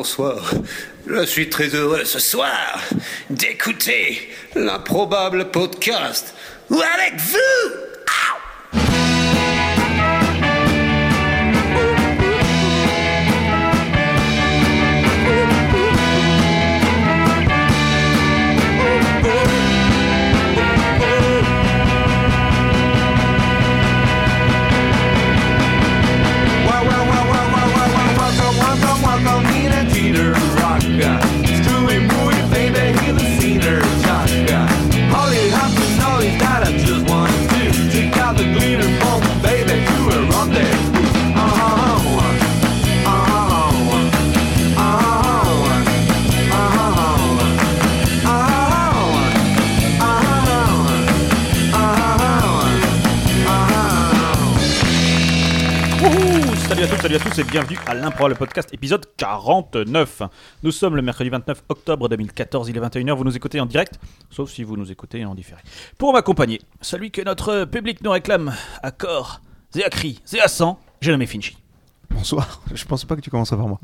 Bonsoir. Je suis très heureux ce soir d'écouter l'improbable podcast ou avec vous. Wow, wow, wow, wow, wow, wow, wow, welcome, welcome, welcome, Nina Teeter Rock. Screwy, moody, baby, hear the cedar shock. Holly, Hopkins, Nolly's that I just wanted to. Take out the glitter bomb, baby, to a rendezvous. Oh, oh, oh, oh, oh, oh, oh. Wouhou Salut à toutes, salut à tous et bienvenue à l'improbable podcast épisode 49. Nous sommes le mercredi 29 octobre 2014, il est 21h, vous nous écoutez en direct, sauf si vous nous écoutez en différé. Pour m'accompagner, celui que notre public nous réclame à corps et à cri et à sang, j'ai nommé Finchi. Bonsoir. Je pensais pas que tu commences par moi.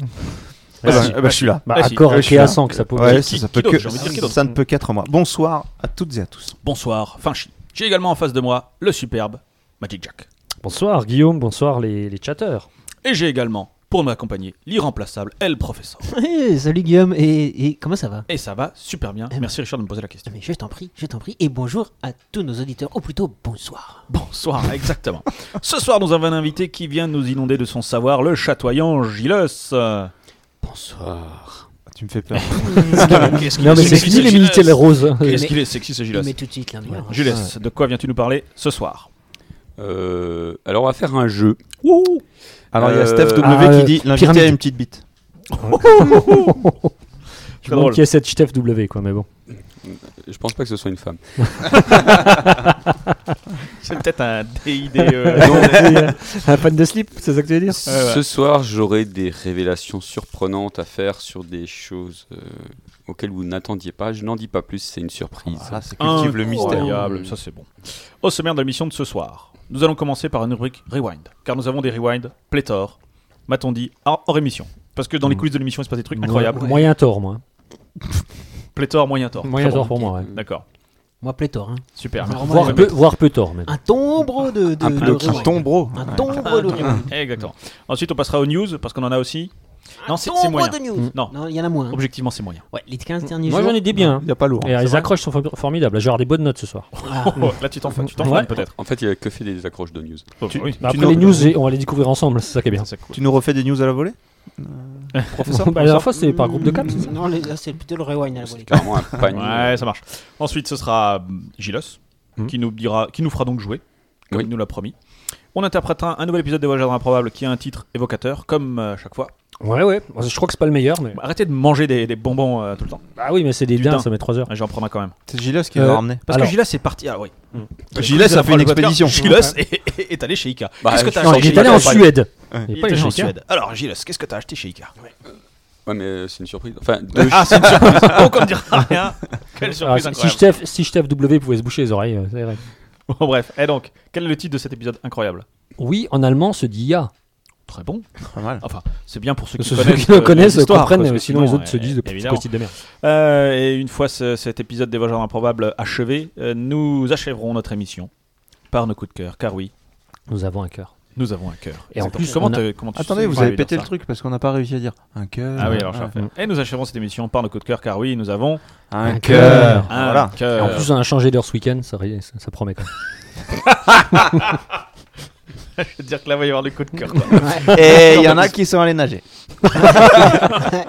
Ah bah, si. bah, je suis là. Bah, à si. corps Ouais, et je suis à là. sang que ça pouvait. Ouais, Qui- ça, ça qui peut d'autre que, J'ai envie de dire qui d'autre ça ne peut qu'être à moi. Bonsoir à toutes et à tous. Bonsoir, Finchi. J'ai également en face de moi le superbe Magic Jack. Bonsoir Guillaume, bonsoir les, les chatteurs. Et j'ai également, pour m'accompagner, l'irremplaçable El Professeur. Eh, salut Guillaume, et, et comment ça va Et ça va super bien, merci Richard de me poser la question. Mais Je t'en prie, je t'en prie, et bonjour à tous nos auditeurs, ou plutôt bonsoir. Bonsoir, exactement. Ce soir, nous avons un invité qui vient nous inonder de son savoir, le chatoyant Gilles. Euh, Bonsoir. Ah, Tu me fais peur. Qu'est-ce qu'il Non mais est c'est sexy, fini ce les Gilles militaires roses. Qu'est-ce qu'il est sexy ce Il met Gilles tout de suite hein. l'un mur. Gilles, de quoi viens-tu nous parler ce soir Euh, alors on va faire un jeu. Alors il y a Euh, Steph W ah, qui euh, dit l'invité pyramide. a une petite bite. Je Très me demande drôle. qui est cette Steph W quoi, mais bon. Je pense pas que ce soit une femme. C'est peut-être un DID. E. Un fan de slip, c'est ça que tu veux dire Ce soir, j'aurai des révélations surprenantes à faire sur des choses euh, auxquelles vous n'attendiez pas. Je n'en dis pas plus, c'est une surprise. Voilà, ça cultive le mystère. Incroyable, ça c'est bon. Au sommaire de la mission de ce soir, nous allons commencer par une rubrique Rewind, car nous avons des Rewind pléthore, m'a-t-on dit, hors hors émission. Parce que dans les Mm. coulisses de l'émission, il se passe des trucs incroyables. Moyen tort moi. Pléthore, moyen tort. Moyen Très bon. tort pour moi, ouais. D'accord, Moi pléthore, hein. super. Voire peu, voire peu tort même. Un tombereau de... de, de Le qui rewind. tombe, bro. Un tombereau Ah, de... rewind. Exactement. Ensuite, on passera aux news parce qu'on en a aussi. Non, c'est c'est Tombereau moyen. de news. Non, Non, il y en a moins. hein. objectivement, c'est moyen. Ouais, les 15 derniers Moi jours... j'en ai des biens. Il n'y a pas lourd. Et les accroches sont for- formidables. Je vais avoir des bonnes notes ce soir. Ah, Oh, là, tu t'en tu t'en Ouais. fous, peut-être. Oh, En fait, il a que fait des accroches de news. Tu- Oui. Bah, tu après nous- les news, j'ai- on va les découvrir ensemble, c'est ça qui est bien. C'est cool. Tu nous refais des news à la volée Euh, Bah, la dernière fois c'était par groupe de cap, c'est ça Non, les- là, c'est plutôt le rewind à la volée. C'est carrément un panier. Ouais, ça marche. Ensuite, ce sera hum, Gilos Mhm. qui nous dira, qui nous fera donc jouer, comme Oui. il nous l'a promis. On interprétera un nouvel épisode des Voyageurs improbables qui a un titre évocateur, comme euh, à chaque fois. Ouais ouais, je crois que c'est pas le meilleur mais. Arrêtez de manger des, des bonbons euh, tout le temps. Ah oui mais c'est des Du dindes, dain. ça met 3 heures. Ouais, J'en prends un quand même. C'est Gilles qui l'a Euh, ramené. Parce Alors. que Gilos est parti. Ah oui. Gilles a fait une expédition. Gilos est, est allé chez Ika. Bah, qu'est-ce que je t'as Non, acheté il chez est allé Ika en Suède. Il est pas allé était en chez Ikea. Suède. Alors, Gilos, qu'est-ce que t'as acheté chez Ika Ouais, mais euh, c'est une surprise. Enfin, deux Ah, c'est une surprise. Donc, on ne dira rien. Quelle surprise Ah, si incroyable. Steph, si Steph W pouvait se boucher les oreilles, euh, c'est vrai. Bon, bref, et donc, quel est le titre de cet épisode incroyable Oui, en allemand se dit ya. Très bon. Pas mal. Enfin, c'est bien pour ceux qui Ceux connaissent, qui le euh, connaissent l'histoire, comprennent, parce que euh, sinon les autres se euh, disent de petites évidemment. costides de merde. Euh, et une fois ce- cet épisode des Voyageurs improbables achevé, euh, nous achèverons notre émission par nos coups de cœur, car oui, Nous avons un cœur. nous avons un cœur. Et en Exactement. plus, comment, on te- a- comment tu Attendez, sais- vous Ah avez oui, pété non, le ça. truc parce qu'on n'a pas réussi à dire un cœur. Ah oui, alors je refais. Et nous achèverons cette émission par nos coups de cœur, car oui, nous avons Un Un cœur. Ah. cœur. un Voilà. Et cœur. en plus, on a changé d'heure ce week-end, ça, ri- ça- ça promet quand même. Je veux dire que là, il va y avoir des coups de cœur. Et il y en a qui sont allés nager.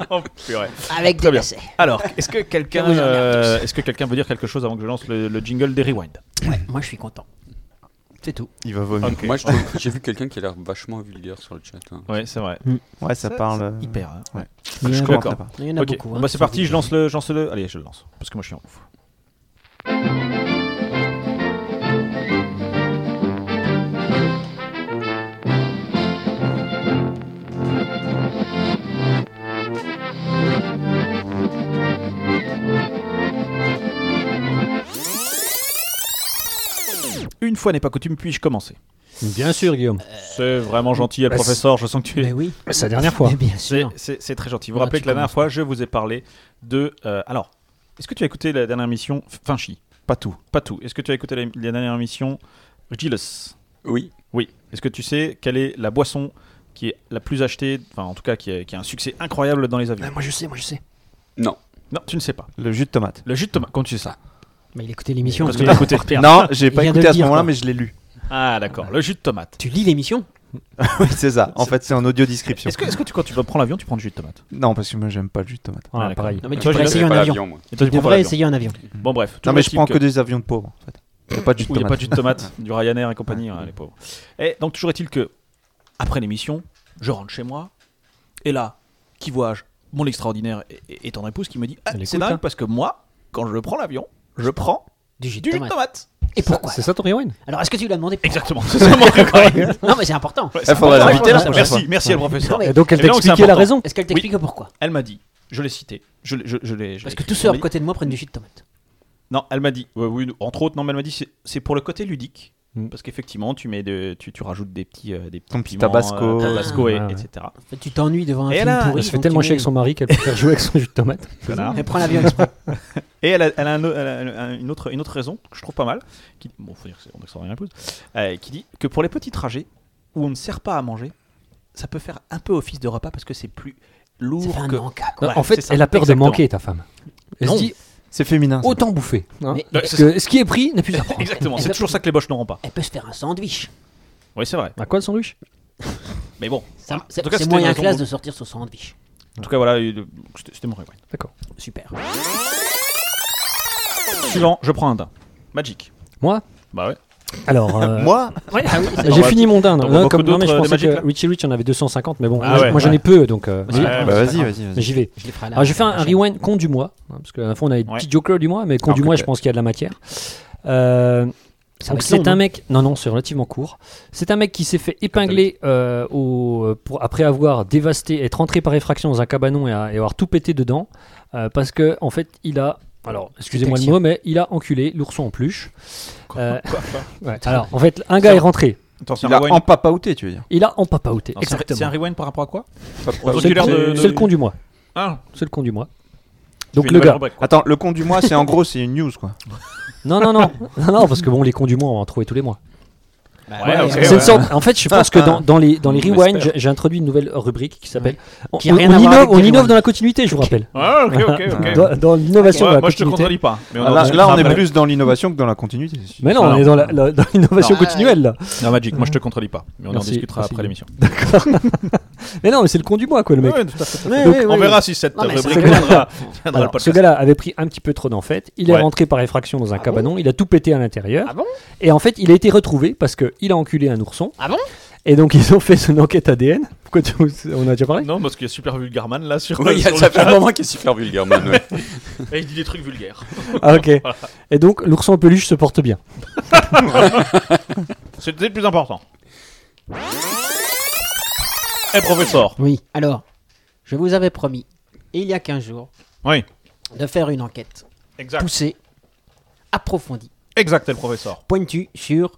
Oh, purée. Avec Très des bien. lacets. Alors, est-ce que quelqu'un Que vous en avez euh, est-ce que quelqu'un veut dire quelque chose avant que je lance le, le jingle des Rewind Ouais, moi je suis content. C'est tout. Il va vomir. Ok. Moi, je trouve- j'ai vu quelqu'un qui a l'air vachement vulgaire sur le chat. hein. Ah, Ouais, c'est vrai. Hmm. Ouais, ça parle. euh, Hyper. hein. Il y en Je a- commenterai D'accord. pas. Il y en a Ok, beaucoup. hein, bah qui c'est sont parti, je vulgaires. lance le, je lance le. Allez, je le lance parce que moi je suis en ouf. Une fois n'est pas coutume, puis-je commencer Bien sûr, Guillaume. Ah, Ah, C'est vraiment gentil, le Bah, professeur. Je sens que tu es. Mais oui. C'est la dernière fois. Mais bien C'est- sûr. C'est c'est très gentil. Vous vous Ah, rappelez tu que la dernière fois, je vous ai parlé de. euh, alors, est-ce que tu as écouté la dernière émission F- Finchi Pas tout. Pas tout. Est-ce que tu as écouté la, la dernière émission Gilles Oui. Oui. Est-ce que tu sais quelle est la boisson qui est la plus achetée, enfin en tout cas qui a, qui a un succès incroyable dans les Ah. avions moi, je sais, moi, je sais. Non. Non, tu ne sais pas. Le jus de tomate. Le jus de Thomas, quand tu sais ça Ah, Mais il écoutait l'émission. Parce que t'as écouté Pierre. Non, j'ai pas vient de écouté à le ce dire, moment-là, quoi. mais je l'ai lu. Ah d'accord, le jus de tomate. Tu lis l'émission Oui, c'est ça. En fait, c'est en audio description. Est-ce que, est-ce que tu, quand tu prends l'avion, tu prends du jus de tomate Non, parce que moi, j'aime pas le jus de tomate. Ah, d'accord. pareil. Non, mais tu Toi, devrais je essayer en avion. moi. Et toi, tu prends Tu pas devrais l'avion. essayer en avion. Bon bref. Mhm. Non, mais je prends que des des avions de pauvres, en fait. Y a pas de jus de Où il n'y a tomate. pas de jus de tomate, du Ryanair et compagnie, hein, les pauvres. Et donc, toujours est-il que, après l'émission, je rentre chez moi, et là, qui vois-je Mon extraordinaire et, et- et tendre épouse qui me dit Ah, Elle C'est écoute, dingue hein. parce que moi, quand je prends l'avion, je prends Du jus du de jus de tomate. tomate. Et pourquoi C'est ça ton rewind Alors, est-ce que tu lui as demandé pourquoi Exactement, c'est ça mon rewind. Non, mais c'est important. Ouais, c'est faudrait important. l'inviter la prochaine fois. Merci, merci à le professeur. Non, mais- Et donc, elle Et t'a donc, c'est expliqué la important. raison. Est-ce qu'elle t'explique pourquoi Elle m'a dit, je l'ai cité, je l'ai. je- je l'ai- je Parce l'ai que écrit, tous ceux à elle m'a dit- côté de moi prennent du jus de tomate. Non, elle m'a dit, ouais, oui, entre autres, non, mais elle m'a dit, c'est- c'est pour le côté ludique. Mm. Parce qu'effectivement, tu, mets de- tu, tu rajoutes des petits, euh, des petits Ton petit piments, tabasco. euh, tabasco Ah, et- ouais, ouais. etc. En fait, tu t'ennuies devant un Et film là, pourri. Elle se fait donc tellement tu chier avec mets- son mari qu'elle préfère jouer avec son jus de tomate. Connard. Elle prend l'avion exprès. Et elle a, elle a un o- elle a- elle a une, autre, une autre raison que je trouve pas mal, qui, bon, faut dire que c'est on extraordinaire épouse, euh, qui dit que pour les petits trajets où on ne sert pas à manger, ça peut faire un peu office de repas parce que c'est plus Ça lourd fait un que. encas, quoi. Non, Ouais, en fait, c'est ça, elle a peur exactement. de manquer, ta femme. Elle Non. se dit C'est féminin. ça. autant bouffer. hein, Mais- parce que ce qui est pris n'est plus à prendre. Exactement, Elle c'est peut- toujours ça que les boches n'auront pas. Elle peut se faire un sandwich. Oui, c'est vrai. À quoi le sandwich Mais bon, Ça- voilà. C'est En tout cas, c'est Ah, c'était une moyen raison classe de- de sortir son sandwich. en tout cas, voilà, euh, c'était c'était mon regret. D'accord. Super. Suivant, je prends un dain. Magic. Moi Bah ouais. Alors, euh, Moi Ah oui, c'est- j'ai T'en fini mon dinde. t'en Non, vois comme, beaucoup non, mais je d'autres, euh, pensais des Magic, que là Richie Rich en avait 250, mais bon, Ah moi, ouais, moi, j'en ai ouais. peu, donc euh, Ouais, ouais, Bah vas-y, vas-y, mais vas-y. j'y vais. je les ferai à la- Alors, je vais faire un prochaine. rewind con du mois, hein, parce que la dernière fois on a une Ouais. petite joker du mois, mais con Ah, du mois, peut-être. je pense qu'il y a de la matière. Euh, Ça va donc être long, c'est un hein. mec, non non, c'est relativement court. C'est un mec qui s'est fait épingler euh, au, pour, après avoir dévasté, être entré par effraction dans un cabanon et, à- et avoir tout pété dedans, euh, parce que en fait il a, alors excusez-moi le Détection. mot, mais il a enculé l'ourson en peluche. Euh, ouais, alors en fait un gars est rentré, Attends, c'est un Il a rewind. empapaouté, tu veux dire. il a empapaouté. Non, c'est un- C'est un Exactement. rewind par rapport à quoi C'est Au le, circulaire de- c'est le de- con du mois. Ah, C'est le con du mois. tu Donc fais une le nouvelle gars. rubrique, quoi. Attends, le con du mois, c'est en gros, c'est une news, quoi. Non, non, non. non, non, parce que bon, les cons du mois, on va en trouver tous les mois. Ouais, ouais, Ah, ok, c'est C'est ouais. une sorte- En fait, je pense que dans, dans les, dans les On rewinds, espère. j'ai- j'ai introduit une nouvelle rubrique qui s'appelle. On, Qui a on- rien on à voir innove, avec on les innove rewinds. dans la continuité, je vous rappelle. Ah, ok, ok, ok. Dans, dans l'innovation. Ouais, dans la moi, je te contredis continuité. pas. Mais on en Ah, là, discutera là, on est après. plus dans l'innovation que dans la continuité. c'est sûr. Mais non, Non, on non. est dans la- la- dans l'innovation Non, ouais, continuelle. là. Non, Magic, moi je te contredis pas, mais on Merci, en discutera merci. après l'émission. Mais non, mais c'est le con du mois, quoi, le mec. Ouais, tout à fait. Ouais, Donc, ouais, on ouais. verra si cette Non, mais c'est rubrique vrai. viendra Ah, viendra le Alors, ce podcast. gars-là avait pris un petit peu trop d'en fait. Il Ouais. est rentré par effraction Ah dans un cabanon. il a tout pété à l'intérieur. Ah bon et en fait, il a été retrouvé parce qu'il a enculé un ourson. Ah bon Et donc, ils ont fait son enquête ADN. Pourquoi tu- on a déjà parlé Non, parce qu'il y a Super Vulgarman là sur, Oui, sur le ça fait chat. un moment qui est super vulgaire, man, ouais. Et il dit des trucs vulgaires. Ah, ok. Et donc, l'ourson en peluche se porte bien. C'était le plus important. Eh, professeur Oui, alors, je vous avais promis, il y a 15 jours, Oui, de faire une enquête exact. poussée, approfondie, Exact, est le professeur. pointue sur.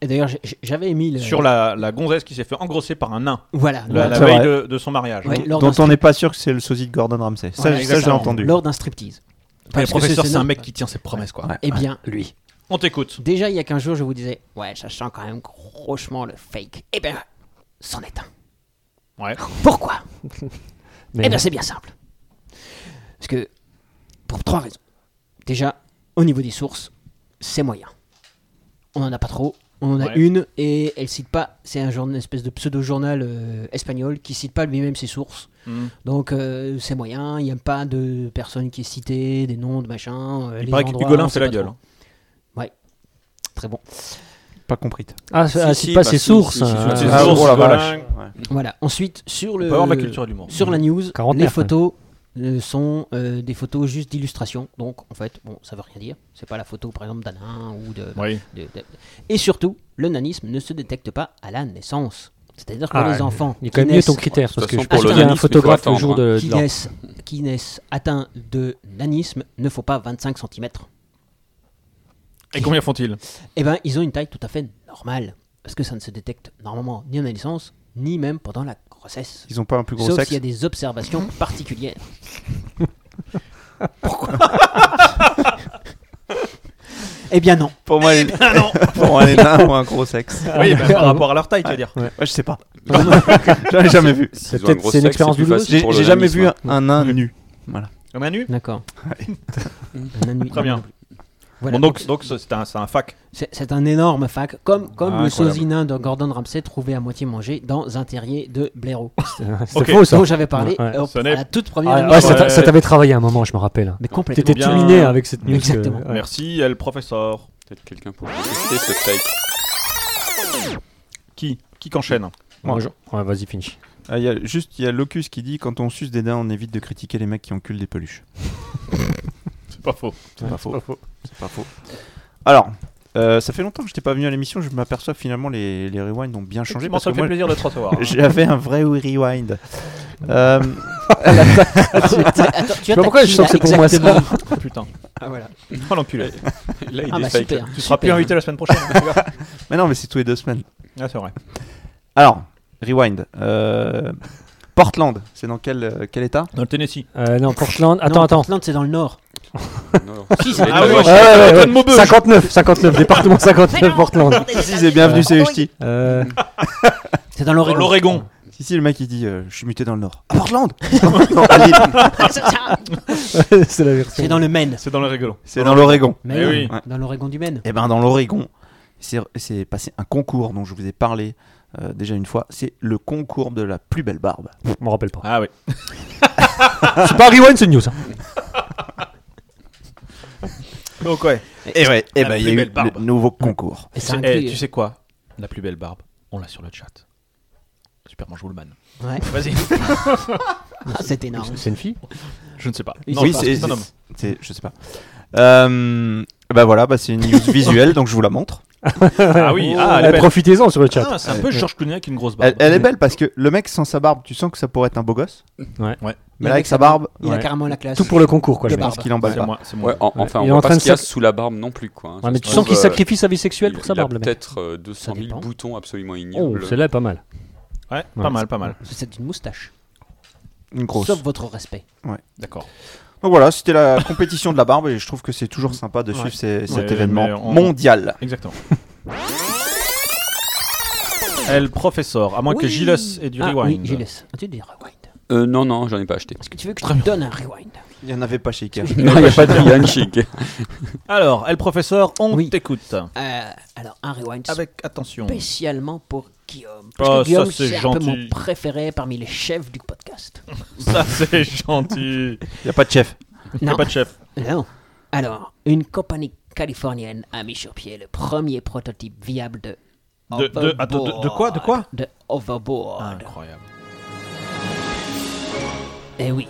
Et d'ailleurs, j'ai- j'ai- j'avais mis le. Sur la, la gonzesse qui s'est fait engrosser par un nain Voilà. la, lors- la c'est veille vrai. de, de son mariage. Eh, ouais, lors d'un Dont on strip- n'est pas sûr que c'est le sosie de Gordon Ramsay. Ça, voilà, j'ai- ça, j'ai exactement, entendu. Lors d'un striptease. Mais le Parce que professeur, c'est un mec notre- qui tient ses promesses, quoi. Eh bien, lui. On t'écoute. Déjà, il y a 15 jours, je vous disais, ouais, ça sent quand même grossement le fake. Eh bien, c'en est un. Ouais. Pourquoi Mais Eh bien, c'est bien simple. Parce que, pour trois raisons. Déjà, au niveau des sources, c'est moyen. On n'en a pas trop. On en a Ouais. une et elle cite pas. C'est un jour, une espèce de pseudo-journal euh, espagnol qui cite pas lui-même ses sources. Mm. Donc, euh, c'est moyen. Il n'y a pas de personne qui est citée, des noms, de machin. euh, Il les paraît que endroits, Hugolin on fait sait la pas gueule, hein. trop. Ouais. Très bon. Pas compris. Ah, c'est- Si, ah, si, c'est pas bah, ses si, sources. si, si, hein. si, si, Ah, Source, oh la Hugolin. vache. Voilà. Ensuite, sur le. On peut avoir de la culture du monde. Sur la news, les Quarantenaire, photos euh, sont euh, des photos juste d'illustration. Donc, en fait, bon, ça veut rien dire. C'est pas la photo, par exemple, d'un nain ou de, Oui. de- de- Et surtout, le nanisme ne se détecte pas à la naissance. C'est-à-dire que Ah, les enfants Il est qui quand même mieux naissent, ton critère, euh, parce que façon, je pour pense le qu'il y a un nanisme, il faut photographe le attendre, jour de, qui bah, de leur- naissent, qui naissent atteints de nanisme ne font pas 25 cm. Et combien font-ils Eh ben, ils ont une taille tout à fait normale. parce que ça ne se détecte normalement ni à la naissance, ni même pendant la grossesse. Ils ont pas un plus gros Sauf sexe. s'il y a des observations particulières. Pourquoi Eh bien non. Pour moi, les... pour moi, les nains ont un gros sexe. Ah, Oui, bah, par rapport à leur taille, tu veux dire. Ouais, je sais pas. J'en ai jamais vu. S'ils ont un peut-être- gros c'est une sexe, expérience plus douloureuse. facile J'ai pour le j'ai jamais nanisme, vu hein. un, un nain nu. Voilà. Comme un nu D'accord. La nuit. Très bien. Voilà. Bon, donc, donc c'est un, c'est un fac. C'est c'est un énorme fac, comme, comme Ah, le incroyable. sosie nain de Gordon Ramsay trouvé à moitié mangé dans un terrier de Blaireau. C'est Ok. faux Oh, ça. dont j'avais parlé Ouais, ouais. hop, Ce n'est- à la toute première Ah, émission. ouais, ça t'a- Ouais. ça t'avait travaillé à un moment, je me rappelle. Mais T'étais complètement. Bien. terminé avec cette news. que- Exactement. ouais. Merci, elle, professeur. Peut-être quelqu'un pour tester ce type. Qui Qui qu'enchaîne Ouais, je- ouais, vas-y, finis. Ah, il y a, juste, il y a Locus qui dit quand on suce des nains, on évite de critiquer les mecs qui enculent des peluches. C'est pas faux. C'est pas faux. C'est pas faux. Alors, euh, ça fait longtemps que je n'étais pas venu à l'émission. Je m'aperçois que finalement les, les rewinds ont bien changé. Effectivement, Parce que ça fait moi, plaisir de te recevoir. hein. j'avais un vrai rewind. Euh, Attends, tu Je sais pas pourquoi je sens que c'est pour moi ça. Oh, Putain. Ah, voilà. Oh l'enculé. Là, il Ah, bah, est fake. super. Tu seras plus super. invité la semaine prochaine. hein, fais gaffe. mais non, mais c'est tous les deux semaines. ah, c'est vrai. Alors, rewind. Euh, Portland, c'est dans quel, euh, quel état Dans le Tennessee. Euh, non, Portland. Attends, Non, attends. Portland, c'est dans le nord. Non, Si, c'est Ah oui, Ouais, ouais, ouais. 59, 59, département 59, Portland. Si, c'est bienvenu, c'est Uchti. Euh, c'est dans Dans l'Oregon. l'Oregon. Si, si, le mec il dit euh, Je suis muté dans le nord. À Portland Non, à Lille. c'est la version. C'est dans le Maine. C'est dans le rigolo. C'est dans l'Oregon. Mais Eh Ah oui, oui. Dans l'Oregon du Maine. Eh ben dans l'Oregon, c'est c'est passé un concours dont je vous ai parlé euh, déjà une fois. C'est le concours de la plus belle barbe. Je m'en rappelle pas. Ah oui. C'est pas Rewind, c'est News. hein. Donc ouais. Et ouais, eh La ben plus il y a eu belle barbe. le nouveau concours. Et Tu ça sais- inclut- eh, tu sais quoi La plus belle barbe, on l'a sur le chat. Superman Joulman. Ouais. Vas-y. Ah, c'est énorme. C'est une fille Je ne sais pas. Ils Non, sont oui, pas- c'est un homme. c'est- c'est- je sais pas. Euh, bah voilà, bah c'est une news visuelle donc je vous la montre. Ah oui, ah, elle Eh, est belle. Profitez-en sur le chat. Ah, c'est un peu George Clooney avec une grosse barbe. Elle, elle est belle parce que le mec sans sa barbe, tu sens que ça pourrait être un beau gosse. Ouais. Ouais. Mais là, avec sa barbe, Il a Ouais. carrément la classe. Tout pour le concours, quoi. De le mec. barbe. parce qu'il emballe C'est pas. moi, c'est moi. Ouais, en- Ouais. enfin, Il on est en voit train pas de ce qu'il y a sac- sous la barbe non plus, quoi. hein. Ouais, Ça mais se tu sens trouve, qu'il euh, sacrifie sa vie sexuelle pour il- sa il a barbe, le mec. Peut-être euh, Ça 200 000 dépend. boutons absolument Oh, ignobles. celle-là est pas mal. Ouais, Ouais. pas mal, pas mal. C'est une moustache. Une grosse. Sauf votre respect. D'accord. Donc voilà, c'était la compétition de la barbe et je trouve que c'est toujours sympa de suivre ces- cet Mm. Ouais, événement mais on- mondial. Exactement. Elle, professeur, à moins que Oui. Gilles ait du ah, rewind. Oui, Gilles. As-tu des rewind Euh, non, non, j'en ai pas acheté. Est-ce que tu veux que je te donne un rewind Il n'y en avait pas chez Ikea. Non, il n'y a pas de Yann Chic. Alors, elle, professeur, on Oui. t'écoute. Euh, Alors, un rewind Avec attention. spécialement pour Guillaume. Parce Oh, que ça, Guillaume, c'est c'est un peu gentil. mon préféré parmi les chefs du podcast. Ça, c'est gentil. Il n'y a pas de chef. Il y a Non, pas de chef. non. Alors, une compagnie californienne a mis sur pied le premier prototype viable de. De- de- attends, de- de quoi, de quoi Ah, Overboard. De Overboard. Incroyable. Eh oui.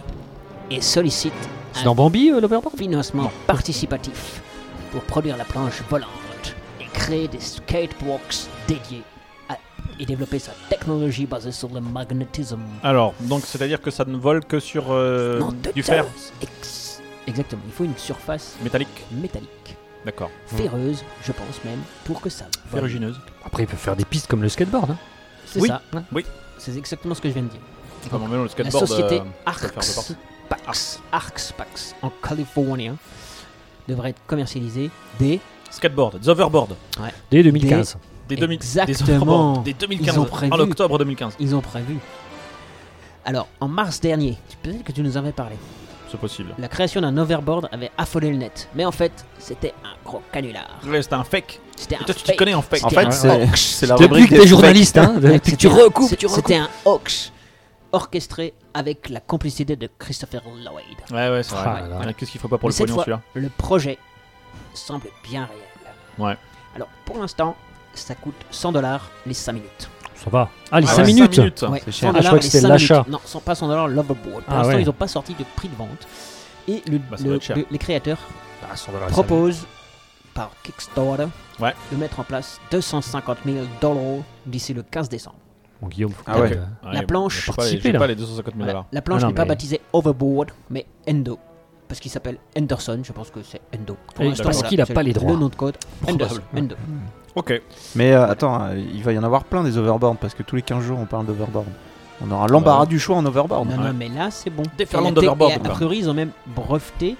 Et sollicite C'est un dans Bambi, euh, l'Overboard financement participatif pour produire la planche volante et créer des skateboards dédiés à- et développer sa technologie basée sur le magnétisme. Alors, donc, c'est-à-dire que ça ne vole que sur euh, Non, de du fer taz. Ex- Exactement, il faut une surface métallique. métallique, D'accord. ferreuse, je pense même, pour que ça vole. Ferrugineuse. Après, il peut faire des pistes comme le skateboard. hein. C'est Oui, ça. oui. C'est exactement ce que je viens de dire. Comment même le la skateboard. société euh, peut faire de Arx partout. Pax, Arx Pax, en Californie, hein, devrait être commercialisée dès Skateboard, des overboards. Dès 2015. Des 2000 Des, Exactement. overboards, des 2015. Ils ont prévu. En octobre 2015. ils ont prévu. Alors, en mars dernier, tu- peut-être que tu nous en avais parlé, C'est possible. la création d'un overboard avait affolé le net. Mais en fait, c'était un gros canular. Ouais, C'était un fake. C'était Ah. un Et toi, tu t'y fake. connais en fake. En C'était fait, un c'est- hoax. c'est la Depuis rubrique que des t'es journaliste, hein, depuis que tu C'était un- recoupes, c'est- tu recoupes. C'était un hoax orchestré avec la complicité de Christopher Lloyd. Ouais, ouais, c'est vrai. Ah là là. Ouais, Qu'est-ce qu'il faut pas pour Mais le cette pognon, fois- celui-là Le projet semble bien réel. Ouais. Alors, pour l'instant, ça coûte 100 dollars les 5 minutes. Ça va. Ah, les Ah 5 ouais, minutes. Ouais, c'est 100 cher. Ah, je dollars crois que les c'était cinq l'achat. minutes. Non, sont pas 100 dollars l'overboard. Pour Ah l'instant, ouais. ils n'ont pas sorti de prix de vente. Et le- Bah, ça le- doit être cher. le- les créateurs Ah, 100 dollars, proposent, par Kickstarter, Ouais. de mettre en place 250 000 dollars d'ici le 15 décembre. Bon, Guillaume, faut Ah ouais. peut-être, euh, Ouais, la bon, planche je sais pas, participer, j'ai là. pas les 250 000 Voilà. dollars. La planche Ah non, n'est pas mais- baptisée Overboard, mais Endo. parce qu'il s'appelle Henderson, je pense que c'est Endo. Et l'instant, parce voilà, qu'il a c'est pas les droits. Le nom de code, Henderson. Endo. Ok. Mais euh, attends, euh, il va y en avoir plein des overboards parce que tous les 15 jours on parle d'overboard. On aura Bah. l'embarras du choix en overboard. Non, Ouais. non, mais là, c'est bon. Déferlante Et la tec- d'overboard, et A quoi. priori, ils ont même breveté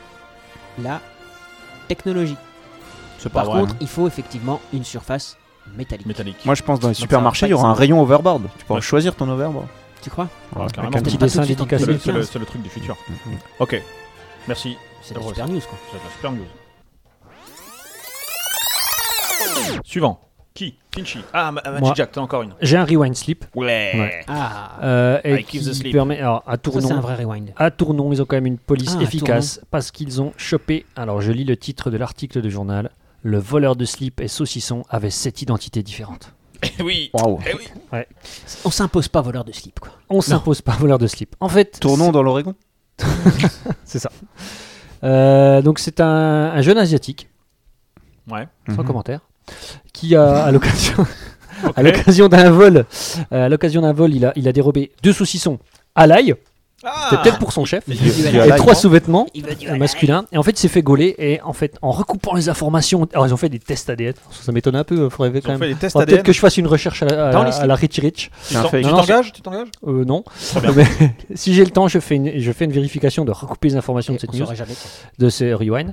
la technologie. C'est pas Bah Par vrai. hein. contre, hein. il faut effectivement une surface métallique. Métallique. Moi je pense dans les ça supermarchés, il y va pas aura un être- rayon overboard. Tu pourras Ouais. choisir ton overboard. Tu crois Voilà, carrément. avec un Petit petit- Peut-être dessin pas tout de suite en C'est dédicacé. le, c'est le- 2015. c'est le truc du futur. Mhm. Ok. Merci. C'est de la Heureux. super news, quoi. C'est de la super news. Suivant. Qui Pinchy. Ah, Ma- Magic Moi. Jack, t'as encore une. J'ai un rewind slip Ouais. Ah, euh, et I keep the qui slip. permet alors à ça, c'est Tournon. un vrai rewind. À Tournon, ils ont quand même une police Ah, à efficace parce qu'ils ont chopé. Alors je lis le titre de l'article de journal. Le voleur de slip et saucisson avait sept identités différentes. oui. Waouh. On s'impose pas voleur de slip, quoi. On s'impose pas voleur de slip. En fait, Tournons dans l'Oregon. C'est ça. Euh, donc c'est un, un jeune asiatique, Ouais. sans Mhm. commentaire, qui a à l'occasion, Ok. à l'occasion d'un vol, euh, à l'occasion d'un vol, il a, il a dérobé deux saucissons à l'ail, Ah c'était peut-être pour son chef, Il y a et l'ail. trois hein. sous-vêtements Il veut du euh, masculins. Et en fait, il s'est fait gauler. Et en fait, en recoupant les informations, alors ils ont fait des tests ADN. Ça m'étonne un peu. euh, Faudrait Ils ont quand fait même. des tests Faudrait ADN. Peut-être que je fasse une recherche à, la- à Dans la- les à la Richie Rich. Tu C'est un t'en- fake. tu Non, non, t'engages Tu t'engages Euh, non. Très bien. Mais si j'ai le temps, je fais une, je fais une vérification de recouper les informations de cette on news. saura jamais. quoi. de ce rewind.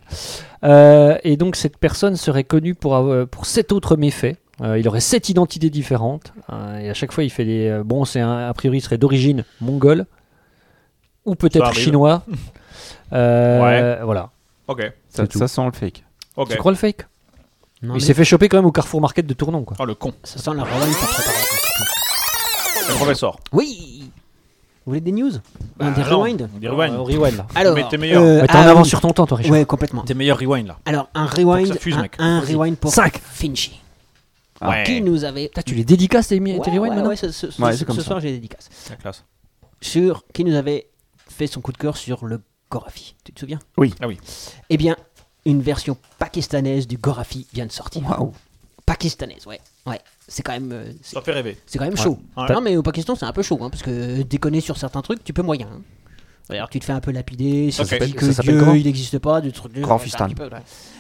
Euh, et donc cette personne serait connue pour, avoir- euh, pour sept autres méfaits. Euh, il aurait sept identités différentes. Euh, et à chaque fois, il fait des. euh, bon, c'est un, a priori, il serait d'origine mongole ou Ça peut-être arrive. chinois. Euh, Voilà. Ok. Ça, C'est tout. ça sent le fake. Ok. Tu crois le fake Non, Il mais s'est fait choper quand même au Carrefour Market de Tournon, quoi. Oh le con. Ça sent la rewind pas préparée, quoi, c'est tout. Le professeur. Oui Vous voulez des news Bah, Un Des non. rewinds Des rewinds. Euh, rewind là. Alors, Mais t'es meilleur. euh, Ouais, t'es en ah, avance oui. sur ton temps, toi, Richard. Ouais, complètement. Tes meilleurs rewind là. Alors, un Faut rewind, que ça fuse, un, mec. Eh. un rewind pour Cinq. Finchy, Ah, Ouais. qui nous avait... Putain, tu les dédicaces tes, mi- tes Ouais, rewind ouais, maintenant ouais, ce, ce- ce- Ouais, ce- c'est comme ce ça. soir, j'ai des dédicaces. La classe. Sur qui nous avait fait son coup de cœur sur le Gorafi. Tu te souviens Oui. Ah oui. Eh bien, une version pakistanaise du Gorafi vient de sortir. Waouh. Pakistanaise, ouais. Ouais, c'est quand même... euh, c'est- Ça fait rêver. C'est quand même chaud. Oh. Ouais. Non, mais au Pakistan, c'est un peu chaud, hein, parce que déconner sur certains trucs, tu peux moyen. hein. Alors, tu te fais un peu lapider, si Ok. tu dis Ça que s'appelle Dieu, comment il n'existe pas, du truc. Grafistan.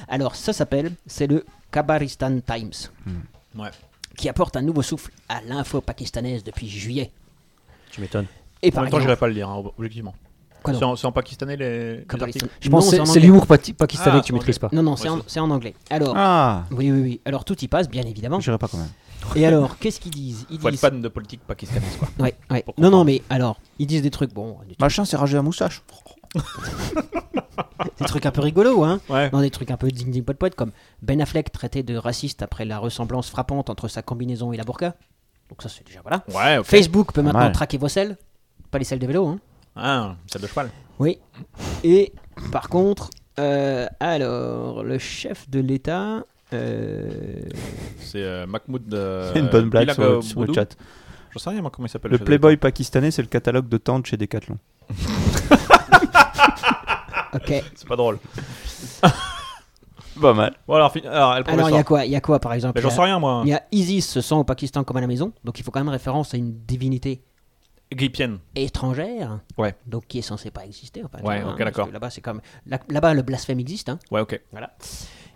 Alors, ça s'appelle, c'est le Kabaristan Times, Hmm. Ouais. qui apporte un nouveau souffle à l'info pakistanaise depuis juillet. Tu m'étonnes. Et En par même temps, j'irai exemple, pas le lire, hein, objectivement. Quoi C'est en, c'est en pakistanais les, les Kabaristan- articles Je pense Non, que en c'est- c'est anglais. l'humour pati- pakistanais Ah, que tu en maîtrises pas. Non, non, c'est Ouais, en, c'est en anglais. Alors, Ah. oui, oui, oui. Alors, tout y passe, bien évidemment. J'irai pas quand même. Et alors, qu'est-ce qu'ils disent Ils Faut être disent. fan de politique pakistanaise quoi. Ouais, ouais. Pour Non, non, comprendre. mais alors, ils disent des trucs, bon, des, Machin, c'est ragé à moustache. des trucs un peu rigolos, hein. Ouais. dans des trucs un peu ding ding pot pot comme Ben Affleck traité de raciste après la ressemblance frappante entre sa combinaison et la burqa. Donc ça c'est déjà voilà. Ouais, ok. Facebook peut Pas maintenant mal. traquer vos selles, pas les selles de vélo. Hein. Ah, celle de cheval. Oui. Et par contre, euh, alors le chef de l'État. euh, C'est euh, Mahmoud. euh, une bonne blague Bilal sur le, Boudou. sur le chat. J'en sais rien, moi, comment il s'appelle. Le chef Playboy pakistanais, c'est le catalogue de tente chez Decathlon. Ok. d'État. C'est pas drôle. Pas mal. Bon, alors, fin- alors elle alors Ah il y a professeur. quoi Il y a quoi par exemple Mais j'en sais rien, moi. Il y a Isis se sent au Pakistan comme à la maison, donc il faut quand même référence à une divinité Guy Pienne. étrangère, Ouais. donc qui est censée pas exister. En fait, Ouais, ok, hein, parce que d'accord. Là-bas, c'est comme là-bas le blasphème existe. Hein. Ouais, ok. Voilà.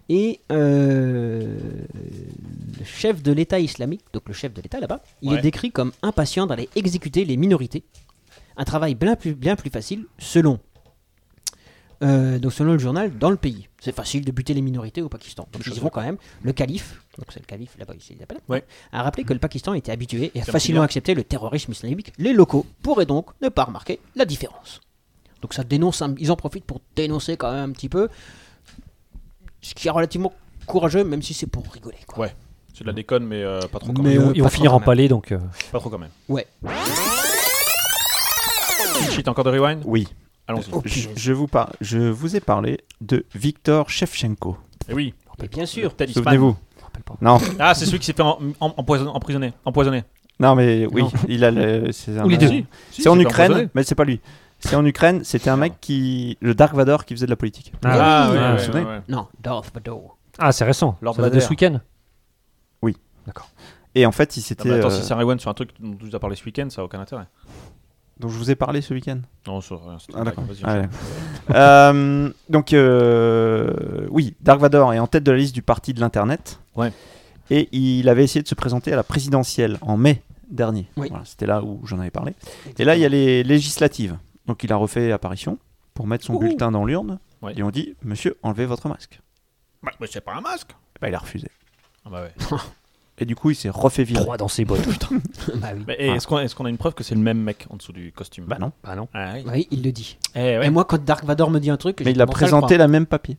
Et euh, le chef de l'État islamique, donc le chef de l'État là-bas, il Ouais. est décrit comme impatient d'aller exécuter les minorités. Un travail bien plus, bien plus facile selon, euh, donc selon le journal dans le pays. C'est facile de buter les minorités au Pakistan. Donc Je ils y sais vont quand même. Le calife, donc c'est le calife là-bas, il l'appelle, Ouais. a rappelé que le Pakistan était habitué et a C'est un facilement petit accepté le terrorisme islamique. Les locaux pourraient donc ne pas remarquer la différence. Donc ça dénonce, un- ils en profitent pour dénoncer quand même un petit peu ce qui est relativement courageux, même si c'est pour rigoler. Quoi. Ouais. C'est de la déconne, mais euh, pas trop quand Mais, Ils même. vont- euh, ils pas vont trop finir quand en même. palais, donc. euh, Pas trop quand même. Ouais. Cheat encore de rewind Oui. Allons-y. Oh, Je, punaise. je vous par- je vous ai parlé de Victor Shevchenko. Et Eh oui. Et bien sûr. Talisman. Souvenez-vous. rappelle pas. Non, Ah, c'est celui qui s'est fait en- en- empoisonner- emprisonner. Empoisonné. non, mais oui, il a le. c'est un- Ou les deux. C'est Si, si, en il s'est fait Ukraine, empoisonner. mais c'est pas lui. C'est en Ukraine, c'était un mec qui. Le Dark Vador qui faisait de la politique. Ah, Oui, ouais, vous vous ouais, souvenez ouais, ouais. Non, bah, Darth Vader. Ah, c'est récent. Lord Ça date de Vader. ce week-end Et en fait, il s'était. Non, mais Ah bah attends, euh, si c'est un rewind sur un truc dont tu nous as parlé ce week-end, ça a aucun intérêt. dont je vous ai parlé ce week-end. Non, ça, rien, c'était Ah, une d'accord. blague, vas-y, Ah, enchaîne. Euh, donc, euh, oui, Dark Vador est en tête de la liste du parti de l'Internet. Ouais. Et il avait essayé de se présenter à la présidentielle en mai dernier. Oui. Voilà, C'était là où j'en avais parlé. Et là, il y a les législatives. Donc, il a refait apparition pour mettre son Ouhou. bulletin dans l'urne. Ouais. Et on dit, monsieur, enlevez votre masque. Bah, mais c'est pas un masque Et bah, il a refusé. Ah bah ouais. Et du coup, il s'est refait virer. Trois dans ses bottes, putain. Bah oui. Mais eh, est-ce qu'on est-ce qu'on a une preuve que c'est le même mec en dessous du costume Bah non. Bah non. Ah oui. Oui, il le dit. Eh ouais, Et moi, quand Dark Vador me dit un truc, Mais j'ai il a tendance à le présenté la même papier.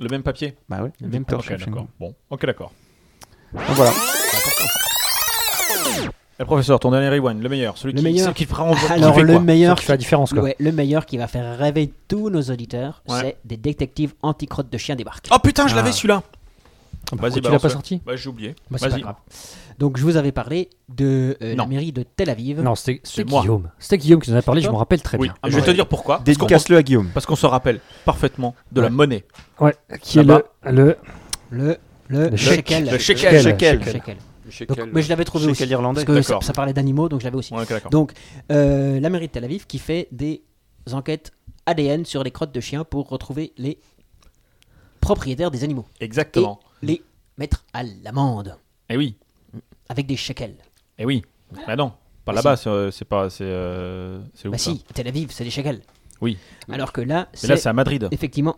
le même papier. Bah ouais. Le même Victor Ok, Shevchenko. d'accord. Bon, ok, d'accord. Donc, voilà. Eh, professeur, ton dernier rewind, le meilleur, celui Le qui, meilleur. celui qui fera en croire. Alors, qui fait le quoi Meilleur meilleur, qui fait la différence, quoi. Ouais, le meilleur qui va faire rêver tous nos auditeurs, Ouais. c'est des détectives anti-crottes de chiens débarquent. Oh putain, je l'avais Ah. celui-là. Ah bah, Vas-y, pourquoi tu l'as balance, pas ouais. sorti Bah j'ai oublié. Bah, c'est pas Vas-y. grave. Donc, je vous avais parlé de euh, la Non. mairie de Tel Aviv. Non, c'était c'était moi. Guillaume. C'était Guillaume qui nous en a parlé, je me rappelle très Oui, bien. je vais te dire pourquoi. Parce qu'on- Dédicace-le à Guillaume. Parce qu'on se rappelle parfaitement de la Ouais. monnaie. Ouais, qui est le, Là-bas. le Le, le, Le shekel. Le shekel. Shekel. Shekel. Le shekel. Chez Donc, quel- mais je l'avais trouvé Shekel aussi. irlandais. Parce que ça, D'accord. ça parlait d'animaux, donc je l'avais aussi. Ouais, ok, d'accord. Donc, euh, la mairie de Tel Aviv qui fait des enquêtes ADN sur les crottes de chiens pour retrouver les propriétaires des animaux et Exactement. les mettre à l'amende Eh oui, avec des shekels. eh oui. Bah non, pas Bah là-bas, c'est, euh, c'est pas, c'est, euh, c'est où Bah ça si, Tel Aviv, c'est des shekels. Oui. Alors que là, Mais là, c'est c'est à Madrid. effectivement,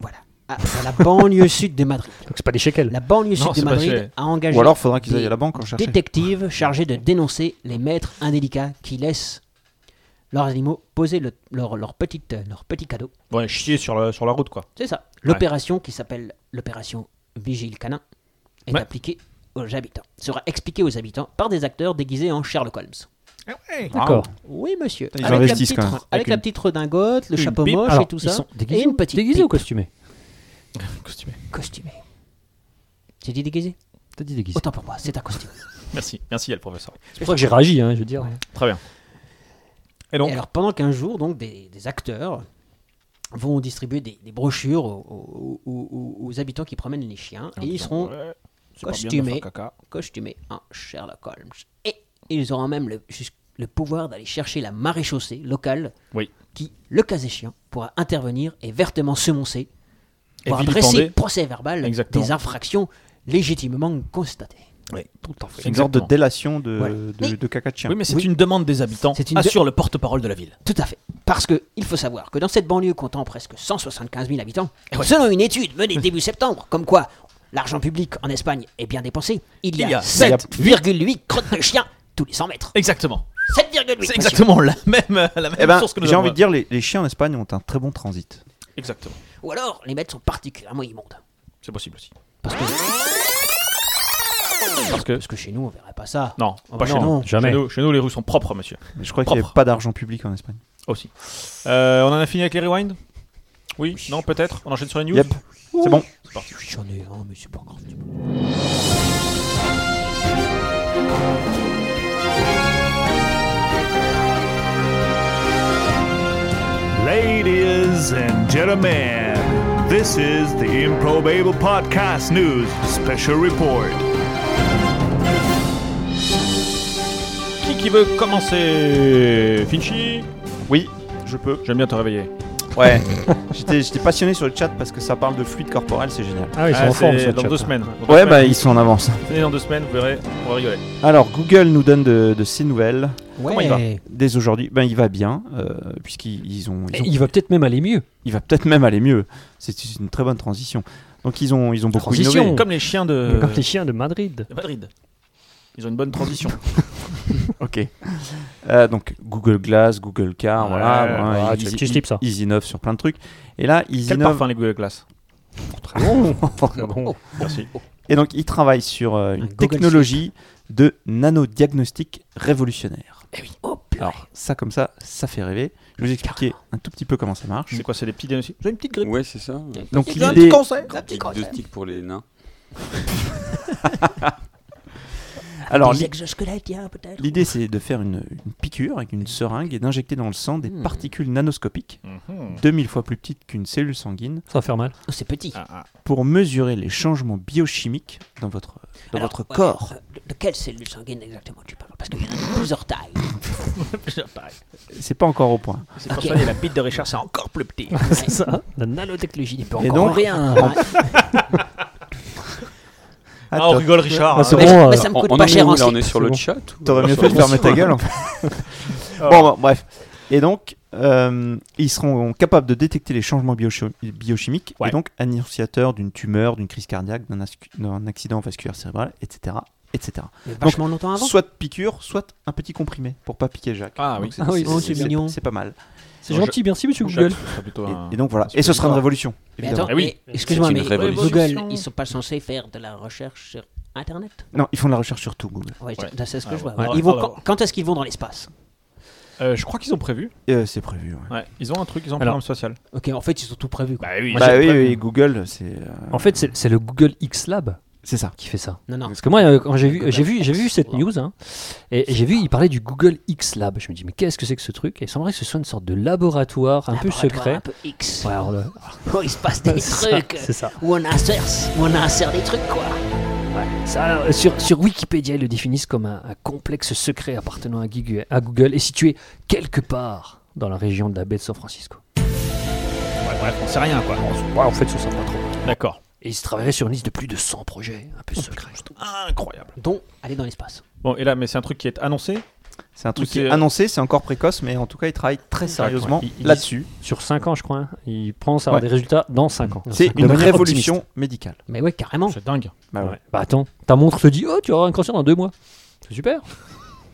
voilà, à, à la banlieue sud de Madrid. Donc c'est pas des shekels. La banlieue Non, sud de c'est pas Madrid chez- a engagé Ou alors, faudra qu'ils des aillent à la banque en chercher. détectives chargés de dénoncer les maîtres indélicats qui laissent leurs animaux poser le- leur, leur, petite, leur petit cadeau. Ouais, chier sur la, sur la route, quoi. C'est ça. L'opération qui s'appelle l'opération Vigile Canin est Ouais. appliquée aux habitants. Sera expliquée aux habitants par des acteurs déguisés en Sherlock Holmes. D'accord. Oui, monsieur. Ils avec la investissent petite, quand même. avec la petite redingote, le une chapeau pipe. moche Alors, et tout ils ça. sont et déguisés, une petite déguisés ou pipe costumés Costumé. costumée. J'ai dit déguisé T'as dit déguisés. Autant pour moi, c'est un costume. Merci, merci, elle, professeur. C'est pour ça que j'ai réagi, hein, je veux dire. Très bien. Et donc, Et alors pendant 15 jours, donc, des, des acteurs vont distribuer des, des brochures aux, aux- aux- aux habitants qui promènent les chiens et ils seront Ah, Ouais, c'est pas bien de costumés. faire caca. costumés en Sherlock Holmes. Et ils auront même le, jus- le pouvoir d'aller chercher la maréchaussée locale Oui. qui, le cas échéant, pourra intervenir et vertement semoncer, Et voire vilipender. dresser procès verbal Exactement. des infractions légitimement constatées. Tout le temps fait. C'est une sorte de Exactement. délation de, Voilà. de, de caca de chien. Oui, mais c'est une demande des habitants. C'est une Assure le porte-parole de la ville. Tout à fait. Parce que il faut savoir que dans cette banlieue comptant presque 175 000 habitants, selon une étude menée début septembre, comme quoi l'argent public en Espagne est bien dépensé, il y Il y a a 7,8 crottes de chiens tous les 100 mètres. Exactement. 7,8 C'est monsieur. exactement la même, euh, la même Eh ben, source que nous j'ai avons. envie de dire, les, les chiens en Espagne ont un très bon transit. Exactement. Ou alors les maîtres sont particulièrement immondes. C'est possible aussi. Parce que, Parce que. parce que chez nous, on verrait pas ça. Ah Non, Oh, pas bah chez non, nous. jamais. Chez nous, chez nous, les rues sont propres, monsieur. Je crois qu'il n'y avait Propre. pas d'argent public en Espagne. Aussi. Euh, on en a fini avec les rewinds Oui Non, peut-être On enchaîne sur les news Yep. C'est bon. J'en ai un, mais c'est pas grave. Ladies and gentlemen, this is the Improbable Podcast News Special Report. Qui qui veut commencer Finchy Oui, je peux. J'aime bien te réveiller. Ouais. j'étais, j'étais passionné sur le chat parce que ça parle de fluide corporel, c'est génial. Ah oui, Ah, c'est en forme. c'est ce dans chat. deux semaines. Dans deux Ouais, semaines. bah ils sont en avance. Venez dans deux semaines, vous verrez, on va rigoler. Alors, Google nous donne de, de ces nouvelles Ouais. il va dès aujourd'hui. Ben, il va bien, euh, puisqu'ils ils ont, ils Et ont- Il va peut-être même aller mieux. il va peut-être même aller mieux. C'est une très bonne transition. Donc, ils ont, ils ont beaucoup Transition. innové. Comme les chiens Euh, de, Comme les chiens de Madrid. de Madrid. Ils ont une bonne transition. Ok. Euh, donc Google Glass, Google Car, Ouais, voilà. ouais, voilà, ouais, ils, tu- tu ils- slips ça. ils innovent sur plein de trucs. Et là, ils Quel innovent. parfum les Google Glass Ah bon. Merci. Et donc, ils travaillent sur euh, une Un Google technologie de nanodiagnostic révolutionnaire. Eh Oh, purée. Alors, ça, comme ça, ça fait rêver. Je vais vous expliquer un tout petit peu comment ça marche. C'est quoi C'est des petits diagnostics J'ai une petite grippe. Ouais, c'est ça. Donc, J'ai un l'idée. Diagnostic pour les nains. Alors, Des l'i- exosquelettes, il y a peut-être. l'idée, c'est de faire une, une piqûre avec une seringue et d'injecter dans le sang des Hmm. particules nanoscopiques, Mhm. 2000 fois plus petites qu'une cellule sanguine, Ça va faire mal. Oh, c'est petit. Ah, ah. pour mesurer les changements biochimiques dans votre, dans Alors, votre ouais, corps. euh, de, de quelle cellule sanguine exactement tu parles Parce qu'il y en a de plusieurs tailles. C'est pas encore au point. C'est pour Ok. ça que la bite de Richard, c'est encore plus petit. C'est ça. La nanotechnologie n'est pas Et encore. donc- rien. Ah, on t'aurais- rigole, Richard. Ah, hein. c'est mais, bon, euh, mais ça me On, coûte on pas en est cher hein, où, en là, slip. on est sur le chat ou- T'aurais mieux fait de fermer ta gueule. en fait. bon, bon, bref. Et donc, euh, ils seront capables de détecter les changements biochi- biochimiques, Ouais. et donc annonciateurs d'une tumeur, d'une crise cardiaque, d'un ascu- d'un accident vasculaire cérébral, etc. etc. Mais Vachement Ah longtemps avant. Soit de piqûre, soit un petit comprimé pour pas piquer Jacques. Ah oui. Donc, Ah oui, oh, c'est mignon. C'est pas mal. C'est gentil, Ah, merci monsieur Google. Et, et donc voilà. Et ce sera une révolution. Mais évidemment. attends, Eh oui, mais excuse-moi, c'est une mais révolution. Google, ils sont pas censés faire de la recherche sur Internet Non, ils font de la recherche sur tout, Google. Ouais, Ouais. c'est- c'est ce que Ah, je vois. ouais. Ils vont Ah, quand- quand est-ce qu'ils vont dans l'espace Euh, je crois qu'ils ont prévu. Euh, c'est prévu. ouais. Ouais, ils ont un truc, ils ont un Alors- programme social. Ok, en fait, ils ont tout prévu. quoi. Eh oui, Bah oui, oui, Google, c'est euh, En fait, c'est c'est le Google X Lab c'est ça. qui fait ça. Non, non. Parce que moi, euh, quand j'ai vu, Google j'ai vu, j'ai vu X cette Lab. news, hein, et et j'ai vu, il parlait du Google X Lab. Je me dis, mais qu'est-ce que c'est que ce truc Et il semblerait que ce soit une sorte de laboratoire un peu Laboratoire secret. Un peu X. Ouais, alors, le- Où il se passe des ça, trucs. c'est ça. Où on insère, où on insère des trucs, quoi. Ça, alors, sur, sur Wikipédia, ils le définissent comme un, un complexe secret appartenant à Gigu- à Google et situé quelque part dans la région de la baie de San Francisco. Ouais, bref, on sait rien quoi. Ouais, en fait, ça ne pas trop. D'accord. Et ils travailleraient sur une liste de plus de 100 projets, un peu secrets. Incroyable. Dont aller dans l'espace. Bon, et là, mais c'est un truc qui est annoncé. C'est un truc Ou qui c'est- euh, est annoncé, c'est encore précoce, mais en tout cas, ils travaillent très sérieusement Ils- ils- là-dessus. Sur 5 ans, je crois. hein. Ils pensent avoir Ouais. des résultats dans 5 ans. C'est De une manière révolution optimiste. médicale. Mais Eh ouais, carrément. C'est dingue. Bah ouais. Ouais. Bah attends, ta montre te dit Oh, tu auras un cancer dans 2 mois. C'est super.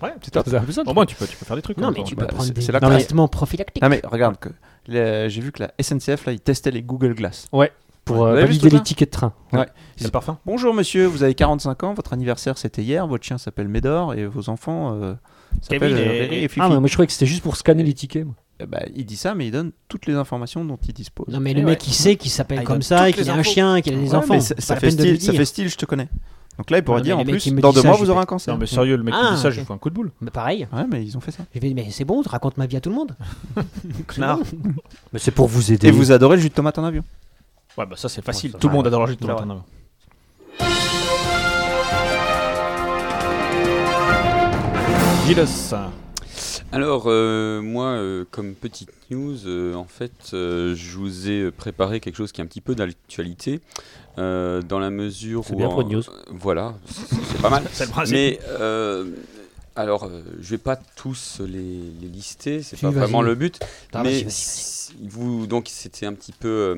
Ouais, c'est top. C'est un peu ça. le Au truc. moins, tu peux, tu peux faire des trucs. hein, en Non, mais même tu temps. peux bah, prendre c'est- des c'est la traitements prophylactiques. Non Ah, mais regarde que le- j'ai vu que la SNCF là, ils testaient les Google Glass. Pour euh, Vous avez vu ce valider les truc-là tickets de train. C'est le parfum. Bonjour monsieur, vous avez 45 ans, votre anniversaire c'était hier, votre chien s'appelle Médor et vos enfants euh, s'appellent Kevin et- euh, Riri et Fifi. Ah, mais moi je croyais que c'était juste pour scanner les tickets. moi. Eh bah, il dit ça mais il donne toutes les informations dont il dispose. Non, mais le mec, il sait qu'il s'appelle Ah, il comme donne ça et toutes qu'il les a un infos. chien et qu'il a des Ouais, enfants. mais ça, C'est ça pas la fait peine de style, lui ça dire. fait style, je te connais. Donc là il pourrait Non, mais dire en les mecs, plus ils me dans disent deux ça, mois je vous aurez fais- un cancer. Non, mais sérieux, le mec qui Ah, dit ça, ok. je lui fais un coup de boule. Mais pareil. Ouais mais ils ont fait ça. Je vais, mais c'est bon, raconte ma vie à tout le monde. Connard. Mais c'est pour vous aider. Et vous adorez le jus de tomate en avion. Ouais, bah ça, c'est facile. ça Tout le va. monde adore le jus de Ça tomate va. en avant. Dilos. Alors, euh, moi, euh, comme petite news, euh, en fait, euh, je vous ai préparé quelque chose qui est un petit peu d'actualité, euh, dans la mesure C'est où... bien pour en- une news. Voilà, c'est c'est pas mal. Ah, C'est le principe. Mais euh, alors, euh, je vais pas tous les, les lister, c'est Si, pas vas-y. vraiment le but. Ah, vas-y, mais vas-y, vas-y. si vous, donc, c'était un petit peu euh,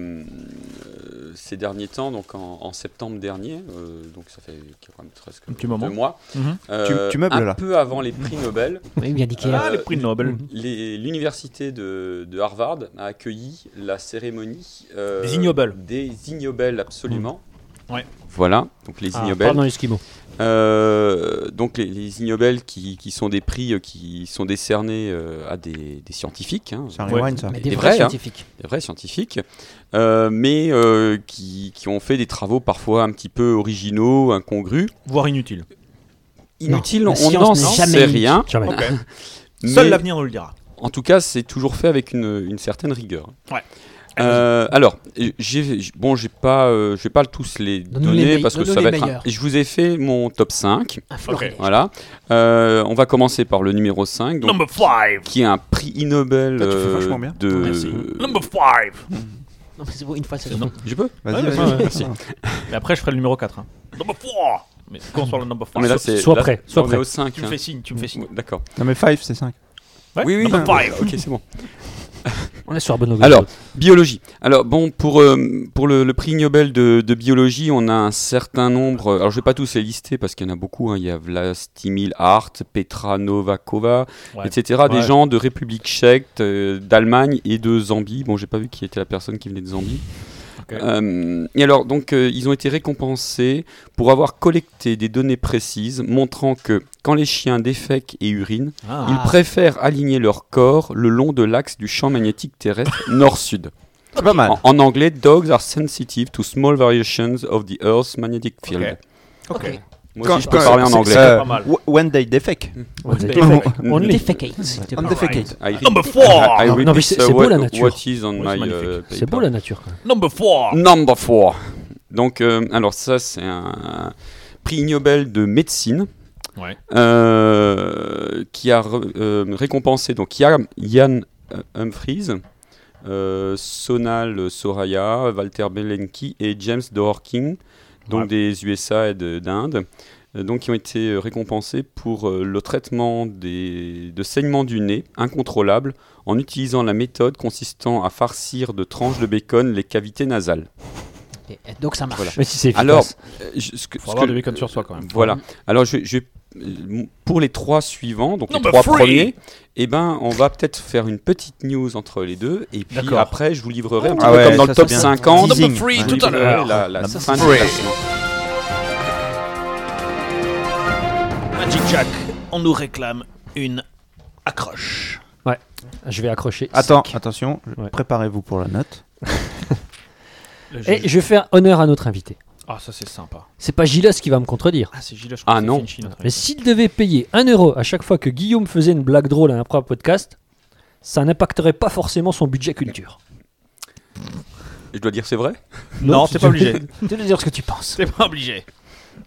euh, ces derniers temps, donc en, en septembre dernier, euh, donc ça fait quand même presque Un petit moment. deux mois. Mhm. euh, Tu- tu meubles, un là. peu avant les prix Nobel, Oui, il vient d'Ikea. Ah, les prix de Nobel. les- l'université de, de Harvard a accueigni la cérémonie euh, Des Ig Nobel. Des Ig Nobel, absolument. Ouais. Voilà, donc les Ig Ah, Nobel. pardon, l'esquimau. Euh, donc les, les Ig Nobel qui, qui sont des prix euh, qui sont décernés euh, à des, des scientifiques, hein, C'est un Ouais. rewind ça. Mais des C'est vrais vrai, hein. scientifiques. des vrais scientifiques, euh, mais euh, qui, qui ont fait des travaux parfois un petit peu originaux, incongrus. Voire inutile. Inutile, la on science n'en n'est sait jamais rien. Eh, hein, Jamais. mais- Seul l'avenir nous le dira. En tout cas, c'est toujours fait avec une, une certaine rigueur. Ouais. Euh, alors, j'ai j- bon, j'ai pas, euh, je vais pas tous les Donne-nous donner les me- parce que donne-nous ça va les être. un- meilleurs. Je vous ai fait mon top 5. Un Floride. Voilà. Euh, on va commencer par le numéro 5, donc, Number five. qui est un prix Ig Nobel Toi, tu fais euh, vachement bien. de. Number five. Non, mais c'est bon, une fois, c'est Non. bon. Je peux Vas-y, Ouais, vas-y, ouais, vas-y. merci. Et après, je ferai le numéro 4. hein. Number four. Mais qu'on soit le number 4. Non, mais là, Sois- c'est- sois là, prêt, sois on est prêt. au 5. tu me fais signe, tu me fais signe. D'accord. Non mais Five c'est 5. Ouais, oui, oui. Number five. Ok, c'est bon. On est sur la bonne longueur Alors, biologie. Alors, bon, pour, euh, pour le, le prix Nobel de, de biologie, on a un certain nombre. euh, Alors, je vais pas tous les lister parce qu'il y en a beaucoup. hein. Il y a Vlastimil Hart, Petra Novakova, Ouais. etc. Des Ouais. gens de République tchèque, euh, d'Allemagne et de Zambie. Bon, j'ai pas vu qui était la personne qui venait de Zambie. Ok. Euh, et alors, donc, euh, ils ont été récompensés pour avoir collecté des données précises montrant que quand les chiens défèquent et urinent, Ah. ils préfèrent aligner leur corps le long de l'axe du champ magnétique terrestre nord-sud. C'est pas mal. En, en anglais, dogs are sensitive to small variations of the Earth's magnetic field. Ok. Ok. Moi aussi, je peux parler en anglais. Mm. pas mal. w- When they defect. On l'est. Defecate, s'il te On plaît. defecate. I read- Number four. I Non, read non, mais this, c'est- uh, c'est beau, what- la nature. what is on Oui, my, c'est magnifique. uh, C'est paper. beau la nature. Quand même. Number four. Number 4. Donc, euh, alors ça, c'est un prix Nobel de médecine Ouais. euh, qui a re- euh, récompensé donc Ian, Ian Humphries, euh, Sonal Soraya, Walter Belenki et James Doorking, donc Ouais. des USA et de- d'Inde, euh, donc qui ont été euh, récompensés pour euh, le traitement des, de saignements du nez incontrôlables en utilisant la méthode consistant à farcir de tranches de bacon les cavités nasales. Et- et donc ça marche. Voilà. Mais si c'est efficace. Alors, euh, je- ce que, Faut ce avoir que- du bacon sur soi quand même. Voilà. Alors, je, je- euh, pour les trois suivants, donc les trois premiers, eh ben, on va peut-être faire une petite news entre les deux, et puis D'accord. après, je vous livrerai un petit Ah peu ouais, comme dans ça, le c'est top bien. 50. Teasing. Je Ouais. vous livrerai la, la fin du classement. Magic Jack, on nous réclame une accroche. Je vais accrocher. Attends, attention, Ouais. préparez-vous pour la note. Et je vais faire honneur à notre invité. Ah, ça c'est sympa. C'est pas Gilles qui va me contredire. Ah, c'est Gilles, je Ah, crois que non. c'est Finchy, notre Mais invité. s'il devait payer 1 euro à chaque fois que Guillaume faisait une blague drôle à un propre podcast, ça n'impacterait pas forcément son budget culture. Je dois dire, c'est vrai Non, t'es pas obligé. Tu dois dire ce que tu penses. T'es pas obligé.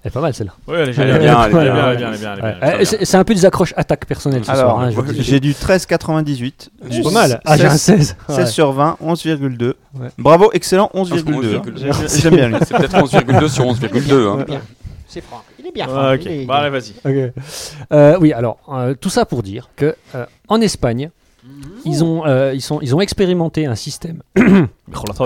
Elle est pas mal celle-là. Ouais, allez, Elle est allez, bien, allez, elle est allez, bien, allez, elle allez, est allez, Ouais. allez, allez, Euh, c'est c'est un peu des accroches attaques personnelles ce Alors, soir. Ah, hein, je vous le dis. j'ai du 13,98. C'est pas mal. Ah, j'ai un 16. 16 sur 20, 11,2. Ouais. Bravo, excellent, 11,2. 11,2. hein. J'aime bien lui. C'est peut-être 11,2 sur 11,2. hein. Bien. C'est franc. Il est bien franc. Ah, Il est- ok, bah allez, vas-y. Ok. Euh, oui, alors euh, tout ça pour dire que euh, en Espagne, ils ont euh, ils sont ils ont expérimenté un système, euh,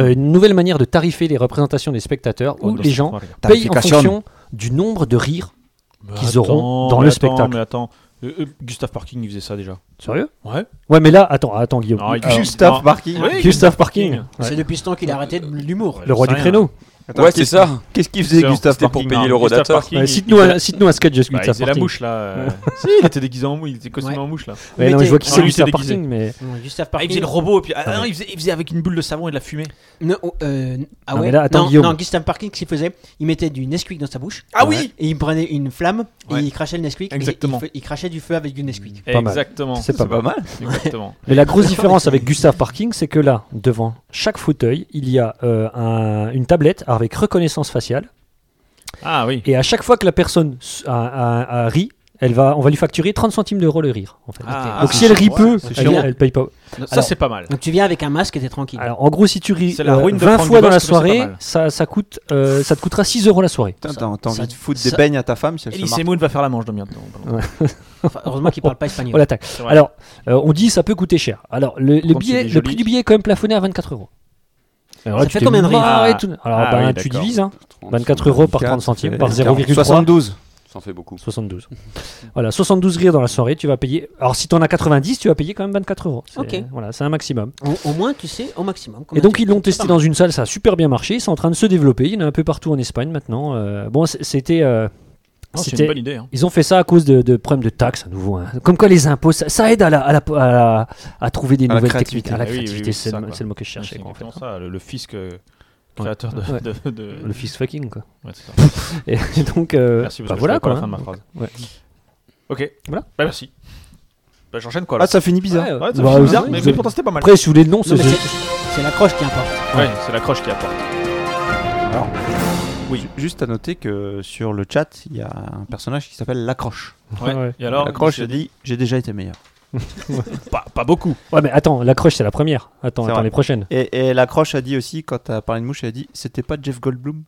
une nouvelle manière de tarifer les représentations des spectateurs Oh, où les gens payent en fonction du nombre de rires. qu'ils auront dans mais le attends, spectacle. Mais attends, Euh, euh, Gustave Parking, il faisait ça déjà. Sérieux Ouais. Ouais, mais là, attends, attends Guillaume. Non, il- Alors, Gustave Non. Barking. Oui, Gustave Parking, C'est depuis ce temps qu'il a arrêté de l'humour. le roi j'en du sais créneau. Attends, Ouais, c'est qu'est-ce- ça. Qu'est-ce qu'il faisait C'était Gustave pour Parking payer Non, le Gustave rodateur. Parking, Ouais, il- Cite-nous il- un, cite-nous un sketch de Bah, il Gustave faisait la Parking. mouche là. euh. si, il était déguisé en mouche, il était costumé Ouais. en mouche là. Ouais, non, mais je vois qui Non, c'est lui, c'est Gustave déguisé. Parking, mais. Gustave Ah, il faisait Parking. le robot et puis ah, non, il, faisait, il faisait avec une bulle de savon et de la fumée. Non, oh, euh, ah Non, ouais. mais là, attends, non, Guillaume. non, Gustave Parking, ce qu'il faisait, il mettait du Nesquik dans sa bouche. Ah oui Et il prenait une flamme Ouais. et il crachait le Nesquik. et Exactement. il fe- il, crachait du feu avec du Nesquik. Pas mal. Exactement. C'est pas mal. Exactement. Mais la grosse différence avec Gustave Parking, c'est que là, devant chaque fauteuil, il y a euh, un- une tablette avec reconnaissance faciale. Ah oui. Et à chaque fois que la personne s- a, a- a ri, elle va, on va lui facturer 30 centimes d'euros le rire. en fait. Ah, Donc c'est si elle rit chiant. peu, C'est elle, chiant. elle paye pas. Ça, c'est pas mal. Donc tu viens avec un masque et t'es tranquille. Alors en gros, si tu ris C'est la euh, ruine de 20 Franck fois dans Dubosc, la mais c'est pas soirée, mal. ça, ça, coûte, euh, ça te coûtera 6 euros la soirée. Putain, T'as t'as ça- envie de foutre ça- des beignes à ta femme si elle Elie se marre. Semoun va faire la manche dans bientôt. Enfin, heureusement qu'il parle pas On espagnol. l'attaque. C'est vrai. Alors, euh, on dit ça peut coûter cher. Alors, le, le contre, billet, il est le joli. prix du billet est quand même plafonné à 24 euros. Alors Ça tu fait t'es combien de rires marré Ah. tout- Alors, Ah ben, oui, tu d'accord. divises, hein. 24 euros par euh, 30 centimes, par 0,3. 72. Ça en fait beaucoup. 72. voilà, 72 rires dans la soirée, tu vas payer. Alors, si t'en as 90, tu vas payer quand même 24 euros. C'est- Ok. Voilà, c'est un maximum. Au, au moins, tu sais, au maximum. Et combien donc tu- ils l'ont c'est testé pas dans une salle, ça a super bien marché, ils sont en train de se développer, il y en a un peu partout en Espagne maintenant. Euh, bon, c- c'était... euh, C'est c'était- une bonne idée. hein. Ils ont fait ça à cause de, de problèmes de taxes à nouveau. hein. Comme quoi les impôts, ça, ça aide à, la- à la- à la- à trouver des la nouvelles créativité. techniques, à la Ah oui, oui, créativité, oui, c'est c'est le, ça, quoi. c'est le mot que je Ouais, cherchais. C'est quoi, en fait. exactement ça, le, le fisc euh, créateur de. Ouais. de- de- Le fist fucking quoi. Ouais, c'est ça. Et donc euh, Merci, parce bah que voilà je savais pas quoi. la fin de ma hein. phrase. Ouais. Ok. Voilà. Bah merci. Bah j'enchaîne quoi là Ah, ça finit bizarre. Ouais, Ouais, ça bah, fait vous- bizarre, vous mais, avez- mais pourtant c'était pas mal. Après si vous voulez le nom, Non, c'est mais c'est c'est l'accroche qui importe. Ouais, c'est l'accroche qui apporte. Ju- Juste à noter que sur le chat, il y a un personnage qui s'appelle L'Accroche. Ouais. Ouais. Et Oh, alors L'Accroche, je je dit j'ai déjà été meilleur. pas, pas beaucoup. Ouais mais attends, l'accroche c'est la première. Attends, C'est attends vrai. les prochaines. Et, et l'accroche a dit aussi, quand t'as parlé de mouche, elle a dit c'était pas Jeff Goldblum.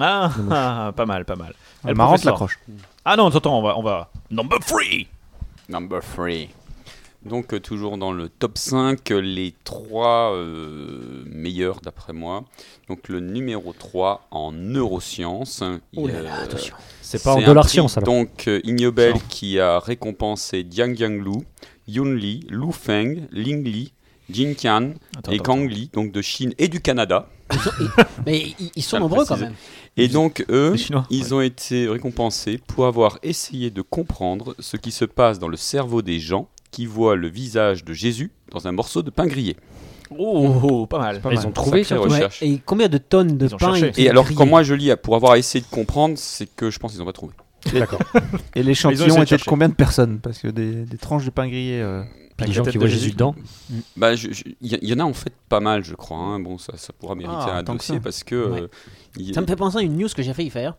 Ah, ah, pas mal, pas mal. Elle Elle est marrante professeur. l'accroche. Ah non, attends, on va, on va. Number three. Number 3. Donc euh, toujours dans le top 5, euh, les trois euh, meilleurs d'après moi. Donc le numéro 3 en neurosciences. Il, Oh là là, euh, attention. C'est pas en un dollar prix, science alors. Donc euh, Ig Nobel Non. qui a récompensé Jiang Jianglu, Yun Li, Lu Feng, Ling Li, Jin Qian Attends, et attends, Kang Li, donc de Chine et du Canada. Mais ils, ils sont Ça le nombreux quand précise. même. Et donc eux, Les Chinois. ils ont été récompensés pour avoir essayé de comprendre ce qui se passe dans le cerveau des gens qui voient le visage de Jésus dans un morceau de pain grillé. Oh, oh, oh, pas mal. Pas Ils mal. ont trouvé Sacré surtout. Ouais. recherche. Et combien de tonnes de Ils ont pain cherché. ils ont Et alors grillé quand moi je lis pour avoir essayé de comprendre, c'est que je pense qu'ils n'ont pas trouvé. Et Ils ont essayé l'échantillon de était de chercher. combien de personnes Parce que des, des tranches de pain grillé. euh, Puis les gens tête qui de voient Jésus. Jésus dedans. Bah, je- je- il y, il y en a en fait pas mal, je crois. hein. Bon, ça, ça pourra mériter Ah, un tant que dossier ça. parce que euh, il- Ça me fait penser à une news que j'ai failli faire.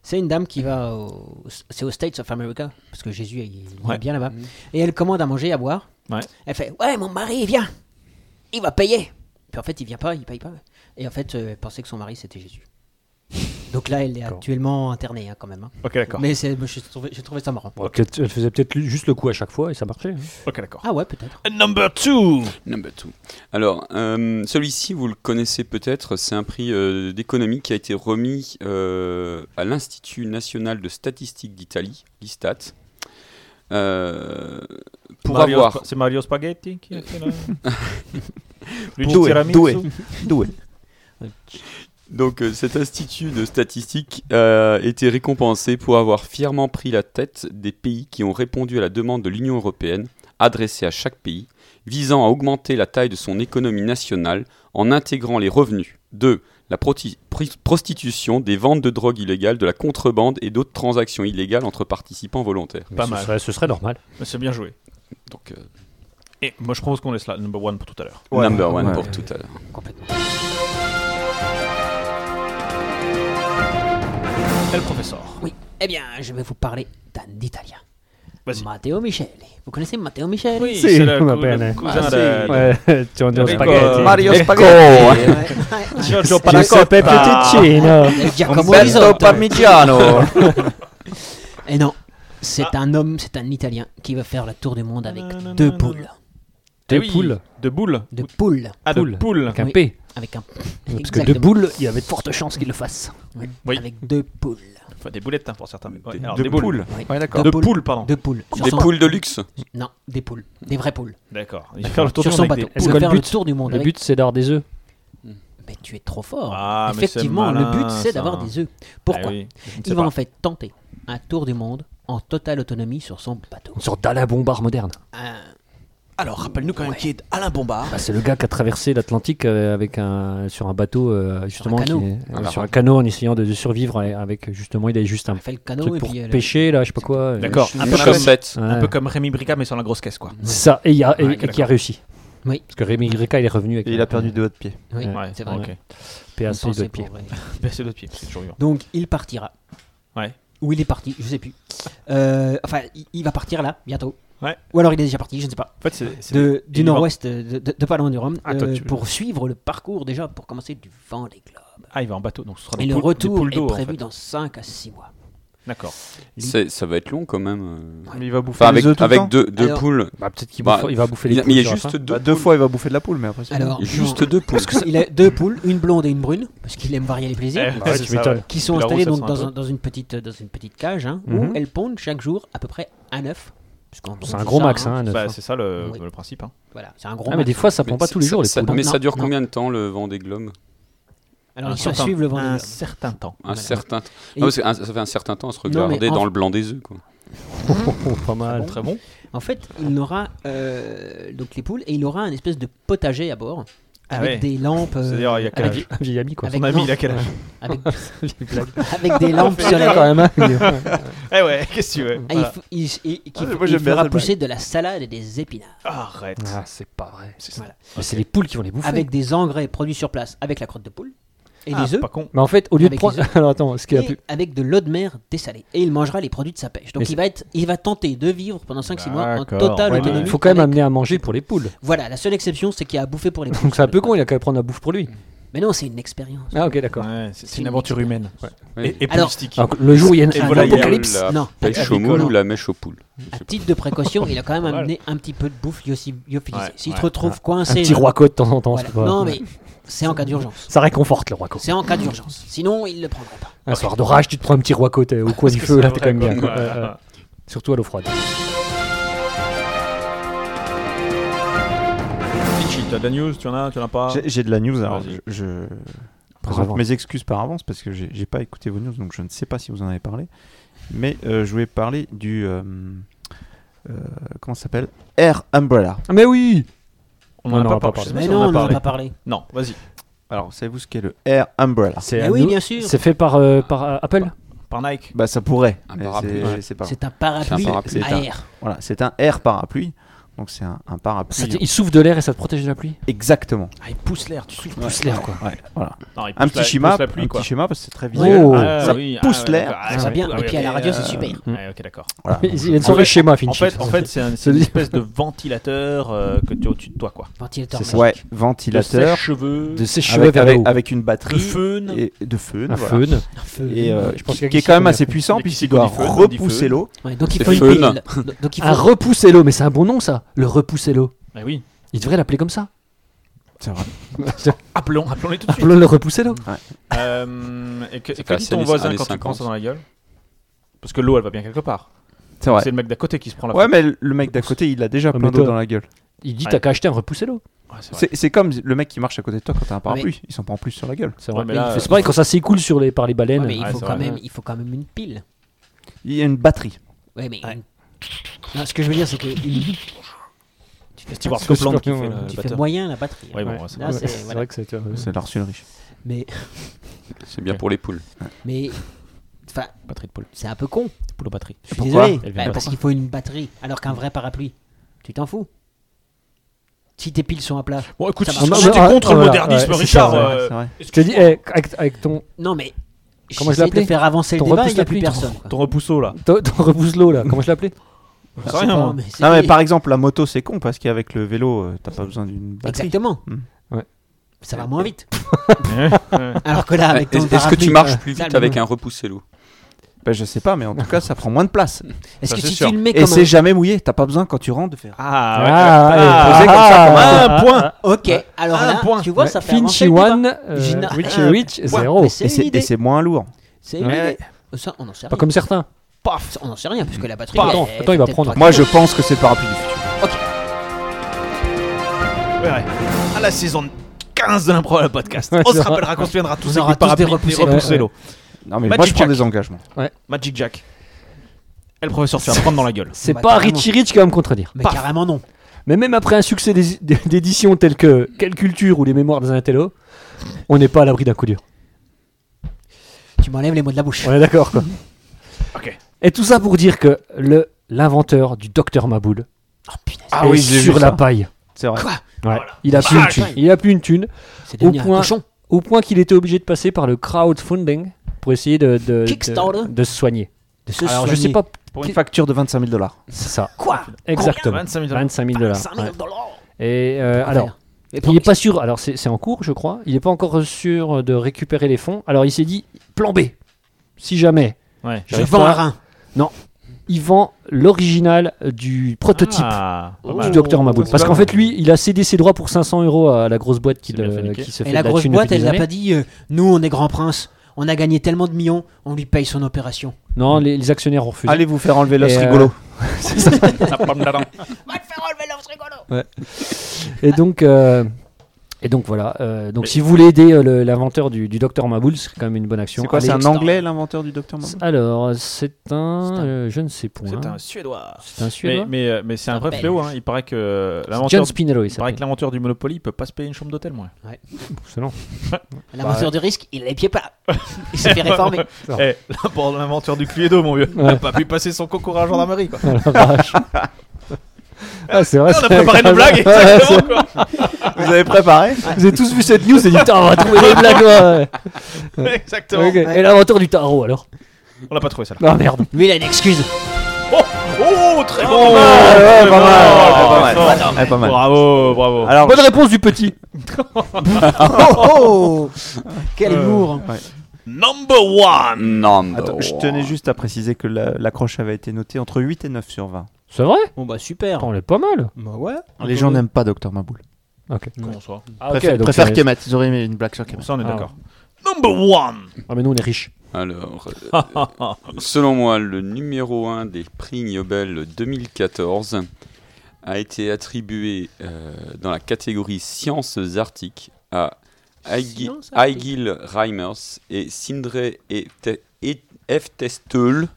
C'est une dame qui va au- c'est aux States of America parce que Jésus il il Mhm. Ouais. Mhm. est bien là-bas et elle commande à manger à boire. Ouais. Elle fait ouais mon mari il vient, il va payer. Puis en fait il vient pas, il paye pas. Et en fait euh, elle pensait que son mari c'était Jésus. Donc là elle est actuellement internée hein, quand même. hein. Ok, d'accord. Mais c'est- j'ai trouvé, j'ai trouvé ça marrant. Bon, peut-être- elle faisait peut-être juste le coup à chaque fois et ça marchait. hein. Ok, d'accord. Ah ouais peut-être. Number 2 Number two. Alors, euh, celui-ci, vous le connaissez peut-être, c'est un prix euh, d'économie qui a été remis euh, à l'Institut national de statistique d'Italie, l'ISTAT, euh, pour avoir. C'est Mario Spaghetti qui a fait la... Luigi Doué, Tiramisu doué, doué. Donc euh, cet institut de statistique a été récompensé pour avoir fièrement pris la tête des pays qui ont répondu à la demande de l'Union européenne adressée à chaque pays, visant à augmenter la taille de son économie nationale en intégrant les revenus de la proti- pri- prostitution, des ventes de drogue illégale, de la contrebande et d'autres transactions illégales entre participants volontaires. Mais Pas ce mal. Serait, ce serait normal. Mais C'est bien joué. Donc euh, Et moi, je propose qu'on laisse la number 1 pour tout à l'heure. Ouais. number one Ouais. pour tout à l'heure. Et le professeur Oui. Eh bien je vais vous parler d'un Italien. Vas-y. Matteo Micheli. Vous connaissez Matteo Micheli Oui, Si, c'est le, on cou- appelle, le hein. cousin Ah, de... si. Ouais, tu en dis au Ecco. euh, spaghetti. Mario Ecco. Spaghetti. Giorgio Je sapais Panacotta. Pettuccino. Giacomo Beto Risotto. Parmigiano. Et Eh non, c'est un homme, c'est un Italien qui va faire la tour du monde avec deux poules. Eh Deux oui, poules. De poules Deux poules. Ah, de Poules. poules. Avec un Oui. P. Avec un. Parce que deux Exactement. poules, il y avait de fortes chances qu'il le fasse. Oui. Oui. Avec deux poules. Enfin, des boulettes hein, pour certains. mais- ouais, Des- alors, des des boules. poules. Oui. Ah, Ouais, d'accord. De Deux poules, poules. pardon. Deux poules. Sur Des son- poules de luxe Non, des poules. Des vraies poules. D'accord. Il va faire le tour Sur du son monde avec bateau. des Elle Est-ce que va le faire le but- tour du monde. Le avec- but, c'est d'avoir des œufs. Mais tu es trop fort. Ah, mais c'est Effectivement, malin, le but c'est ça. d'avoir des œufs. Pourquoi Ah oui, je ne sais Il va pas. en fait tenter un tour du monde en totale autonomie sur son bateau. Une sorte d'Alain Bombard moderne. Un- Euh, Alors, rappelle-nous quand même qui est Alain Bombard. Bah, c'est le gars qui a traversé l'Atlantique euh, avec un sur un bateau euh, justement qui- canot. euh, sur un canot en essayant de, de survivre euh, avec justement il avait juste un Ah Elle fait le truc canot et pour euh, puis elle- pêcher là je sais pas quoi. euh, D'accord. Un Une peu comme- chaussette. ouais. Un peu comme Rémi Brica, mais sans la grosse caisse, quoi. C'est ça et, il y a- et- Ouais, et qui a réussi. Oui. Parce que Rémi Greca il est revenu avec Et il a perdu deux autres pieds. Oui, Ouais, c'est vrai. ok. paix Une à ses pensée deux pieds. pour- Ben, c'est d'autres pieds, c'est toujours vivant. Donc il partira. Ouais. Ou il est parti, je sais plus. Euh, enfin, il, il va partir là, bientôt. Ouais. Ou alors il est déjà parti, je ne sais pas. En fait, c'est. c'est- De, du il va- nord-ouest, euh, de, de, de pas loin du Rhum, Ah, toi, euh, tu- pour suivre le parcours déjà, pour commencer du vent des globes. Ah, il va en bateau, donc ce sera Et des le poules- des retour poules est d'eau, en prévu fait. dans 5 à 6 mois. D'accord. C'est- Ça va être long quand même. euh. Mais il va bouffer. Enfin, les avec, œufs tout le temps avec deux, deux Alors- poules. Bah, peut-être qu'il Bah, bouffe- il va bouffer les Il y a- mais il y couilles a sur la juste fin. deux Bah, deux fois, il va bouffer de la poule, mais après, c'est bon. Alors, Juste non. deux poules. Parce que c'est- il a deux poules, une blonde et une brune, parce qu'il aime varier les plaisirs, Eh, Bah ouais, c'est tu ça, m'étonnes. ouais. qui sont Puis la installées rousse, donc, elle sera dans, un un- dans une petite, dans une petite cage, hein, Mhm. où elles pondent chaque jour à peu près un œuf. Parce qu'on- C'est on un dit gros ça, max hein, un œuf, Bah, hein. c'est ça le, Oui. le principe. hein. Voilà, c'est un gros Ah, mais max. des fois ça prend pas tous les jours les ça, poules. Mais ça dure Non. combien de temps le vent des globes Alors Un ils certain- suivent le vent des Un globes. certain temps. Un Voilà. certain temps. Et- Non, parce que un- ça fait un certain temps à se Non, mais regarder en- dans le blanc des œufs. quoi. Pas mal. Très bon. En fait, il n'aura euh, donc les poules et il aura un espèce de potager à bord avec Ah ouais. des lampes, euh, C'est-à-dire, il y a quel Un âge vie- un vieil ami quoi. Avec- Son ami, non. il a quel âge avec, euh, avec des lampes Quand solaires. même. hein. Eh ouais, qu'est-ce que tu veux Et Ah, il Voilà. faut- il, il- il- Ah, il- moi, il j'aime bien fera cette pousser de la salade et des épinards Arrête. Ah, c'est pas vrai. Voilà. Mais c'est les poules qui vont les bouffer. avec des engrais produits sur place, avec la crotte de poule et Ah, les œufs. Pas con. Mais en fait, au lieu de Avec prendre. les Alors attends, ce qu'il a et pu. avec de l'eau de mer dessalée. Et il mangera les produits de sa pêche. Donc Mais il va, être, il va tenter de vivre pendant 5-6 mois en D'accord. totale Ouais, mais autonomie. Il faut quand même avec- amener à manger pour les poules. Voilà, la seule exception, c'est qu'il y a à bouffer pour les Donc c'est un peu con, il a qu'à prendre la bouffe pour lui. Mais non, c'est une expérience. Ah ok, d'accord. Ouais, c'est- c'est une aventure humaine. Ouais. Et, et Alors- touristique. Alors, le jour où il y a une- Et un voilà, il y a apocalypse, La Non, pêche au agricole, moule non. ou la mèche aux poules À titre de précaution, il a quand même Pas mal. amené un petit peu de bouffe lyophilisée. Ouais, S'il ouais. te retrouve un coincé. petit dans- roi-côte de temps en temps. Voilà. c'est pas- Non, mais c'est en cas d'urgence. Ça réconforte le roi-côte. C'est en cas d'urgence. Sinon, il ne le prendrait pas. Un soir d'orage, tu te prends un petit roi-côte euh, au coin du feu, là, t'es quand même bien. Ouais, quoi. ouais, Euh, ouais. euh, Surtout à l'eau froide. Finchy, t'as de la news, tu en as, tu en as pas J'ai- J'ai de la news, alors Vas-y. je, je Bravo. présente mes excuses par avance parce que j'ai j'ai pas écouté vos news, donc je ne sais pas si vous en avez parlé. Mais euh, je voulais parler du. euh, euh, comment ça s'appelle Air Umbrella. Mais oui On en Non, a on pas en a parlé. pas Je sais pas Mais si non, en a on n'en a parlé. pas parlé. Non, vas-y. Alors, savez-vous ce qu'est le Air Umbrella C'est Mais un oui, nou- bien sûr. C'est fait par, euh, par euh, Apple Par Nike. Bah, ça pourrait. Un mais parapluie. c'est- C'est pas. C'est un parapluie C'est un parapluie. à air. Voilà, c'est un air parapluie Donc c'est un, un parapluie. Ça te- il souffle de l'air et ça te protège de la pluie Exactement. Ah, il pousse l'air, tu souffles. Pousse l'air quoi. Voilà. Non, il pousse Un petit la- il schéma, pousse la pluie, un quoi. petit schéma parce que c'est très visuel. Oh. Ah, ça oui, pousse ouais, l'air. d'accord. Ça, oui. bien. Ah Et oui, puis à la ok, radio, euh, c'est super. ouais, ok, d'accord. Voilà. Il il a une En fait- sorte de schéma, En Finchi. fait, en fait c'est un- c'est une espèce de ventilateur euh, que tu as au-dessus de toi, quoi. Ventilateur. C'est magique. ça. Ouais, De ventilateur sèche-cheveux, de ses cheveux avec, vers le avec, haut. avec une batterie de fun. et de feu. Un voilà. fun. Et euh, Je pense qu'il qui, y a qui est qui quand même s'est assez mis puissant Dès qu'il puisqu'il dit doit du feu, on dit repousser feu. l'eau. Ouais, donc il C'est faut une fun. pile. Donc il Un faut. repousser l'eau, Ah, mais c'est un bon nom ça. Le repousser l'eau. Ah oui. Il devrait l'appeler comme ça. C'est vrai. Appelons, appelons-les tout de suite. Appelons le repousser l'eau. Euh, et que, et que fait dit assez ton années- voisin années quand tu te prends 50. ça dans la gueule Parce que l'eau, elle va bien quelque part. C'est vrai. C'est le mec d'à côté qui se prend la Ouais, mais le mec d'à côté, il a déjà Ah, plein mais d'eau toi- dans la gueule. Il dit Ouais. t'as qu'à acheter un repousser l'eau. Ouais, c'est vrai. C'est c'est comme le mec qui marche à côté de toi quand t'as un parapluie. Il s'en prend plus sur la gueule. C'est Ouais, vrai. mais là, C'est pareil quand ça s'écoule sur les par les Ouais, baleines. mais il Ouais, faut c'est quand vrai. même, il faut quand même une pile. Il y a une batterie. Ouais, mais. une- Non, ce que je veux dire, c'est que une- Tu fais Stewart Copeland qui fait le tu fais batteur. moyen la batterie. Ouais, bon, ouais, c'est Là, bon. c'est- voilà. que c'est euh, C'est l'Arsul riche. Mais, C'est bien Ok. pour les poules. mais, enfin, Batterie de poule. c'est un peu con. Poule aux batteries. Je suis Ah, Pourquoi désolé. Elle vient Bah, de parce Brest. qu'il faut une batterie, alors qu'un vrai parapluie, tu t'en fous. Si tes piles sont à plat. Bon, écoute, Ça si marche. si t'es Ah, contre le voilà, modernisme, ouais, c'est Richard. ça, ouais, euh, c'est vrai. Je te dis eh, avec, avec ton Non, mais. Comment je j'essaie l'appelais de faire avancer le Ton débat, repousse il n'y a la plus pluie, personne. quoi. Ton repousseau, là. ton, ton repousse l'eau là. Comment je l'appelais C'est Je sais rien, pas, moi. mais c'est- Non, mais par exemple, la moto, c'est con parce qu'avec le vélo, euh, t'as pas besoin d'une batterie. Exactement. Hmm. Ouais. Ça va moins vite. Ouais, ouais. Alors que là, avec ton Est-ce est-ce que parapluie, tu euh, marches plus ça, vite le- avec un repoussé l'eau Ben, je sais pas, mais en tout cas, ça prend moins de place. Est-ce Ça, que c'est si sûr. tu le mets Et comme c'est jamais mouillé. T'as pas besoin quand tu rentres de faire. Ah, ouais. Ah, allez, Ah, posez comme ça, comme ça. un point. un... Ok, alors Un là, point. tu vois, Ouais. ça fait avancer Finchi euh, le débat. 1, Gina- Witch un Witch point. 0. Mais Et c'est une c'est et idée. c'est moins lourd. C'est une Ouais. idée. Euh, Ça, on n'en sait Pas rien. comme certains. Paf, on n'en sait rien puisque la batterie. Attends, elle- attends, il va peut-être prendre. pas- Moi, je pense que c'est le parapluie du futur. Ouais, ouais. À la saison 15 de l'impro à la podcast. Ouais, On c'est se vrai. rappellera qu'on se viendra tous aura avec tous des des repoussés, parapluies ouais, repoussés ouais. l'eau. Non, mais Magic moi, je prends Jack. des engagements. Magic Jack. Eh, le professeur, tu vas me prendre dans la gueule. C'est Bah, pas carrément. Richie Rich qui va me contredire. Mais Paf. carrément non. Mais même après un succès d'é- d'édition tel que Quelle culture ou les mémoires des intellos, on n'est pas à l'abri d'un coup dur. Tu m'enlèves les mots de la bouche. On est d'accord quoi. Ok. Et tout ça pour dire que le l'inventeur du docteur Maboul Oh putain, Ah est oui, j'ai vu sur la ça. paille. C'est vrai. Ouais. Il a plus une Vache. thune. Il a plus une thune. c'est devenu Au point- un cochon. Au point qu'il était obligé de passer par le crowdfunding pour essayer de, de, de, Kickstarter. de se soigner. De se Alors je soigner. sais pas, Pour une facture de 25 000 dollars. c'est ça, Quoi exactement. 25 000 25 000 dollars. 5 000 dollars. Et euh, alors, Mais pour- il n'est pas sûr, alors c'est c'est en cours je crois, il n'est pas encore sûr de récupérer les fonds. Alors il s'est dit, plan B, si jamais Ouais. je j'arrive vends pas, un rein. il vend l'original du prototype Ah, pas du mal. docteur Maboul. Parce qu'en fait, lui, il a cédé ses droits pour 500 euros à la grosse boîte qui, C'est bien le- fait niquer. qui se fait Et de la grosse thune boîte, depuis elle des n'a années. pas dit euh, Nous, on est grand prince, on a gagné tellement de millions, on lui paye son opération. Non, les, les actionnaires ont refusé. Allez vous faire enlever l'os Et, euh, rigolo. Ah, pomme d'Adam. Et donc, euh, et donc voilà. euh, donc, si vous voulez aider euh, le- l'inventeur du, du Docteur Maboul, c'est Ah, quand même une bonne action. C'est quoi Allez. C'est un anglais, l'inventeur du docteur Maboul Alors, c'est un, C'est un- euh, je ne sais point. C'est un Suédois. C'est un Suédois. Mais, mais, euh, mais c'est un vrai Belge. fléau. Hein. Il paraît que C'est John l'inventeur Spinello, il il paraît que s'appelle. l'inventeur du Monopoly il peut pas se payer une chambre d'hôtel, moi. Excellent. L'inventeur du risque, il a les pieds plats. Il s'est fait réformer. Alors. Eh, là, pour l'inventeur du Cluedo, mon vieux, Ouais. il a pas pu passer son concours à la gendarmerie. Quoi. Ah, la vache. Ah, c'est vrai. on a c'est- préparé nos blagues, exactement. quoi. Vous avez préparé Vous avez tous vu cette news et dit putain, on va trouver les blagues. ouais. Exactement. Ok. Et l'inventeur du tarot alors On l'a pas trouvé, ça. Ah merde. Lui, il a une excuse. Oh, oh, très bon. Ouais, très ouais, bon, Eh, pas mal, ouais, très pas bon. mal. Ouais, pas mal. Bravo, bravo. Alors, Ah, Bonne réponse du petit. Oh, oh Quel Euh. humour Number one. Non, attends, je tenais juste à préciser que la- l'accroche avait été notée entre 8 et 9 sur 20. C'est vrai Bon, bah super. Attends, On est pas mal. Bah ouais. Les gens n'aiment pas Docteur Maboul. Ok. Bonsoir. Ah, ok, Préfère, donc, préfère euh, Kemet, ils auraient aimé une blague sur Kemet. Ça, on est Ah. d'accord. Number one. Ah mais nous on est riches. Alors, euh, selon moi, le numéro 1 des prix Nobel 2014 a été attribué euh, dans la catégorie sciences arctiques à Aigi- Sciences arctiques. Aigil Reimers et Sindre et Te- et F. Testul,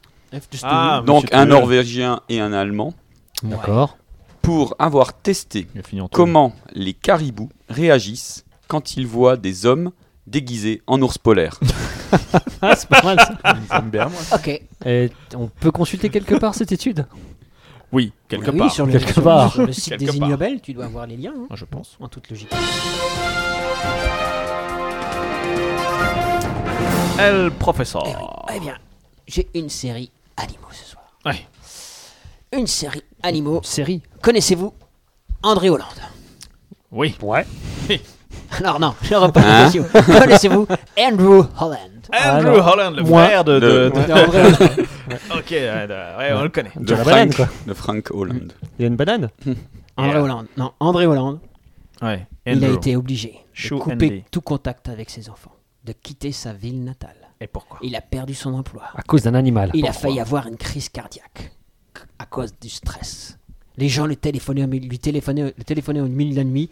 Ah, donc monsieur un Teul. Norvégien et un Allemand, D'accord. pour avoir testé Il a fini en Teul. comment les caribous réagissent quand ils voient des hommes déguisés en ours polaire. Ah, c'est pas mal ça. Ok. Et on peut consulter quelque part cette étude Oui, quelque Oui, part. sur le, Quelque sur- part. sur le site Quelque des part. ignobles, tu dois avoir les liens, hein, Ah, Moi, Je pense. en toute logique. El Professor. Eh bien, j'ai une série animaux ce soir. Ouais. Une série animaux. Série. Connaissez-vous André Hollande Oui. Ouais. Non, non, je repars pas question. Connaissez-vous Andrew Holland Andrew Alors, Holland, le moi- frère de. de- de- Non, en vrai, Ok, ouais, de- ouais, on le connaît. De De la banane, Frank, quoi. de Frank Holland. Il y a une banane André Hollande. Non, André Hollande, Ouais. il a Andrew. été obligé de Shoe Andy. couper tout contact avec ses enfants, de quitter sa ville natale. Et pourquoi Il a perdu son emploi. à cause d'un animal. Il a failli avoir une crise cardiaque c- à cause du stress. Les gens le téléphonaient, au milieu- lui téléphonaient, le téléphonaient au milieu de la nuit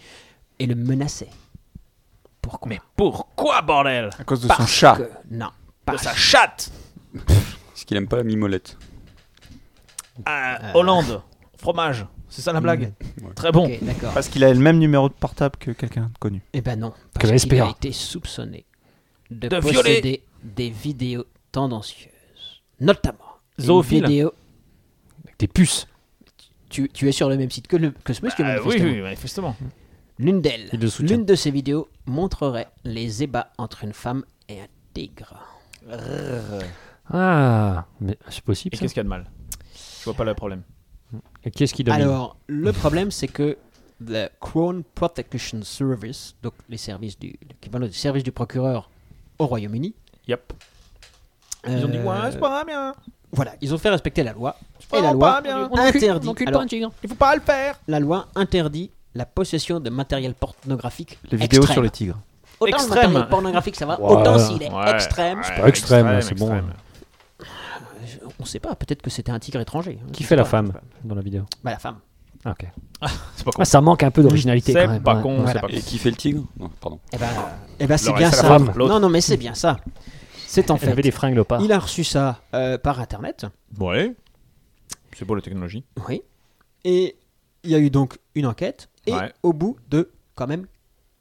et le menaçaient. Pourquoi Mais pourquoi, bordel À cause de Parce son chat. que- Non. De Parce sa chatte Parce qu'il aime pas la mimolette. Ah, Hollande, fromage, c'est ça la blague Très bon. Ok, d'accord. Parce qu'il a le même numéro de portable que quelqu'un de connu. Eh ben non. Que Parce qu'il SPA. a été soupçonné de, De posséder violer. des vidéos tendancieuses. Notamment. une Zoophile. vidéo- Des puces. tu, tu es sur le même site que, le, que ce monsieur, Ah, oui, manifestement. oui, manifestement. L'une d'elles, Il le soutient. l'une de ces vidéos montrerait les ébats entre une femme et un tigre. Ah, mais c'est Et possible. ça. qu'est-ce qu'il y a de mal Je vois pas le problème. Et qu'est-ce qui domine Alors, le problème, c'est que le Crown Protection Service, donc les services du, qui parle du service du procureur au Royaume-Uni, Yep. Ils ont dit, euh, ouais, c'est pas bien. voilà, ils ont fait respecter la loi. pas Et la pas loi bien. On interdit. alors, Il faut pas le faire. la loi interdit la possession de matériel pornographique Les vidéos extrême. sur les tigres. Autant Extrême. le matériel pornographique, ça va. Ouais. Autant s'il est Ouais, extrême, ouais, pas extrême, hein, c'est bon. on ne sait pas. Peut-être que c'était un tigre étranger. hein, Qui je sais fait la pas. femme dans la vidéo Bah, La femme. Ah, ok. C'est pas con. Ah, ça manque un peu d'originalité C'est quand même. pas ouais. con, Ouais. c'est pas con. Et qui fait le tigre Non, pardon. Eh ben, eh ben, c'est reste bien à la ça. femme, l'autre. non, non, mais c'est bien ça. C'est en Elle avait fait. des fringues léopard. Il a reçu ça euh, par internet. Ouais. C'est beau la technologie. Oui. Et il y a eu donc une enquête. Et Ouais. au bout de quand même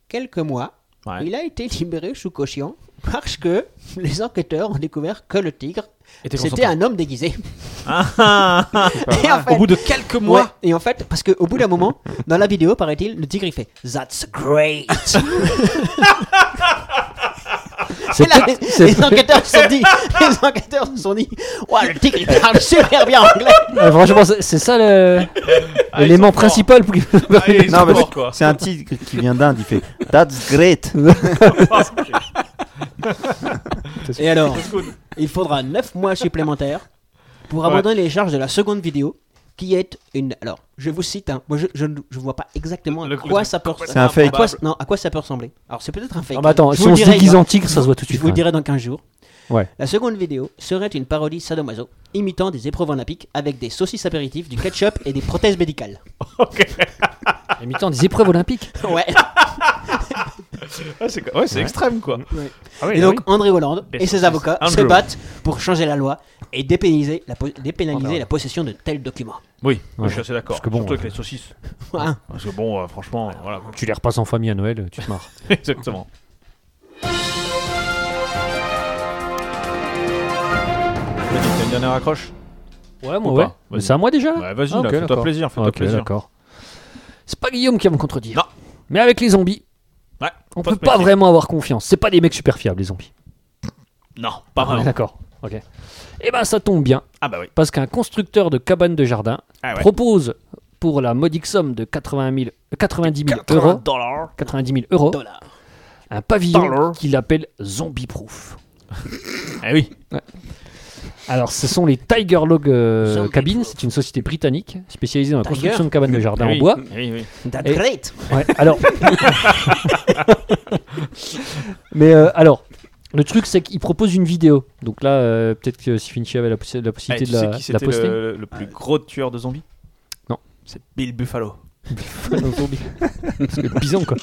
quelques mois, Ouais. il a été libéré sous caution parce que les enquêteurs ont découvert que le tigre, Était c'était consentant. un homme déguisé. Et en Ah. Au fait- bout de quelques Ouais, mois. et en fait, parce qu'au bout d'un moment, dans la vidéo, paraît-il, le tigre il fait That's great! C'est Et là, les, peut-être- c'est les enquêteurs se sont dit, les enquêteurs se sont dit, Ouah, le tigre il parle super bien anglais! Ah, franchement, c'est c'est ça le- ils l'élément sont forts. principal. pour- Allez, Non, mais sport, quoi. C'est un tigre qui vient d'Inde, il fait That's great. Ah, Et alors, il faudra 9 mois supplémentaires pour abandonner les charges de la seconde vidéo qui est une. Alors, je vous cite, hein, moi je, je ne je vois pas exactement à Le- quoi le- ça peut C'est un ressembler. fake. À quoi, non, à quoi ça peut ressembler. Alors, c'est peut-être un fake. Non, mais Ah, bah attends, Je si vous on le se dirai, déguise moi. en tigre, ça se voit Je tout de suite. hein. vous le quand même. dirai dans 15 jours. Ouais. La seconde vidéo serait une parodie sadomaso imitant des épreuves olympiques avec des saucisses apéritifs, du ketchup et des prothèses médicales. Imitant des épreuves olympiques. Ouais. Ah, c'est quoi- Ouais, c'est extrême quoi. ah Et donc André Hollande Des et ses saucisses. avocats se Andrew. battent pour changer la loi et dépénaliser la, po- dépénaliser la possession de tels documents. Oui, moi, Ouais. je suis assez d'accord. Parce que bon, Surtout euh, avec les saucisses. Hein Parce que bon, euh, franchement, voilà. quoi. Tu les repasses en famille à Noël, tu te marres. Exactement. Vas-y, T'as une dernière accroche Ouais, Ou moi, ouais. pas, Mais vas-y. c'est à moi déjà là Ouais, vas-y, Ah, là, ok, fais-toi d'accord. plaisir, fais-toi Ok, plaisir. d'accord. C'est pas Guillaume qui va me contredire. Non. Mais avec les zombies, Ouais, on faut peut se pas méfier. vraiment avoir confiance. C'est pas des mecs super fiables, les zombies. Non, pas Ouais, vraiment. D'accord. Ok. Et ben, ça tombe bien, Ah bah oui. parce qu'un constructeur de cabanes de jardin Ah ouais. propose pour la modique somme de 80 000, euh, 90 000 euros, 80 dollars. 90 000 euros, Dollars. un pavillon Dollar. qu'il appelle Zombie Proof. Ah oui. Alors, ce sont les Tiger Log euh, Zombie Cabins. Proof. C'est une société britannique spécialisée dans la Tiger. construction de cabanes de jardin Ah en oui. bois. Ah Oui, oui. That's Et- great. Ouais, alors. Mais euh, alors, le truc, c'est qu'il propose une vidéo. Donc là, euh, peut-être que si Finchy avait la, possi- la Eh, possibilité tu de, la, sais qui de la c'était poster. le, le plus gros tueur de zombies Non. C'est Bill Buffalo. Parce que bison, quoi.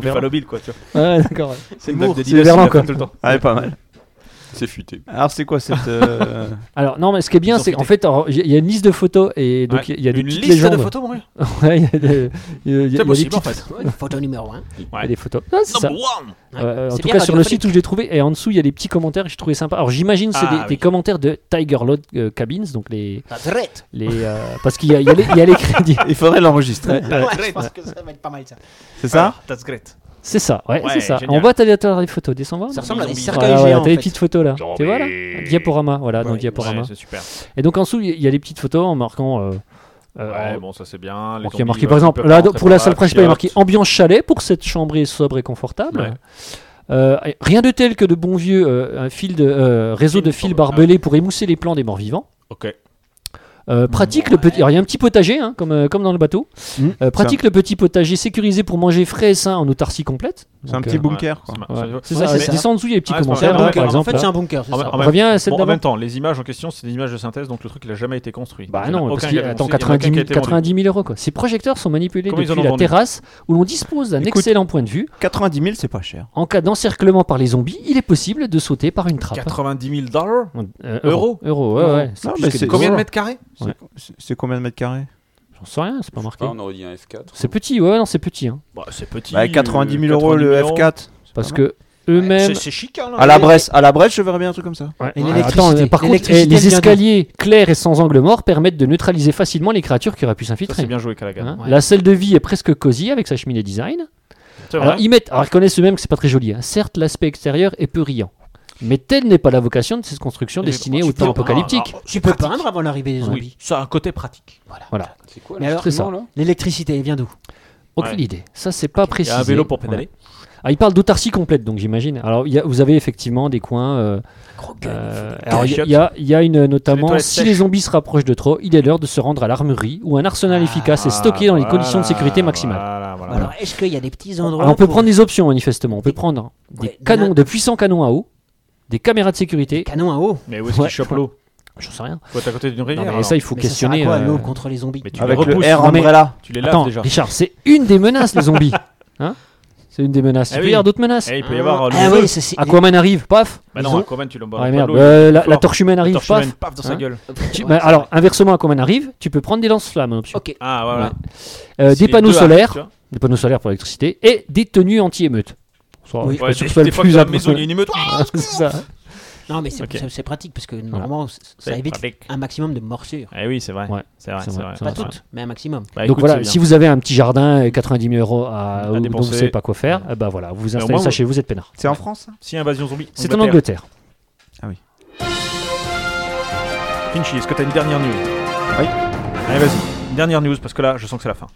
Buffalo Bill, quoi, tu vois. Ouais, d'accord. ouais. C'est une blague C'est d'Adidas, il Verlan, la fait quoi. tout le temps. Ah, ouais, pas mal. C'est futé. Alors, c'est quoi cette. euh, Alors, non, mais ce qui est bien, Ils ont c'est qu'en fêté. fait, alors, il y a une liste de photos et donc il y a- il y a des Une petites liste légendes. de photos, mon gars Ouais, il y a des- il y a- il y a- il y a C'est des possible, en petites- fait. Ouais, Photo numéro 1. il y a des photos. Ah, c'est ça. Number one. Euh, en tout cas, sur le site où je l'ai trouvé, et en dessous, il y a des petits commentaires que je trouvais sympa. Alors, j'imagine, c'est Ah, des, oui. des commentaires de Tiger Lord euh, Cabins, donc les. Drette. les euh, parce qu'il y a, il y a les- il y a les crédits. Il faudrait l'enregistrer. Ouais, je pense que ça va être pas mal ça. C'est ça That's great. C'est ça, ouais, Ouais, c'est ça. génial. En bas, t'as les, t'as les photos, descends voir. Ça ressemble à des Zombie. cercueils Voilà, voilà, géants. Ah t'as les en fait. petites photos là. Tu vois là Diaporama, voilà, dans Ouais, Diaporama. ouais, C'est super. Et donc en dessous, il y a les petites photos en marquant. euh, euh, Ouais, en- bon, ça c'est bien. les donc, il y a zombies, marqué euh, par exemple, ils peuvent là, rentrer pour par la là, salle principale, il y a pirates. marqué ambiance chalet pour cette chambrée sobre et confortable. Ouais. Euh, et rien de tel que de bons vieux euh, un fil de, euh, réseau de fils barbelés pour émousser les plans des morts vivants. Ok. Euh, pratique le petit. alors, il y a un petit potager, hein, comme, euh, comme dans le bateau. Mmh, Euh, pratique le petit potager sécurisé pour manger frais et sain en autarcie complète. C'est Donc, un euh, petit bunker, quoi. c'est ma- ouais. C'est Ouais, ça, c'est c'est- ça. descends en dessous, il y a les petits Ah, c'est commentaires. pas là, mal. par Ah Ouais, En exemple, fait, c'est là. un bunker. c'est En, ça. en même- Reviens à celle bon, en d'avant. même temps, les images en question, c'est des images de synthèse, donc le truc, il a jamais été construit. Bah Il y en a non, aucun parce qui qu'il a- il attends, y en a aucun 90 qui a 000, été vendu. 90 000 euros quoi. Ces projecteurs sont manipulés Comment ils en depuis ont la vendu terrasse où l'on dispose d'un Écoute- excellent point de vue. 90 000, c'est pas cher. En cas d'encerclement par les zombies, il est possible de sauter par une trappe. 90 000 dollars Euh, Euros Euros, ouais, ouais. Non, plus mais que c'est- des Combien de euros. mètres carrés C'est- C'est combien de mètres carrés J'en sais rien, c'est pas marqué. Ah, on aurait dit un F4. C'est petit, ouais, non, c'est petit. hein. Bah, C'est petit. bah, 90 000 euros le F4. Parce mal. que eux-mêmes. C'est chic, hein, là. À la Bresse, à la Bresse, je verrais bien un truc comme ça. Ouais. Et Alors, l'électricité, attends, mais par contre, eh, l'électricité les vient d'où escaliers clairs et sans angle mort permettent de neutraliser facilement les créatures qui auraient pu Ça, C'est s'infiltrer. bien joué, Calagan. Hein. La salle de vie est presque cosy avec sa cheminée design. C'est vrai. Alors ils mettent, alors ils connaissent eux-mêmes que c'est pas très joli. hein. Certes, l'aspect extérieur est peu riant, mais telle n'est pas la vocation de cette construction Mais destinée tu au peux temps pas- apocalyptique. Tu peux peindre avant l'arrivée des zombies. Oui, ça a un côté pratique. Voilà, C'est quoi Ah, Mais alors, c'est ça. L'électricité, elle vient d'où Aucune idée. Ça, c'est pas Il y précisé. a un vélo pour Voilà. pédaler. Ah, il parle d'autarcie complète, donc j'imagine. Alors, il y a- vous avez effectivement des coins. euh, Gros euh, gueule. alors, il y a- il y, a- il y a une euh, notamment toilettes si sèches. les zombies se rapprochent de trop, il est l'heure de se rendre à l'armurerie où un arsenal Ah, efficace est stocké dans les conditions de sécurité maximales. Voilà, voilà. Alors, est-ce qu'il y a des petits endroits Alors, on peut pour- prendre des options manifestement. On peut prendre des Ouais, canons, na- de puissants canons à eau, des caméras de sécurité. Canon à eau. Mais où est-ce qu'il Ouais. chope l'eau Je sais rien. Faut être à côté d'une Non, rivière. mais Ah, alors. ça, il faut Mais ça sert à questionner. quoi, euh, l'eau contre les zombies Mais tu Avec les le repousses. R non, mais Umbrella. Tu les laves Attends, déjà. Richard, c'est une des menaces, les zombies. Hein c'est une des menaces. Eh il peut oui. y avoir d'autres menaces. Eh, il peut y avoir euh, Ah le oui, feu. ça, c'est- Aquaman arrive, paf. Bah Ils ont- non, Aquaman, tu l'embarques Ah, pas merde. l'eau, il Euh, est la, fort. la torche humaine La arrive, torche paf. humaine, paf, dans Hein sa gueule. Tu- bah, alors, inversement, Aquaman arrive, tu peux prendre des lance-flammes en option. Ok. Ah, voilà. Ouais. Euh, Si des les panneaux deux arrivent, solaires, tu vois. des panneaux solaires pour l'électricité et des tenues anti-émeutes. Ça, Oui. je suis pas Ouais, sûr des- que ce soit des le fois plus que dans la important. maison, il y a une émeute. Ah, C'est ça. Non, mais c'est Ok. c'est- c'est pratique parce que normalement, c- ça c'est évite pratique. un maximum de morsures. Eh oui, c'est vrai. Ouais, C'est vrai, c'est c'est vrai, vrai. c'est c'est Pas vrai. toutes, mais un maximum. Bah, Donc écoute, voilà, c'est si vous avez un petit jardin et 90 000 euros à, À ou dont vous dépenser. savez pas quoi faire, eh ben voilà, vous au installez moins, ça vous- chez vous, vous êtes peinard. C'est en France ça bien. Si invasion zombie. C'est en Angleterre. Finchy, est-ce que t'as une dernière news Oui. Allez, vas-y. Une Dernière news parce que là, je sens que c'est la fin.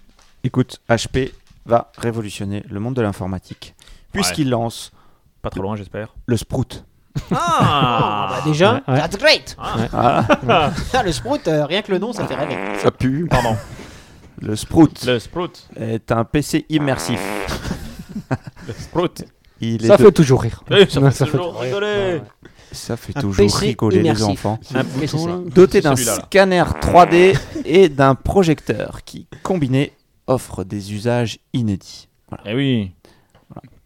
Écoute, HP va révolutionner le monde de l'informatique puisqu'il lance Pas trop loin, j'espère. le Sprout. Ah bah déjà, ouais. that's great Ah, Ah, Le sprout, euh, rien que le nom, ça fait rêver. Ça pue. Pardon. le Sprout Le Sprout. est un PC immersif. Le Sprout. Il est Ça de- fait toujours rire. Eh, Ça Ouais, fait ça fait toujours rigoler. ça fait Un toujours PC rigoler les immersif. enfants. C'est nécessaire. Doté d'un celui-là, là. scanner 3D et d'un projecteur qui, combiné, offre des usages inédits. Eh oui.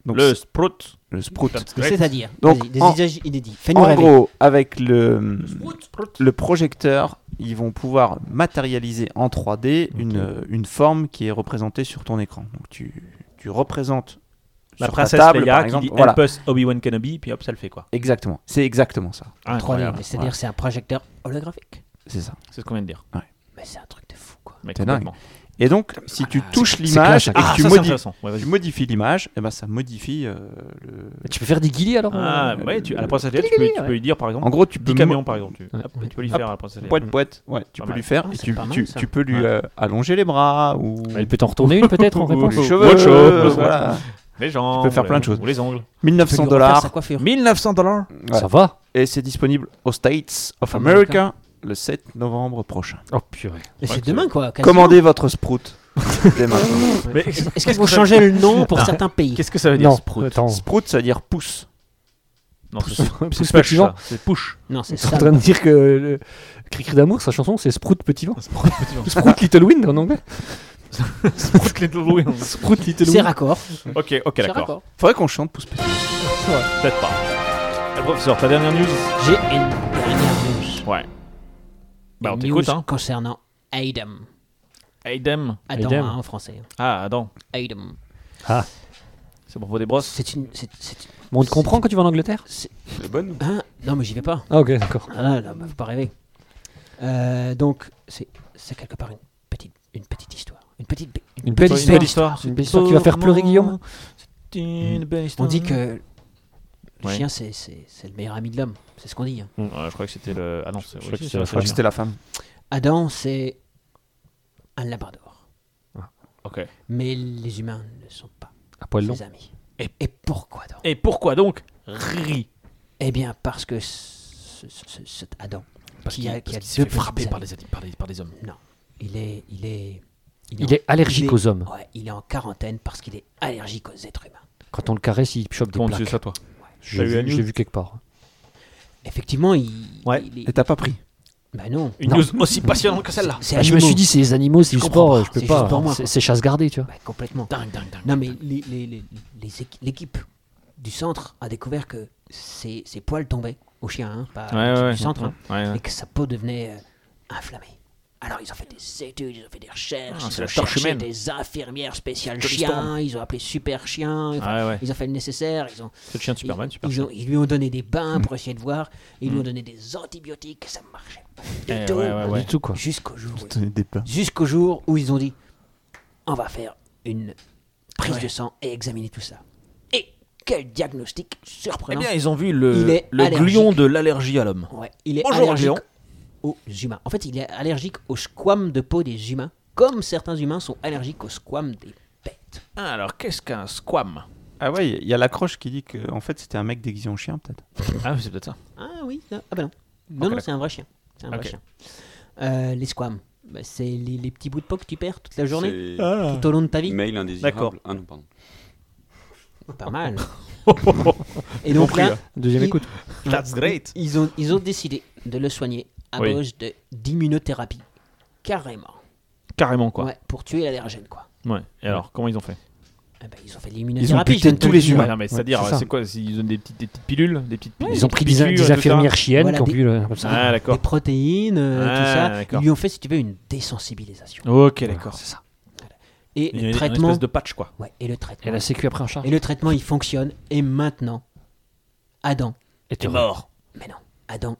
Donc, Le Sprout. le Sprout. That's great. C'est-à-dire, Donc, vas-y, des en- usages inédits. Fais-nous En rêver. gros, avec le, le projecteur, ils vont pouvoir matérialiser en 3D une, euh, une forme qui est représentée sur ton écran. Donc tu, tu représentes La sur princesse ta table, Leia par qui exemple. dit voilà, Help us Obi-Wan Kenobi, puis hop, ça le fait quoi. exactement. C'est exactement ça. 3D, Ah, Incroyable. mais c'est-à-dire, c'est un projecteur holographique. C'est ça. C'est ce qu'on vient de dire. Mais c'est un truc de fou, quoi. Mais T'es complètement. Et donc, si tu touches classe, l'image et ça. que Ah, tu, ça, c'est modi- intéressant. Ouais, tu vas-y. modifies l'image, eh ben, ça modifie euh, le... Tu peux faire des guillis alors Ah, Euh, ouais, tu, à la le- princesse Leia, tu peux, tu peux lui dire par exemple. En gros, tu peux Petit camion par exemple. Tu, Ouais. hop, tu peux lui Hop. faire à la princesse Leia. Boîte, boîte, ouais, tu Pas peux mal. lui faire, Ah, et c'est tu, pas mal, tu- ça. tu peux lui Ouais. euh, allonger les bras ou Elle peut t'en retourner une peut-être en réponse. les Ou cheveux. autre chose, voilà. Les gens. Tu peux faire plein de choses. Ou les ongles. 1900 Tu peux lui refaire dollars. Sa coiffure. 1900 dollars. Ça va Et c'est disponible aux States Ah, of America. America le 7 novembre prochain. Oh purée. Mais Ouais, c'est demain, quoi. quasiment. Commandez votre Sprout dès maintenant. Mais Est-ce qu'il faut changer le nom pour certains pays qu'est-ce que ça veut dire Non, Sprout attends. Sprout, ça veut dire pouce. Non, c'est Pousse push, petit vent. ça. C'est push. Non, c'est Ils sont en ça. train de dire que le Cri-Cri d'amour, sa chanson, c'est Sprout Petit Vent. Sprout petit vent. Sprout Little Wind en anglais. Sprout Little Wings. Sprout Little C'est raccord. Ok, ok, C'est d'accord. raccord. Faudrait qu'on chante pouce petit. Peut-être pas. Eh, Professeur, ta dernière news J'ai une dernière news. Ouais. Bah, on Une t'écoute, news hein. concernant Adam. Aidem. Adam, Adam. hein, en français. Ah, Adam. Adam. C'est pour des brosses. C'est une. C'est, c'est- Bon, on te comprend quand tu vas en Angleterre Elle est bonne. hein non, mais j'y vais pas. Ah, ok, d'accord. Ah, là, là, bah, faut pas rêver. Euh, donc, c'est, c'est quelque part une petite, une petite histoire. Une petite. bé- Une belle Une histoire. belle histoire. Une belle histoire qui va faire pleurer Guillaume. Mm. C'est une belle On histoire. dit que le Hum. Ouais. chien, c'est, c'est, c'est le meilleur ami de l'homme. C'est ce qu'on dit. hein. Mm. Ouais, je crois que c'était le. Ah non, c'est. crois oui, que c'est c'était la la fin. femme. C'était la femme. Adam, c'est un labrador. Ok. Mais les humains ne sont pas À poil long. ses amis. Et, pourquoi donc Et pourquoi donc Riri Eh bien, parce que ce- ce- ce- cet Adam, Parce qui qu'il a, parce qui a qu'il s'est deux fait frapper petits par amis, les, par les- par les hommes. il est, il est, Il est allergique il est- aux hommes. ouais, il est en quarantaine parce qu'il est allergique aux êtres humains. Quand on le caresse, il chope des Comment tu plaques. sais ça, toi J'ai T'as eu la vu, news j'ai vu quelque part. Effectivement, il, Ouais. il est- Et t'as pas pris. bah non, Une Non. news aussi passionnante que celle-là. c'est Ah, je me animaux. suis dit, c'est les animaux, c'est Je du comprends sport, pas. je peux C'est pas. juste pour moi, c'est- quoi. C'est chasse gardée, tu vois. Ouais, complètement. Dingue, dingue, dingue. Non mais les- les- les- les équ- l'équipe du centre a découvert que ses, ses poils tombaient au chien, hein, pas à l'équipe du centre, hein, et que sa peau devenait euh, inflammée. Alors ils ont fait des études, ils ont fait des recherches, Ah, c'est ils ont la torche cherché humaine. des infirmières spéciales Tony chiens, Storm. Ah, ils ont appelé super chien, enfin, Ouais, ouais. ils ont fait le nécessaire, ils ont, C'est le chien de Superman, ils, super. ils chien. Mm. ont- ils lui ont donné des bains pour essayer de voir, ils lui ont donné des antibiotiques, ça marchait pas du Eh, tout, ouais, ouais, Pas ouais. du tout, quoi. jusqu'au jour où Tenez des pas. jusqu'au jour où ils ont dit on va faire une prise de sang et examiner tout ça. Et quel diagnostic Eh surprenant. bien, ils ont vu le, Il est le allergique. gluon de l'allergie à l'homme. Ouais, il est Bonjour, allergique Léon. aux humains. En fait, il est allergique aux squames de peau des humains, comme certains humains sont allergiques aux squames des bêtes. Ah, alors, qu'est-ce qu'un squam Ah ouais, il y a l'accroche qui dit que en fait c'était un mec déguisé en chien peut-être. Ah, c'est peut-être ça. Ah oui, non. ah bah non. Non, non, c'est un vrai chien. C'est un vrai Ok. chien. Euh, les squames, bah, c'est les, les petits bouts de peau que tu perds toute la journée, C'est tout au long de ta vie. mail D'accord. indésirable. Ah non, pardon. Pas mal. et donc là, Deuxième il- écoute. That's great. Ils ont, ils ont décidé de le soigner à Oui. cause de d'immunothérapie. Carrément. Carrément, quoi. ouais, pour tuer l'allergène, quoi. Ouais. Et alors, comment ils ont fait Eh ben, ils ont fait de l'immunothérapie. buté je viens de te tous le les dire. humains. Ouais, non, mais Ouais, c'est-à-dire, c'est c'est, ça. quoi Ils donnent des petites, des petites pilules des petites, Ils ont des pris des, petites des piqûres, tout ça infirmières chiennes Voilà, qui ont des- vu le. comme ça. Ah, Des d'accord. protéines, euh, Ah, tout ça. d'accord. Ils lui ont fait, si tu veux, une désensibilisation. Ok, d'accord. C'est ça. Il Et y a le une- traitement. une espèce de patch, quoi. Ouais, et le Et traitement. la sécu après en charge. Et le traitement, il fonctionne. Et maintenant, Adam. Et T'es tu mort. Mais non, Adam,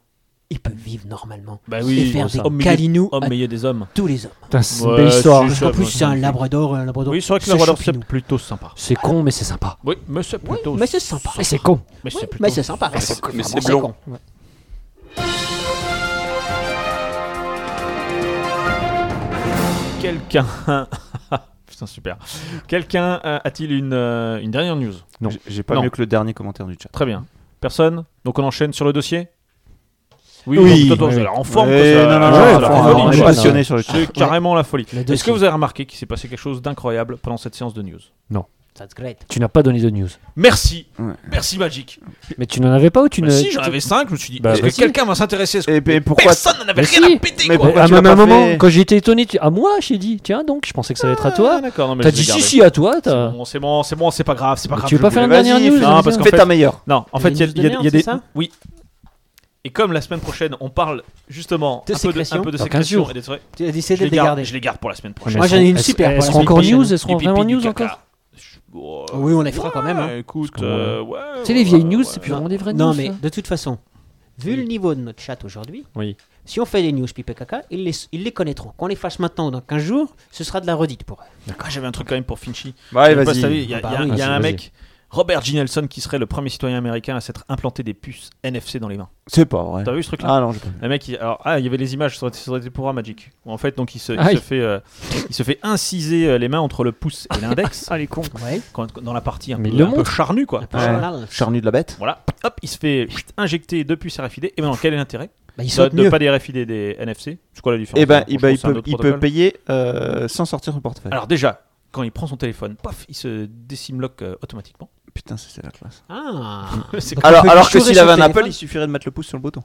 il peut vivre normalement. Bah et oui, faire ça. des Au milieu- câlinous Homme, à mais il y a des hommes. tous les hommes. Putain, c'est une Ouais, belle histoire. c'est- En moi, plus, c'est un je- labrador. Un labrador Oui, c'est vrai que c'est le Labrador, c'est choupinou. plutôt sympa. C'est con, mais c'est sympa. Oui, mais c'est plutôt. Mais c'est sympa. Et c'est con. mais Oui, c'est plutôt. mais c'est sympa. Mais c'est- mais Enfin, c'est bon, blond. con. Quelqu'un. Putain, super. Quelqu'un euh, a-t-il une, euh, une dernière news Non, j'ai pas Non. mieux que le dernier commentaire du chat. Très bien. Personne Donc on enchaîne sur le dossier Oui, Oui. donc, toi, toi, c'est en forme. Eh, toi, ça- non, non, ça, non, c'est non, la non, folie, on est quoi. passionné sur le chat. C'est carrément la folie. Le Est-ce que dossier. vous avez remarqué qu'il s'est passé quelque chose d'incroyable pendant cette séance de news That's great. Tu n'as pas donné de news. Merci. Ouais. Merci, Magic. Mais tu n'en avais pas ou tu Bah, ne. si, j'en avais 5, je me suis dit, Bah, est-ce bah, que si. quelqu'un va s'intéresser à ce Et, et Eh, pourquoi Personne n'en avait Mais rien si. à péter, Ah, Mais quoi. Mais à tu un l'as pas moment, fait quand j'étais étonné, tu... à moi, j'ai dit, tiens donc, je pensais que ça allait être à toi. Ah, D'accord, non, mais T'as je dit l'ai si, gardé. si, à toi. C'est t'as- bon, c'est bon, c'est bon, c'est pas grave, c'est pas Mais grave. tu veux je pas le faire garde. une dernière news, Non, parce qu'en Fais fait- ta meilleure. Non, en Des fait, il y a- news de il y, a- il y a merde, des. c'est ça oui. Et comme la semaine prochaine, on parle justement De un, peu de, un sécrétion. peu de Dans 15 sécrétion jours. et des trucs. Tu as Je décidé les de les garde, garder. je les garde pour la semaine Mais prochaine. elles Moi, j'en ai seront- une elles- super Elles pour la seront semaine encore prochaine. news Elles seront Pipi, vraiment pipi, news caca. encore Oh, Oui, on les fera quand même. hein. Écoute, Parce qu'on- euh, ouais, Tu sais, les vieilles ouais, news, ouais. c'est plus vraiment des vraies news. Non, mais ça. de toute façon, vu le niveau de notre chat aujourd'hui, Oui. si on fait des news pipe et caca, ils les, ils les connaîtront. Qu'on les fasse maintenant ou dans 15 jours, ce sera de la redite pour eux. Ah, J'avais un truc quand même pour Finchy. Ouais, Je sais pas si t'as vu, Il vas-y. y a, Ah bah il y a- oui. il y a Vas-y, un vas-y. mec, Robert G. Nelson, qui serait le premier citoyen américain à s'être implanté des puces NFC dans les mains. C'est pas vrai. T'as vu ce truc-là Ah non, j'ai pas vu. Le mec, il, alors, ah, il y avait les images, ça aurait, ça aurait été pour un Magic. Où en fait, donc, il se, il Ah. Aïe. se fait, euh, il se fait inciser euh, les mains entre le pouce et l'index, Ah, les cons. Ouais. quand- quand- dans la partie un, Mais peu, il le un peu montre. charnue, quoi. Voilà. Charnu de la bête. Voilà, hop, il se fait chut, injecter deux puces RFID. Et maintenant, quel est l'intérêt Bah, ils de, sautent de mieux. pas des RFID des NFC C'est quoi la différence Et ben, Franchement, il bah, il c'est un peut, autre il peut protocole. payer euh, sans sortir son portefeuille. Alors, déjà, quand il prend son téléphone, paf, il se décimloque euh, automatiquement. Putain, ça, c'est la classe. Ah. C'est Donc, on Alors, peut alors que chourer s'il sur avait un le Apple, téléphone. il suffirait de mettre le pouce sur le bouton.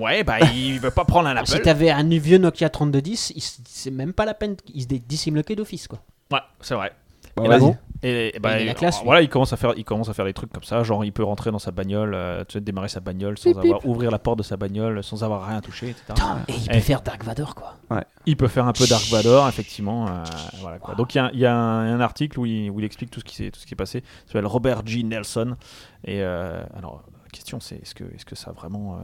Ouais, bah il veut pas prendre un Apple. Si t'avais un vieux Nokia 3210, il s- c'est même pas la peine. Ils se dé- dissimulent d'office, quoi. Ouais, c'est vrai. Bah, Et là, vas-y. Et, et bah, Il a la euh, classe, lui. voilà, il commence à faire, il commence à faire des trucs comme ça, genre il peut rentrer dans sa bagnole, euh, tu sais, démarrer sa bagnole sans Pip, pip. avoir ouvrir la porte de sa bagnole sans avoir rien touché, etc. Putain, et il peut Eh. faire Dark Vador quoi. Il peut faire un peu Dark Vador, effectivement. euh, voilà, quoi. Donc il y a, il y a un, un article où il, où il explique tout ce qui s'est tout ce qui est passé. Il s'appelle Robert G. Nelson. Et euh, alors la question c'est est-ce que est-ce que ça a vraiment euh,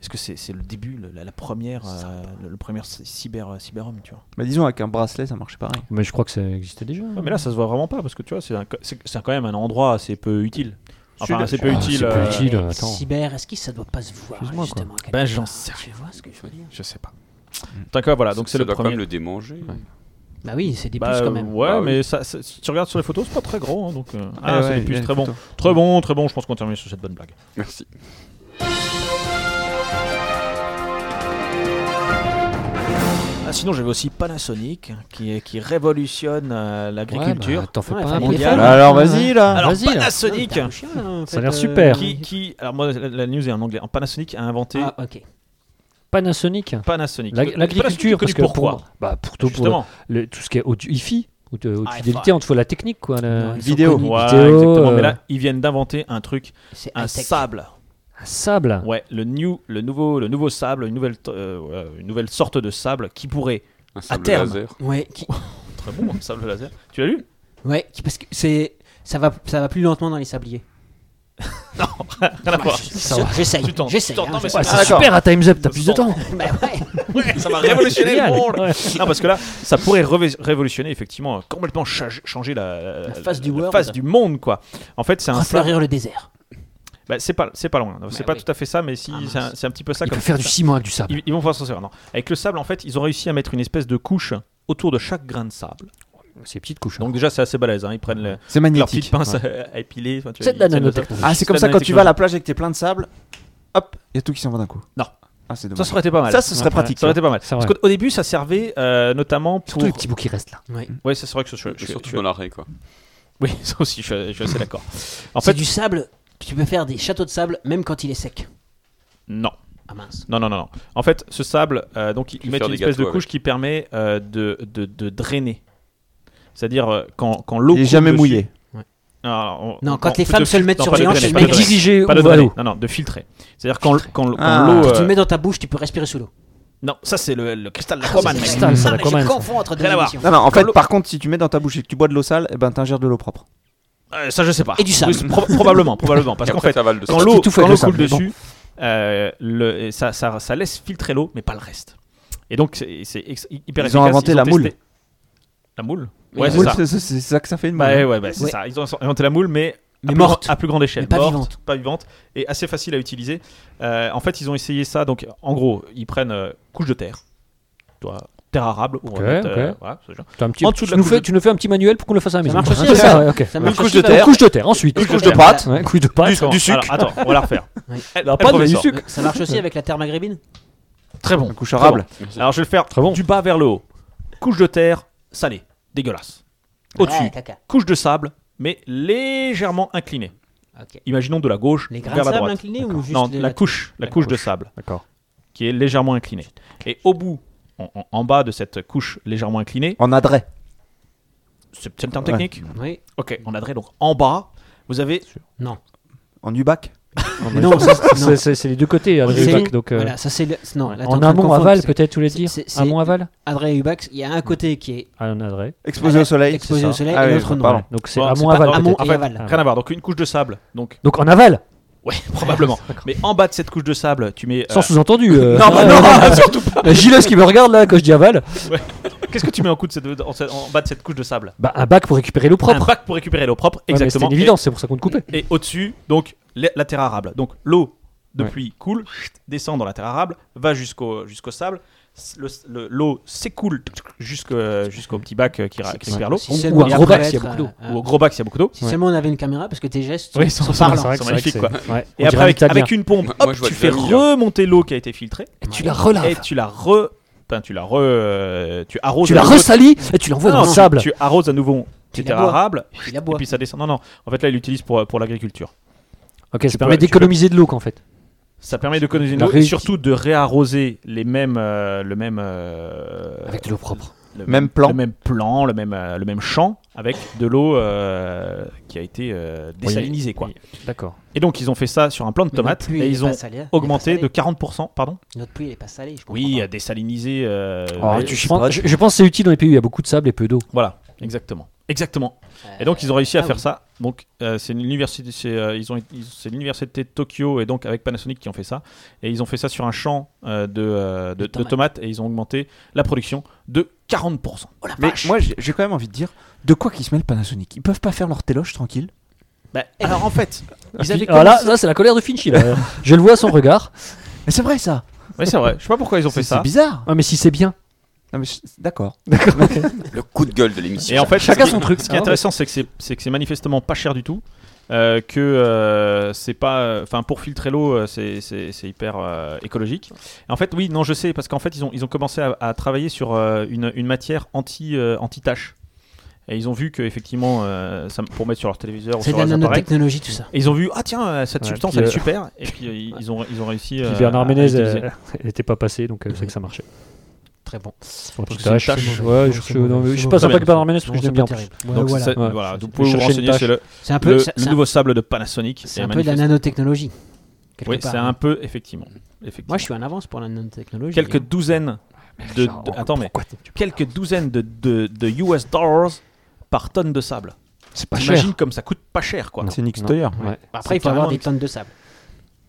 est-ce que c'est c'est le début le- la, la première euh, le, le premier cy- cyber euh, cyberhomme tu vois Bah, disons, avec un bracelet, ça marchait pareil. Mais je crois que ça existait déjà. Ouais, mais là, ça se voit vraiment pas parce que tu vois, c'est un- c'est c'est quand même un endroit assez peu utile. Enfin, Celui-là, assez peu Ah, utile. c'est pas euh, utile. euh, attends. Cyber, est-ce que ça doit pas se voir Excuse-moi, quoi. justement à quelque Ben, j'en part sais Tu vois ce que je veux dire Je sais pas. D'accord, voilà. Donc Ça- c'est ça le doit quand premier. même le démanger. Bah oui, c'est des Bah, puces quand même. Ouais, Bah oui. mais ça, ça- si tu regardes sur les photos, c'est pas très gros. hein, donc, euh, ah, Eh c'est ouais, des puces, il y a très les bon. photos. Très bon, très bon. Je pense qu'on termine sur cette bonne blague. Merci. Ah, sinon, j'avais aussi Panasonic qui, qui révolutionne euh, l'agriculture. Ah, Ouais, bah, T'en fais Ouais, pas enfin, un les mondial. femmes, Bah, Alors, vas-y, là Alors, Vas-y, là. Panasonic Putain, le Ah, chien, là, en Ça fait, a l'air euh, super. qui, qui- Alors, moi, la, la news est en anglais. En Panasonic a inventé Ah, ok. Panasonic. Panasonic. L'ag- L'agriculture, Panasonic est parce que connu pour pourquoi moi- Bah, plutôt pour Justement. le- tout ce qui est audio, hi-fi, ou de haute Hi-fi. fidélité, entre faut la technique, quoi. la- Ouais, ils sont Vidéo. connus. Voilà, euh, vidéo, exactement. euh, Mais là, ils viennent d'inventer un truc, C'est un high-tech. sable. un sable. Ouais, le new, le nouveau, le nouveau sable, une nouvelle, t- euh, ouais, une nouvelle sorte de sable qui pourrait. Un sable terme. laser. Ouais, qui- Très bon, hein, sable laser. Tu l'as lu ouais, qui- parce que c'est ça va ça va plus lentement dans les sabliers. Bah, Rien à voir. Ça va. J'essaye. Tu tentes, J'essaye. tu tentes, mais hein, j'essaye. Ouais, c'est d'accord. super à Time's Up, t'as plus de sang. temps. Bah ouais. Ça va révolutionner Génial. le monde. Ouais. Non, parce que là, ça pourrait revé- révolutionner effectivement euh, complètement cha- changer la, La face du world. face du monde, quoi. En fait, c'est un sable. Refleurir le désert. Bah, c'est pas, c'est pas loin. C'est Bah pas oui. tout à fait ça, mais si, Ah, mince. c'est un, c'est un petit peu ça. Il comme peut faire du ciment avec du sable. Ils, ils vont pouvoir s'en servir. Non. Avec le sable, en fait, ils ont réussi à mettre une espèce de couche autour de chaque grain de sable. C'est petite couche. Donc déjà, c'est assez balèze. hein. Ils prennent le, C'est leur magnétique. petite pince à, à épiler. enfin, tu vois, C'est de la ils tiennent le- nanotechnologie. Ah, c'est comme C'est ça la quand tu vas à la plage et que t'es plein de sable, hop, il y a tout qui s'en va d'un coup. Non. Ah, c'est Ça, dommage. ça aurait été pas mal. Ça, ce serait Ouais. pratique. Ça aurait été pas mal. C'est Parce vrai. qu'au au début, ça servait euh, notamment pour. Surtout les petits bouts qui restent là. Ouais, ça, c'est vrai que ce- je, je- Surtout je- dans l'arrêt, quoi. Oui, ça aussi, je, je suis assez d'accord. En C'est fait, du sable. Tu peux faire des châteaux de sable même quand il est sec. non. Ah mince. Non, non, non, non. En fait, ce sable, euh, donc, ils peux mettent faire une des espèce de gâteaux couche qui permet euh, de, de, de drainer. C'est-à-dire, euh, quand, quand l'eau. Il est coule jamais dessus- mouillé. Alors, on- Non, on- quand on- les de femmes fil- se le mettent non, sur pas de les hanches, drainer, elles pas mettent de drainer. Dirigé Pas de ou à drainer. l'eau. Non, non, de filtrer. C'est-à-dire, quand, quand, quand Ah. l'eau. Quand tu euh, le mets dans ta bouche, tu peux respirer sous l'eau. Non, ça, c'est le, le cristal de la Ah, c'est Coman, le mec. cristal, ça, Ah, la mais commande, Je ça. confonds entre deux Rien à voir. émissions. Non, non, en Quand fait, l'eau- par contre, si tu mets dans ta bouche et que tu bois de l'eau sale, eh ben, t'ingères de l'eau propre. Euh, ça, je sais pas. Et du sable. Oui, c'est pro- probablement, probablement. Parce Et qu'en après, fait, t'avales de quand ça. l'eau tout fait quand avec l'eau le sable, coule mais bon. dessus, euh, le- et ça, ça, ça laisse filtrer l'eau, mais pas le reste. Et donc, c'est c'est ex- hyper Ils ont efficace. inventé la testé- moule. La moule Mais Ouais, la c'est moule, ça. C'est c'est ça que ça fait une Bah, moule. ouais, ouais, bah, c'est Ouais. ça. Ils ont inventé la moule, mais, Mais à plus morte. grand- à plus grande échelle. Mais pas Morte, vivante. Pas vivante. Et assez facile à utiliser. Euh, en fait, ils ont essayé ça. Donc, en gros, ils prennent euh, couche de terre. Tu vois, terre arable. où on Ok, va mettre, euh, ok. voilà, ce genre. T'as un petit- En dessous de tu, la nous couche fais, de- tu nous fais un petit manuel pour qu'on le fasse à la maison. marche aussi, C'est ça. ouais, ok. Ça Une marche couche aussi, de là. terre. Une couche de terre, ensuite. Une couche de de pâte. Ouais, couche de pâte. Du- Comment sucre. Alors, attends, on va la refaire. Oui. Elle- La elle pâte, mais du ressort. sucre. Ça marche aussi avec la terre maghrébine Très bon. Une couche arable. Alors je vais le faire Très bon. du bas vers le haut. Couche de terre salée, dégueulasse. Au-dessus, Ouais, caca. couche de sable, mais légèrement inclinée. Ok. Imaginons de la gauche Les grains de vers la sable droite. inclinés ou juste non, les- la couche, la, couche, de sable, D'accord. qui est légèrement inclinée. Et au bout, en, en- en bas de cette couche légèrement inclinée, En adret. c'est c'est le terme Ouais. technique Oui. Ok, on adresse donc en bas. Vous avez En ubac. Non, ça, c'est- non. C'est- C'est c'est les deux côtés, Adrien C'est- Hubac, donc, euh, Voilà, ça c'est le- non, là, t'es En train de amont, confondre, aval, parce que peut-être, tu voulais c'est- dire c'est- c'est- Amont, aval Adrien Hubac, il y a un côté qui est Ah, on adresse. Exposé au soleil. exposé c'est au ça. soleil Ah oui, et l'autre non. pardon. Donc c'est Bon, amont, pas aval. grave. peut-être. Amont En et fait, aval. Rien à voir. Donc une couche de sable. Donc Donc en aval ouais, probablement. Mais en bas de cette couche de sable, tu mets. euh, Sans sous-entendu. euh, Non, bah non, surtout La gileuse qui me regarde là quand je dis aval, Qu'est-ce que tu mets en, coup de cette- en- en bas de cette couche de sable bah un bac pour récupérer l'eau propre. Un bac pour récupérer l'eau propre, Ouais, mais exactement. C'était une évidence, c'est pour ça qu'on te coupait. Et, et au-dessus, donc, la, la terre arable. Donc, l'eau de pluie coule, chut, descend dans la terre arable, va jusqu'au jusqu'au sable. S- le- le- L'eau s'écoule jusqu'au jusqu'au petit bac euh, qui, ra- qui récupère l'eau. Si ou seulement un il gros bac pouvait s'il y a être, beaucoup d'eau. euh, Ou au gros bac s'il y a beaucoup d'eau. Si seulement on avait une caméra, parce que tes gestes Oui, sont sont- parlants. C'est vrai que sont c'est vrai que magnifiques, quoi. c'est- ouais. Et On dirait après, une table avec une pompe, Moi, hop, moi, je vois tu de fais la lumière. remonter l'eau qui a été filtrée Et Tu la relaves, et tu la re... Enfin, tu la re... euh, Tu arroses... tu à la nouveau- ressalis et tu l'envoies Non, dans le non, sable. Tu arroses à nouveau Tu tes la terres bois. arables, Tu la et bois. puis ça descend. Non, non. En fait, là, il l'utilise pour, pour l'agriculture. Ok, ça peux- permet tu peux- d'économiser de l'eau qu'en fait. Ça permet de connaître une La eau et réuti- surtout de réarroser les mêmes, euh, le même. euh, Avec de l'eau propre. le Même plan. le même plan, le même, euh, le même champ, avec de l'eau euh, qui a été euh, désalinisée. quoi. Oui. D'accord. Et donc, ils ont fait ça sur un plan de tomates, et ils ont augmenté de 40%, pardon Notre puits, il est pas salé. Je Oui, à désaliniser. euh, Oh, ouais, tu Je pense, je- je pense que c'est utile dans les pays où il y a beaucoup de sable et peu d'eau. Voilà, exactement. Exactement. Et donc ils ont réussi à faire ça. Donc euh, c'est une université, c'est euh, ils ont, ils- c'est l'université de Tokyo et donc avec Panasonic qui ont fait ça. Et ils ont fait ça sur un champ euh, de, euh, de- de tomates. tomates et ils ont augmenté la production de 40%. Mais moi, j'ai j'ai quand même envie de dire de quoi qu'ils se mêlent Panasonic. Ils peuvent pas faire leur téloche tranquille. alors en fait, ils avaient Ah là, là, c'est la colère de Finchy. Là. je le vois à son regard. Mais c'est vrai ça. Ouais, c'est vrai. Je sais pas pourquoi ils ont fait C'est c'est ça. bizarre. Ah, mais si c'est bien. Non, mais je- d'accord. Le coup de gueule de l'émission. Et en fait, Chacun ce qui- son truc. Ce qui est intéressant, c'est que c'est- c'est que c'est manifestement pas cher du tout. euh, que euh, c'est pas, enfin pour filtrer l'eau, euh, c'est- c'est c'est hyper euh, écologique. Et en fait, oui, non, je sais parce qu'en fait ils ont ils ont commencé à, à travailler sur euh, une, une matière anti anti tache. Et ils ont vu que effectivement, euh, ça- pour mettre sur leur téléviseur ou C'est sur de la leurs appareils, nanotechnologie, tout ça. et ils ont vu ah tiens euh, cette Ouais, substance puis, elle est euh, super. Et puis euh, ils, ils ont ils ont réussi. Puis euh, à- Bernard à Ménez utiliser. euh, n'était pas passé, donc euh, c'est que ça marchait. Très bon. Pour que une c'est une tâche, tâche. c'est mauvais. Ouais, je, je- non, mais je suis pas Très sympa bien. avec Bernard Ménès parce que je l'aime bien. Donc voilà. c'est- Ouais. voilà, donc vous Je pouvez vous cherchais renseigner une tâche. c'est le, C'est un le- peu, c'est- le c'est un- nouveau sable de Panasonic. c'est est un peu de la manifesté. nanotechnologie. quelque Oui, part. c'est un peu effectivement. effectivement. Moi, je suis en avance pour la nanotechnologie. quelques hein. douzaines de, de- attends mais quelques douzaines de, de, de US dollars par tonne de sable. C'est J'imagine comme ça coûte pas cher quoi. C'est Nick Steyer. Ouais. Bah, Après, il c'est faut avoir carrément des tonnes de sable.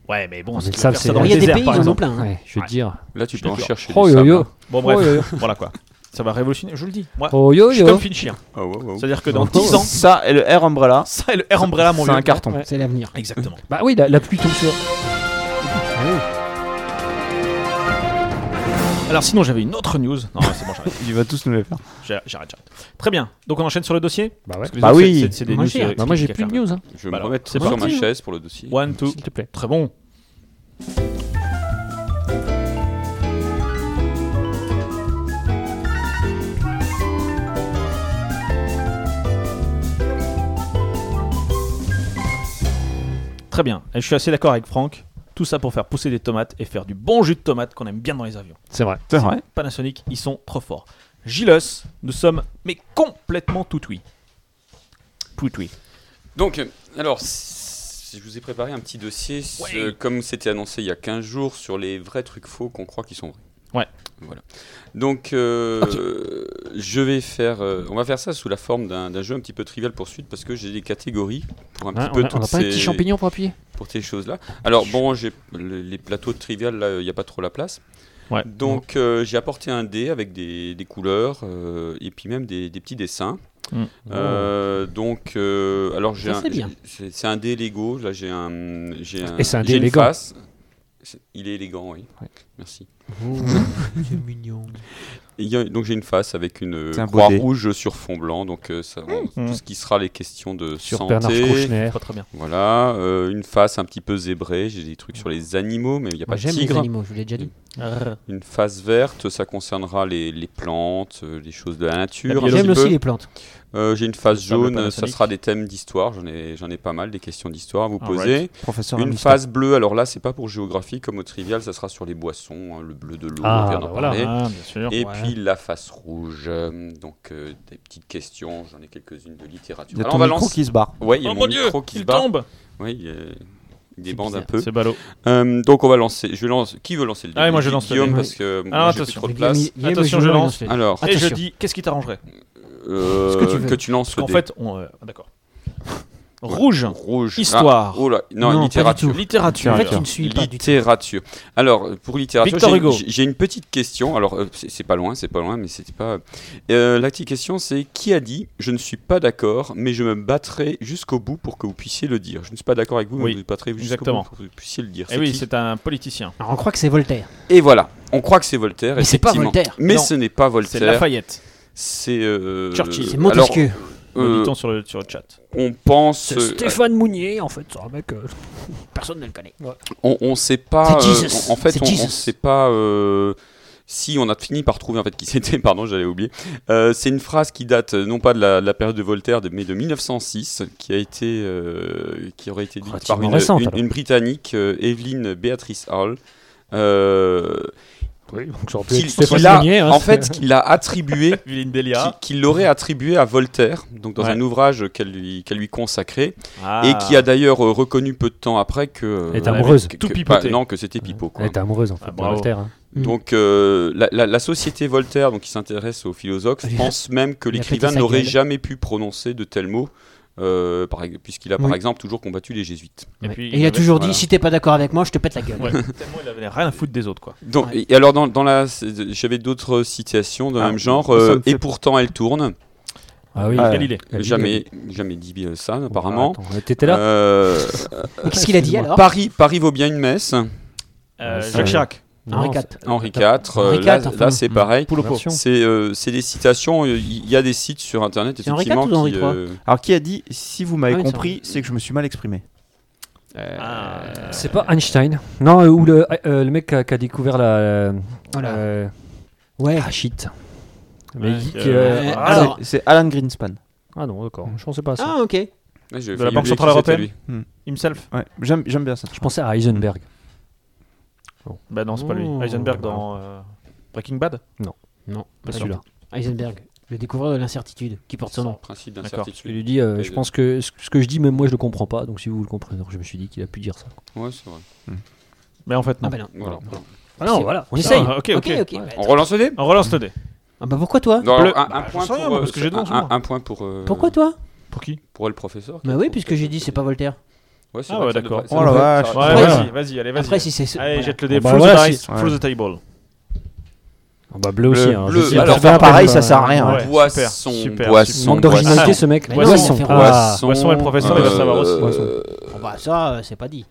Ouais mais bon, Mais si le tu veux sable, faire c'est ça dans la- le Il y a des désert pays, ils par en ont exemple. plein. hein. Ouais, je veux dire. Là, tu peux en chercher. Oh du yo sable. yo. Bon Oh bref, yo yo. voilà quoi. Ça va révolutionner, je vous le dis. Moi, Oh yo je suis yo. comme Finchien. Oh, wow, wow. C'est-à-dire que dans Oh, 10 ans, Ça et le Air Umbrella. ça et le Air Umbrella mon C'est un vieux. carton. Ouais. C'est l'avenir. Exactement. Bah oui, la, la pluie tombe sur. Alors sinon, j'avais une autre news. Non, c'est bon, j'arrête. Il va tous nous les faire. J'ai- J'arrête, j'arrête. Très bien. Donc on enchaîne sur le dossier Bah ouais. Parce que les Bah autres, oui. c'est- c'est- c'est des Moi, news, j'ai- euh, Bah moi j'ai expliquées plus à de faire. news. Hein. Je vais Bah me alors, remettre c'est sur parti. ma chaise pour le dossier. One two. S'il te plaît. Très bon. Très bien. Et je suis assez d'accord avec Franck. Tout ça pour faire pousser des tomates et faire du bon jus de tomate qu'on aime bien dans les avions. C'est vrai. C'est vrai. Panasonic, ils sont trop forts. Gilles, nous sommes mais complètement tout oui. Tout oui. Donc, euh, alors, si je vous ai préparé un petit dossier, ce- Ouais. comme c'était annoncé il y a 15 jours, sur les vrais trucs faux qu'on croit qu'ils sont vrais. Ouais. Voilà. Donc, euh, je vais faire. euh, on va faire ça sous la forme d'un d'un jeu un petit peu trivial poursuite parce que j'ai des catégories pour un petit Hein, peu on a, on toutes a pas un ces- petit champignon pour appuyer pour ces choses-là. Alors bon, j'ai le- les plateaux de trivial, là, il n'y a pas trop la place. Ouais. Donc euh, j'ai apporté un dé avec des, des couleurs euh, et puis même des, des petits dessins. Mm. Euh, donc euh, alors j'ai Ça, un- c'est bien. c'est c'est un dé Lego. Là j'ai un j'ai un Et c'est un dé j'ai une élégant. face. C'est- Il est élégant, oui. Ouais. Merci. C'est mignon. Et il y a- donc j'ai une face avec une euh, C'est un beau croix dé. rouge sur fond blanc. Donc euh, ça, Mm. tout ce qui sera les questions de sur santé. Bernard Kouchner. Pas très bien. Voilà, euh, une face un petit peu zébrée, j'ai des trucs sur les animaux, mais il n'y a pas de J'aime les tigre. animaux, je vous l'ai déjà dit. Une face verte, ça concernera les, les plantes, euh, les choses de la nature. un J'aime petit aussi peu. les plantes. Euh, j'ai une sable face jaune, euh, ça Panasonic. sera des thèmes d'histoire, j'en ai, j'en ai pas mal, des questions d'histoire à vous Alright. poser. Professeur Une phase face bleue, alors là c'est pas pour géographie, comme au trivial, ça sera sur les boissons, hein, le bleu de l'eau, Ah, on vient bah d'en voilà, parler. Ah, bien sûr. Et ouais. puis la face rouge, euh, donc euh, des petites questions, j'en ai quelques-unes de littérature. Il y a Alors ton on va micro lancer. qui se barre. Ouais, il y a Oh mon mon dieu, micro qui se il bat. tombe. Oui, il, euh, il débande un bizarre. peu. C'est ballot. Euh, donc on va lancer. Je lance. Qui veut lancer le dé Allez, Ah moi, je lance le Guillaume dé. parce que moi, Alors, j'ai plus attention. trop de Mais Ah, Guillaume, place. il- Guillaume, Attention, il joue je dans lance. les- Alors Et je Attention. dis, qu'est-ce qui t'arrangerait euh, ce que tu veux. lances Parce le qu'en dé. fait, on, euh, d'accord. Rouge, rouge. histoire, Ah, oh là, non, Non, pas littérature. du tout. littérature. En fait, tu ne suis pas du tout. Littérature. Alors euh, pour littérature, Victor j'ai- Hugo. j'ai j'ai une petite question. Alors euh, c'est c'est pas loin, c'est pas loin, mais c'était pas. Euh, la petite question, c'est qui a dit je ne suis pas d'accord, mais je me battrai jusqu'au bout pour que vous puissiez le dire. Je ne suis pas d'accord avec vous, mais Oui, je me battrai jusqu'au exactement. bout pour que vous puissiez le dire. Eh oui, qui c'est un politicien. Alors, on croit que c'est Voltaire. Et voilà. On croit que c'est Voltaire. Mais c'est pas effectivement. Voltaire. Mais Non. ce n'est pas C'est Voltaire. Lafayette. C'est euh, Churchill. C'est alors, Montesquieu. euh, Nous dit-on sur le, sur le chat. on pense, C'est Stéphane Mounier en fait, c'est un mec. euh, Personne ne le connaît. euh, on, on sait pas. C'est euh, Jesus. on- en fait, C'est on, on Jesus. sait pas. euh, si on a fini par trouver en fait qui c'était, pardon, j'avais oublié. Euh, c'est une phrase qui date euh, non pas de la, de la période de Voltaire, de- mais de 1906, qui a été, euh, qui aurait été dite par Relativement une, récente, une- alors. une britannique, euh, Evelyn Beatrice Hall. Euh, Oui, donc ça aurait pu Qu'il- être Stéphane qu'il a- Meunier, hein, en c'est- Ah. fait, qu'il a attribué Villain qui- Delia. qu'il l'aurait attribué à Voltaire, donc dans Ouais. Ah. un ouvrage qu'elle lui, qu'elle lui consacrait, et qui a d'ailleurs euh, reconnu peu de temps après que. euh, Elle était amoureuse. que- Tout que- pipoté. pas- non, que c'était Pipo. Elle Quoi. était amoureuse en fait, Ah, de bravo. Voltaire, hein. Mm. Donc euh, la, la- la société Voltaire, donc, qui s'intéresse aux philosophes, Il a- pense même que il a l'écrivain pété sa n'aurait gueule. jamais pu prononcer de tels mots, euh, par ex- puisqu'il a par Oui. exemple toujours combattu les jésuites. Et Ouais. puis, Et il a avait- toujours voilà. dit si t'es pas d'accord avec moi, je te pète la gueule. Ouais, tellement il avait rien à foutre des autres, quoi. Donc, Ouais. et alors dans, dans la, c'est- j'avais d'autres citations d'un Ah, même genre. ça me euh, fait- et pourtant elle tourne. Ah oui, Ah, Galilée. Galilée. Jamais, jamais dit euh, ça apparemment. Attends, T'étais Ah. là Euh, Mais Qu'est-ce qu'il a dit Excuse-moi. alors Paris, Paris vaut bien une messe. Euh, ça, Jacques ouais. Chirac. Non, Henri c'est- IV. Henri IV. euh, Henri IV, là, enfin, là, c'est hmm. pareil. Poulopo. Version. C'est euh, c'est des citations. euh, Il y a des sites sur internet C'est Henri IV effectivement ou Henri qui, III euh, Alors, qui a dit Si vous m'avez Ah oui, c'est compris, vrai. c'est que je me suis mal exprimé. euh, Ah. C'est pas Einstein. Non, euh, ou le, euh, le mec qui a, qui a découvert la. Voilà. euh, Ouais. ah shit. Mais Ouais, qui- euh, qui, euh, euh, ah, alors- C'est- C'est Alan Greenspan. ah non, d'accord, je pensais pas à ça. Ah, ok. ouais, j'ai De failli la Banque oublier Centrale qui c'était Européenne. lui. Himself. Ouais, j'aime j'aime bien ça. Je pensais à Heisenberg. Bah non, c'est pas lui. Oh. Heisenberg dans euh, Breaking Bad. Non, Pas celui-là. Heisenberg, le découvreur de l'incertitude, qui porte son nom. Principe D'accord. Il d'incertitude. lui dit euh, Les Je deux. pense que ce ce que je dis, même moi je le comprends pas, donc si vous le comprenez, je me suis dit qu'il a pu dire ça. Ouais, c'est vrai. Mais en fait, non. Ah bah non. Voilà. Ah non, voilà, On Ah, essaye. ok, ok. ok. On relance le dé On relance le dé. Ah bah pourquoi toi Non, Bleu. alors, un, un Bah, j'en point sais pour, rien, moi, euh, parce que j'ai un, deux, moi. un- un point pour. euh, Pourquoi toi Pour qui Pour le professeur. Bah oui, puisque j'ai dit c'est pas Voltaire. Ouais, c'est Ah vrai ouais, que ça d'accord. devrait- ça Oh la devrait- vache. ça- Ouais, Après, vas-y, vas-y, allez, vas-y. Après, si c'est. ce- Allez, Ah, voilà. jette le dé. Bah Through the voilà, dice, si- ouais. through the table. Ah bah Bleu, bleu aussi. Hein, bleu. j'essaie de Alors, faire faire pareil, un peu, ça sert à euh, rien. Ouais, Boisson, super, boisson, super. Manque d'originalité boisson. ce mec. Boisson. Boisson. Ah. Boisson, Boisson et le professeur, il va savoir aussi. euh, Bon, bah ça, euh, c'est pas dit.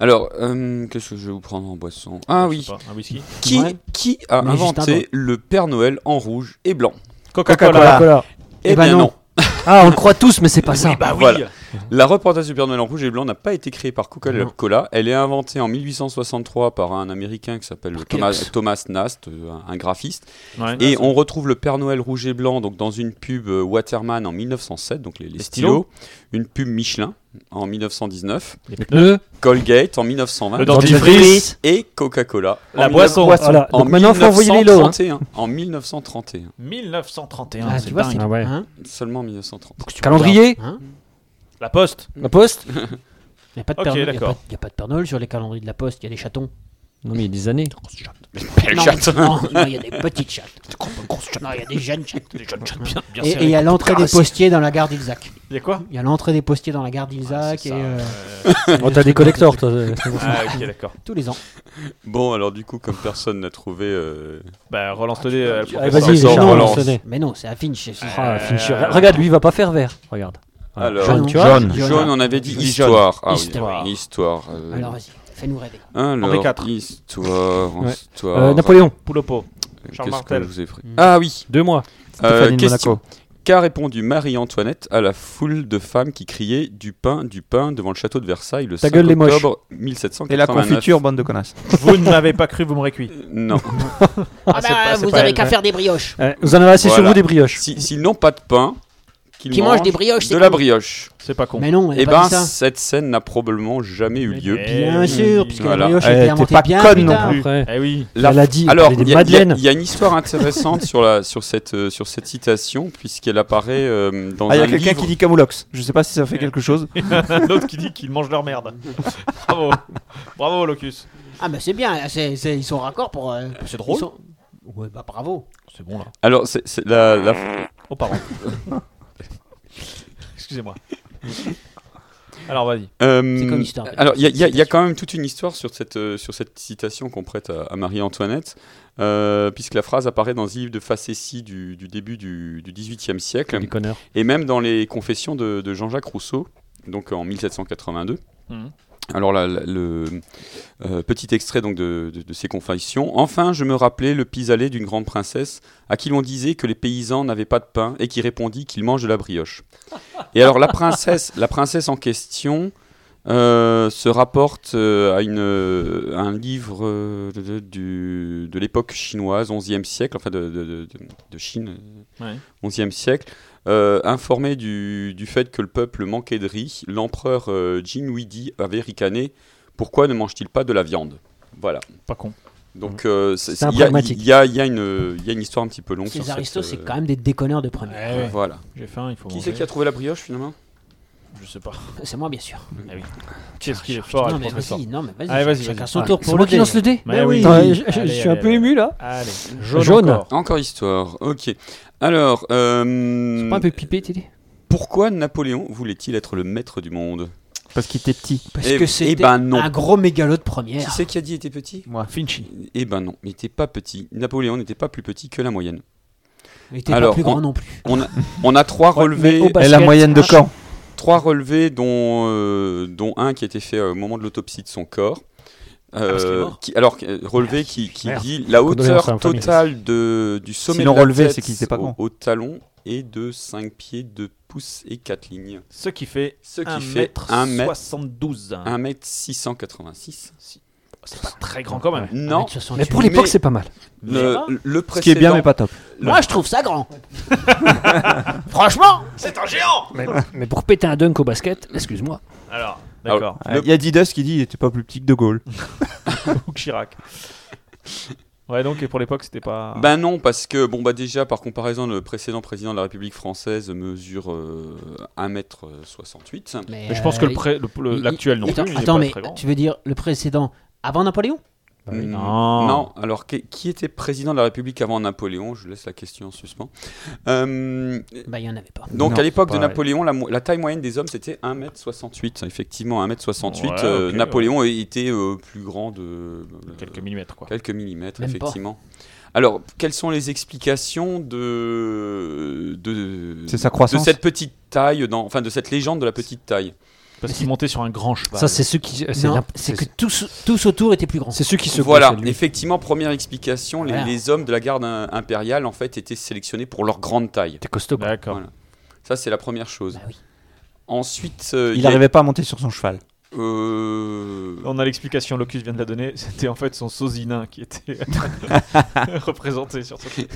Alors, euh, qu'est-ce que je vais vous prendre en boisson Ah Je oui, sais pas, Un whisky. qui, Ouais. qui a Mais juste un doigt. inventé le Père Noël en rouge et blanc Coca-Cola. Coca-Cola. Eh ben non. Ah, on le croit tous, mais c'est pas ça. Bah oui. Voilà. La représentation du Père Noël en rouge et blanc n'a pas été créée par Coca-Cola. Elle est inventée en 1863 par un Américain qui s'appelle Thomas, Kellogg's. Thomas Nast, euh, un- un graphiste. Ouais. Ah, Et on retrouve le Père Noël rouge et blanc donc dans une pub euh, Waterman en 1907, donc les, les stylos. Une pub Michelin en 1919. Les pneus, Colgate en 1920. Le dentifrice. dentifrice. Et Coca-Cola La en boisson. Voilà. En Donc maintenant, faut envoyer les lots. hein. 1931, en 1931, 1931. Ah, c'est tu vois, dingue. c'est. Ah ouais. hein seulement 1930. Calendrier, Hein La poste. la poste. Il n'y a pas de Ok, Père Noël- y a d'accord. pas- y a pas de Père Noël sur les calendriers de la poste, il y a des chatons. Non, mais il y a des années. Belle Non, chatte. non, non, il y a des petites chattes. Non, il y a des jeunes chattes. Bien, bien Et- Et serré. il y a l'entrée des postiers dans la gare d'Ilzac. Il y a quoi Il y a l'entrée des postiers dans la gare d'Ilzac et euh, Oh, t'as des collecteurs, toi. euh, c'est bon. Ah, ok, d'accord. tous les ans. Bon, alors du coup, comme personne n'a trouvé, euh, Bah, relance le dé. euh, le Allez, professeur. vas-y, sort, Richard, relance. lance-le. Mais non, c'est un Finch. c'est- Ah, Euh, Fincher. Regarde, lui, il va pas faire vert. Regarde. Voilà. Alors, Jaune, tu vois Jaune. Jaune. Ah Jaune, on avait dit Jaune. histoire. Ah oui, Histoire. histoire. euh, Alors vas-y, fais-nous rêver. alors, Henri IV. Histoire, Ouais. histoire. Euh, Napoléon, Poulopo. Qu'est-ce Charles que Martel. je vous ai pris Mm. Ah oui. deux euh, mois. hein. Stéphanie de question. Monaco. Qu'a répondu Marie-Antoinette à la foule de femmes qui criaient du pain, du pain devant le château de Versailles le Ta 5 gueule, les moches. octobre Et la 1789 confiture, bande de connasses. Vous ne m'avez pas cru, vous m'aurez cuit. Euh, Non. Ah, c'est pas- bah c'est vous pas avez elle, qu'à ouais. faire des brioches. Eh, Vous en avez assez sur Voilà. vous des brioches. Si- S'ils n'ont pas de pain, qu'ils Qui mangent des brioches, de c'est la cool. brioche. C'est pas con. Mais non, elle Eh a pas ben, dit ça. cette scène n'a probablement jamais eu lieu. Eh Bien oui. sûr, puisque Voilà. la brioche Eh, était t'es inventée pas bien conne plus non tard. plus. Après, Eh oui. Elle a dit, Alors, elle a il y, a- des il y a- madeleines. il y a une histoire intéressante sur, la, sur, cette, euh, sur cette citation, puisqu'elle apparaît euh, dans Ah, il y un a quelqu'un livre. qui dit Camoulox. Je sais pas si ça fait quelque chose. un autre qui dit qu'ils mangent leur merde. Bravo. Bravo, Locus. Ah bah c'est bien, c'est- c'est- ils sont raccords pour. euh, C'est ils sont- Ouais bah bravo. C'est bon, là. Alors, c'est c'est la, la- Oh, pardon. Excusez-moi. Alors, vas-y. euh, C'est comme l'histoire. Alors, il y, a- il y a- il y a quand même toute une histoire sur cette, euh, sur cette citation qu'on prête à, à Marie-Antoinette, euh, puisque la phrase apparaît dans un livre de facétie du, du début du, du XVIIIe siècle. des conneurs. Et même dans les confessions de, de Jean-Jacques Rousseau, donc en 1782. Mhm. Alors là, là, le euh, petit extrait donc de, de- de ces confessions. Enfin, je me rappelais le pis-aller d'une grande princesse à qui l'on disait que les paysans n'avaient pas de pain et qui répondit qu'ils mangent de la brioche. Et alors la princesse, la princesse en question euh, se rapporte euh, à, une, euh, à un livre euh, de, de- du- de l'époque chinoise, 11e siècle, enfin de, de- de- de Chine, Ouais. 11e siècle. Euh, informé du, du fait que le peuple manquait de riz, l'empereur euh, Jin Huidi avait ricané Pourquoi ne mange-t-il pas de la viande Voilà. Pas con. Donc, euh, c'est- Mmh. C'est un il y a- pragmatique. il y a, il y a une il y a une histoire un petit peu longue sur Ces aristos, cette, c'est euh, quand même des déconneurs de Eh premier. Voilà. J'ai faim, il faut. Qui manger. c'est qui a trouvé la brioche finalement Je sais pas. C'est moi, bien sûr. Qu'est-ce qu'il est fort, non, le mais professeur vas-y, non, mais vas-y. Allez, vas-y, chacun vas-y. son Ah, tour C'est pour moi le qui dire. lance le dé Mais oui. Attends, je- Je Allez, je suis un allez, peu allez. ému là. Allez, Jaune. encore. Encore histoire. Ok. Alors, euh, C'est pas un peu pipé, Teddy pourquoi Napoléon voulait-il être le maître du monde Parce qu'il était petit. Parce Eh- que eh c'était ben non. un gros mégalo de Qui première. c'est qui a dit était petit Moi. Finchy. Eh ben non, il n'était pas petit. Napoléon n'était pas plus petit que la moyenne. Il était pas Alors, plus on- grand non plus. On a, on a trois relevés, mais au bas- Et la Basket. moyenne de camp trois relevés dont, euh, dont un qui a été fait euh, au moment de l'autopsie de son corps. parce qu'il est Euh, mort. qui, alors, euh, relevé qui, qui Merde. dit la Condoléances à hauteur la famille. totale de, du sommet S'ils de l'ont la relevé, tête c'est qu'ils étaient pas au, grands. au talon est de 5 pieds, 2 pouces et 4 lignes. Ce qui fait Ce qui 1 fait mètre 1 mètre, 72. 1 mètre 686. C'est pas très grand quand même. Non, 1m68. Mais pour l'époque, mais- c'est pas mal. le, Ça le précédent... Ce qui est bien, mais pas top. Moi, je trouve ça grand. Franchement, Mais, mais pour péter un dunk au basket, excuse-moi. Alors, d'accord. Euh, Il y a Didas qui dit il était pas plus petit que De Gaulle. Ou Chirac. Ouais, donc et pour l'époque, c'était pas. Ben non, parce que, bon, bah déjà, par comparaison, le précédent président de la République française mesure euh, 1m68. mais, Mais je pense que le euh, pré- le- le- il- l'actuel il- non plus. Attends, il est attends pas mais très grand. tu veux dire le précédent avant Napoléon Mm, non. Non, alors qui, qui était président de la République avant Napoléon Je laisse la question en suspens. Euh, Bah, il y en avait pas. donc Non, à l'époque de pareil. Napoléon, la, mo- la taille moyenne des hommes c'était 1m68. Effectivement, 1m68. Ouais, euh, ok, Napoléon était euh, plus grand de euh, Quelques millimètres, quoi. Quelques millimètres, Même pas. effectivement. Alors, quelles sont les explications de, de, C'est sa croissance. de cette petite taille, dans, enfin de cette légende de la petite taille Parce qu'il montait sur un grand cheval. Ça, c'est ceux qui. euh, c'est Non, n'imp- C'est C'est que tous, tous autour étaient plus grands. c'est ceux qui se. Voilà, gauchent, lui. effectivement, première explication, les- Voilà. les, hommes de la garde im- impériale en fait étaient sélectionnés pour leur grande taille. T'es costaud. quoi. D'accord. Voilà. Ça, c'est la première chose. Bah oui. Ensuite, euh, il Il y a- n'arrivait pas à monter sur son cheval. euh, On a l'explication, Locus vient de la donner. C'était en fait son sosie nain qui était représenté sur ce truc.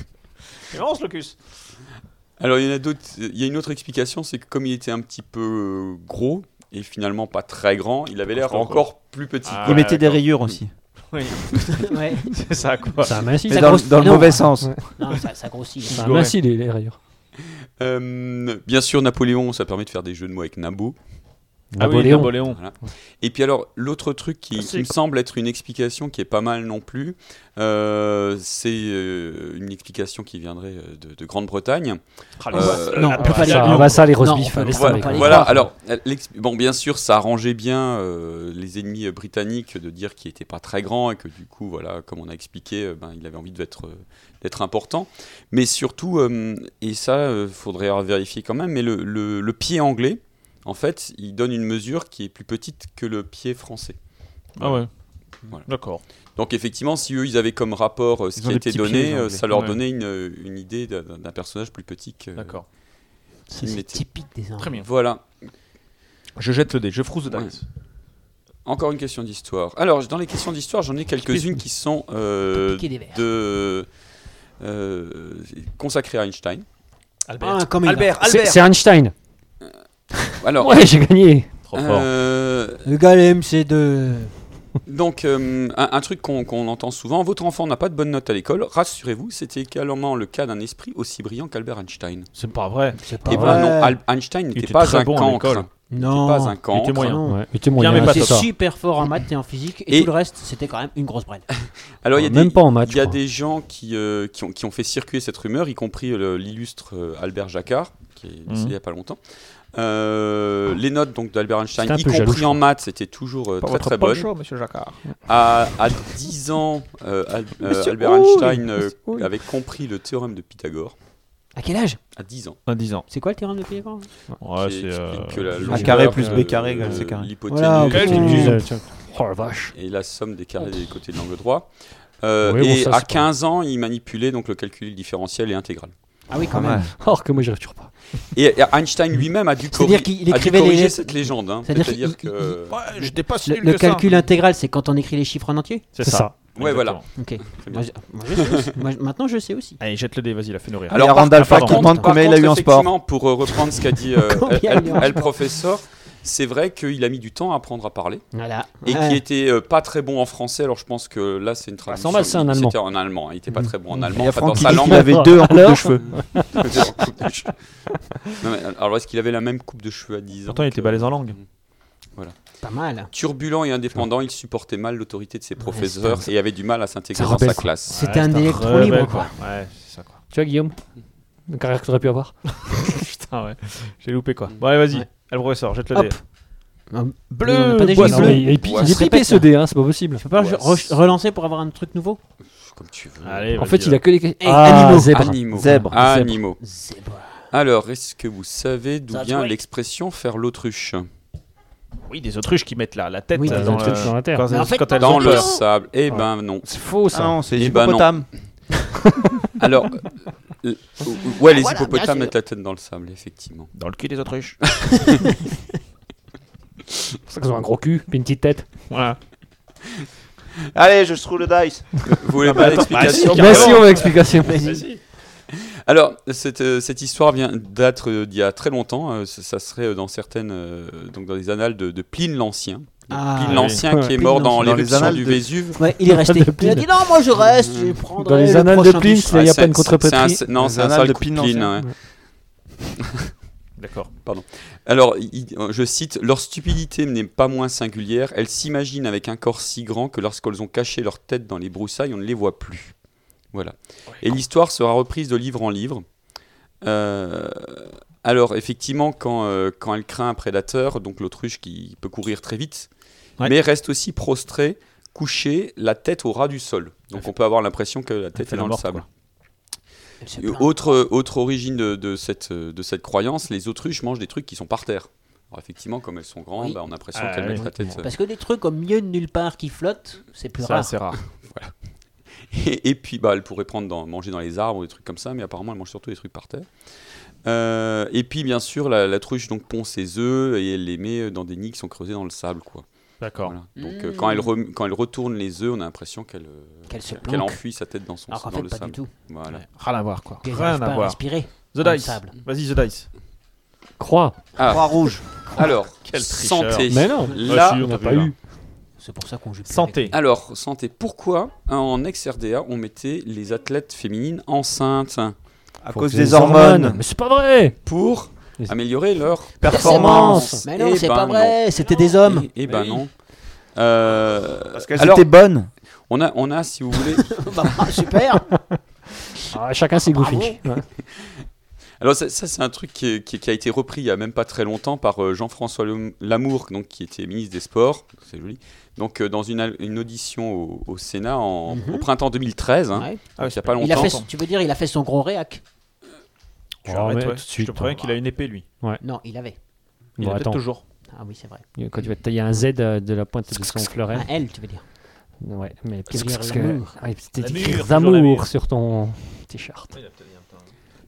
C'est marrant ce Locus. Alors, il y en a d'autres. Il y a une autre explication, c'est que comme il était un petit peu euh, gros et finalement pas très grand, il avait l'air costaud, encore plus petit. Ah il ouais, mettait des d'accord. rayures aussi. Ouais. C'est ça, quoi. Ça amincit. Mais Ça Ça, dans, grossit- dans le non, mauvais ouais. sens. Non, ça, ça grossit. ça amincit les, les rayures. Euh, bien sûr, Napoléon, ça permet de faire des jeux de mots avec Nabo. Napoléon. Ah oui, Napoléon. Et puis alors, l'autre truc qui, Ah, qui c'est- me semble être une explication qui est pas mal non plus, euh, c'est euh, une explication qui viendrait euh, de, de Grande-Bretagne. Ah, Euh, le- Non, on peut pas ça, les- on va ça les roast Non, beef, hein, on peut laisse pas tomber. les- Voilà, croire. alors, euh, l'ex- bon, bien sûr, ça arrangeait bien euh, les ennemis britanniques de dire qu'il n'était pas très grand et que du coup, voilà, comme on a expliqué, euh, ben, il avait envie d'être euh, d'être important. Mais surtout, euh, et ça, il faudrait vérifier quand même, mais le, le- le pied anglais, en fait, il donne une mesure qui est plus petite que le pied français. Ah ouais. Voilà. D'accord. Donc effectivement, si eux, ils avaient comme rapport euh, ce Ils qui ont a des été petits pieds, donné, les euh, Anglais. ça leur Ouais. donnait une, euh, une idée d'un d'un personnage plus petit que... D'accord. Ça, Il C'est était- typique des Anglais. Très bien. Voilà. Je jette le dé. Je frousse le Ouais. dice. Encore une question d'histoire. Alors, dans les questions d'histoire, j'en ai quelques-unes qui sont euh, Piquer des verres. de, euh, consacrées à Einstein. Ah, comme il Albert, C'est Albert. c'est Einstein. Alors, Ouais, j'ai gagné. Trop fort. euh, Le gars, MC2. donc euh, un, un truc qu'on qu'on entend souvent, votre enfant n'a pas de bonnes notes à l'école, rassurez-vous, c'était également le cas d'un esprit aussi brillant qu'Albert Einstein. C'est pas vrai. C'est Et pas ben vrai. non, Al- Einstein n'était était pas, très un bon à cancre. l'école. Non. Pas un Il était cancre. moyen. Non. Ouais, il était Bien, moyen. mais pas c'est T'es ça. super fort en maths et en physique et, Et- tout le reste, c'était quand même une grosse brêle. Alors, il y a Même des- pas en match. Il y a des gens qui, euh, qui, ont, qui ont fait circuler cette rumeur, y compris le- l'illustre euh, Albert Jacquard, qui est décédé il n'y a pas longtemps. Euh, les notes donc d'Albert Einstein, C'était un y peu compris jaloux, je en maths, c'était toujours euh, très très bonnes. monsieur Jacquard. À, à 10 ans, euh, Al- euh, Monsieur Albert Hall, Einstein euh, Monsieur Hall. avait compris le théorème de Pythagore. À quel âge À 10 ans. À 10 ans. C'est quoi le théorème de Pythagore Ouais, qui c'est. euh, explique que la A longueur euh, carré plus de- B carré de égale C carré. l'hypoténuse Voilà, et- ok. Oh la vache. et la somme des carrés des côtés de l'angle droit. Euh, Oui, bon, et ça, à c'est pas- 15 ans, il manipulait donc le calcul différentiel et intégral. Ah oui, quand Pas même. mal. Or que moi j'y retourne pas. Et et Einstein lui-même a dû, corri- C'est-à-dire qu'il a dû écrivait les corriger lettres- cette légende. hein. C'est-à-dire C'est-à-dire qu'il- que... Ouais, j'étais pas si Le, nul le que ça. calcul intégral, c'est quand on écrit les chiffres en entier C'est C'est ça. ça. Ouais, voilà. Exactement. Ok. Très bien. Moi, je- moi, je sais aussi. Moi, je- maintenant, je sais aussi. Allez, jette le dé, vas-y, la fait nourrir. Alors, il y a par- Randall ah, pardon. Park qui demande Par combien il a eu en sport. effectivement, pour euh, reprendre ce qu'a dit euh, Combien El, il y a en El sport Professor, c'est vrai qu'il a mis du temps à apprendre à parler Voilà. et Ouais. qui était euh, pas très bon en français. Alors je pense que là, c'est une traduction. mal, c'est un Allemand. C'était en allemand. hein. Il était pas très bon en Il allemand. y a Enfin, dans Franck qui sa dit langue. qu'il avait deux en coupe de Alors cheveux. Non, mais, alors est-ce qu'il avait la même coupe de cheveux à 10 ans Pourtant, il était que- balèze en langue. Pas mal. Turbulent et indépendant, il supportait mal l'autorité de ses professeurs et avait du mal à s'intégrer C'est dans rebelle, sa quoi. classe. C'était un électron rebelle, libre, quoi. Ouais, c'est ça, quoi. Tu vois, Guillaume La carrière que t'aurais pu avoir. Putain, ouais. J'ai loupé, quoi. Bon, allez, vas-y. Ouais. Elle professeur, jette le Hop. dé. Non, on Bleu, a pas des bois, gilets non, bleus. il, il, pi- Ouais, il est ça pipé répète, ce là. dé, hein, c'est pas possible. Je peux pas Ouais, re- re- relancer pour avoir un truc nouveau Comme tu veux. Allez, En vas-y, fait, il a alors. que les. Eh, animaux. zèbre. Animaux. Ah, Zèbre. Animaux. C'est bon. Alors, est-ce que vous savez d'où That's vient right. l'expression faire l'autruche Oui, des autruches qui mettent la, la tête Oui, euh, des dans, autruches le- dans la terre. Quand, Mais en fait, quand elles Dans ont le peur. sable Eh ben non. C'est faux ça. Ah non, c'est les Eh ben non. hippopotames. Alors, euh, euh, ouais, Voilà, les bien sûr. hippopotames mettent la tête dans le sable, effectivement. Dans le cul des autruches. C'est pour ça qu'ils ont un gros cul, puis une petite tête. voilà. Allez, je trouve le dice. Vous Ah voulez bah, pas l'explication Carrément. Merci, on a l'explication. Alors, cette, euh, cette histoire vient date euh, d'il y a très longtemps. euh, ça, ça serait euh, dans certaines, euh, donc dans les annales de, de Pline l'Ancien. Ah, Pline l'Ancien oui. qui est Pline mort dans l'Ancien. Dans les l'éruption annales du de- Vésuve. Ouais, il est resté. De Il a dit non, moi je reste, je prendrai Dans les le annales de prochain Pliny, bus. il n'y a Ah, pas une c'est- c'est un- contrepartie. c'est- Non, Dans c'est les un annales sale de coup de Pline Pline. l'Ancien. ouais. D'accord. Alors, il- euh, je cite Leur stupidité n'est pas moins singulière. Elles s'imaginent avec un corps si grand que lorsqu'elles ont caché leur tête dans les broussailles, on ne les voit plus. Voilà. Et l'histoire sera reprise de livre en livre. Euh, alors, effectivement, quand, euh, quand elle craint un prédateur, donc l'autruche qui peut courir très vite, Ouais. mais reste aussi prostrée, couchée, la tête au ras du sol. Donc, on peut avoir l'impression que la tête fait est la dans morte, le sable. quoi. Elle se Et plaint. Euh, Autre, autre origine de, de cette, euh, de cette croyance, les autruches mangent des trucs qui sont par terre. Alors effectivement, comme elles sont grandes, Oui. bah, on a l'impression Ah, qu'elles oui. mettent la tête. euh, Parce que des trucs au milieu de nulle part qui flottent, c'est plus Ça, rare. c'est rare. Et, et puis, bah, elles pourraient prendre dans, manger dans les arbres ou des trucs comme ça, mais apparemment, elles mangent surtout des trucs par terre. Euh, et puis, bien sûr, la, la truche donc pond ses œufs et elle les met dans des nids qui sont creusés dans le sable, quoi. D'accord. Voilà. Mmh. Donc, euh, quand elle rem- quand elle retourne les œufs, on a l'impression qu'elle euh, Qu'elle se qu'elle planque. enfuit sa tête dans son Alors qu'en dans fait, le pas sable. du tout. Voilà. Rien à voir, quoi. Qu'elles Rien n'arrivent à pas à voir. respirer. The dans le Dice. sable. Vas-y, The Dice. Croix. Ah. Croix rouge. Alors, Quel tricheur. santé. Mais non. Là, Ouais, si, Ah, On on n'a t'a pas vu, là. eu. C'est pour ça qu'on joue plus Santé. Alors, santé, pourquoi hein, en ex-RDA on mettait les athlètes féminines enceintes À cause des hormones. Mais c'est pas vrai Pour Les- améliorer leur Ah, Performance. avec. Mais non, Eh c'est ben pas non. vrai, c'était des hommes. Eh, eh ben non. Euh, Parce qu'elles alors, étaient bonnes. on a, on a, si vous voulez. Bah, bah, super. Ah, Chacun ses goofy. Ouais. Alors, ça, ça, c'est un truc qui, est- qui est- qui a été repris il y a même pas très longtemps par euh, Jean-François Lem- Lamour, donc, qui était ministre des Sports. C'est joli. Donc, euh, dans une, al- une audition au, au Sénat en- Mhm. au printemps 2013, hein, Ouais. Ah oui, il y a pas Il a longtemps. fait, tu veux dire, il a fait son gros réac Tu Oh, arrêtes, mais ouais. tout de suite, Je te préviens on qu'il a une épée, lui. Non, il avait. Il Bon, l'a peut-être attends. toujours. Ah oui, c'est vrai. Quand tu vas te tailler un Z euh, de la pointe de son fleuret. Un L, tu veux dire. Ouais, mais pire Parce parce que- que. Ouais, C'était L'amour, écrit toujours l'amour. d'amour sur ton t-shirt.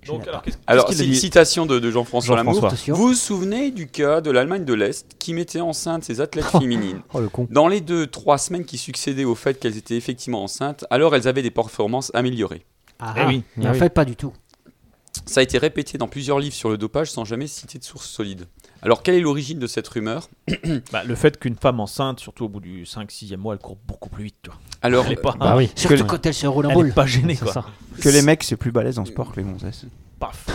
Donc, alors, qu'est-ce Alors, qu'est-ce c'est qu'il une a dit citation de, de Jean-François Lamour. Jean-François. Attention. Vous vous souvenez du cas de l'Allemagne de l'Est qui mettait enceinte ses athlètes féminines Oh le con. Dans les deux, trois semaines qui succédaient au fait qu'elles étaient effectivement enceintes, alors elles avaient des performances améliorées. Ah, Eh oui. Mais Ah en oui. fait, pas du tout. Ça a été répété dans plusieurs livres sur le dopage sans jamais citer de source solide. Alors, quelle est l'origine de cette rumeur Bah, Le fait qu'une femme enceinte, surtout au bout du 5-6e mois, elle court beaucoup plus vite. Tu vois. Alors, Elle est pas, Ah. Bah oui. Surtout les- quand elle se roule en elle est boule. pas gênée, C'est quoi. ça. Que les mecs, c'est plus balèze en sport que les gonzesses. Paf.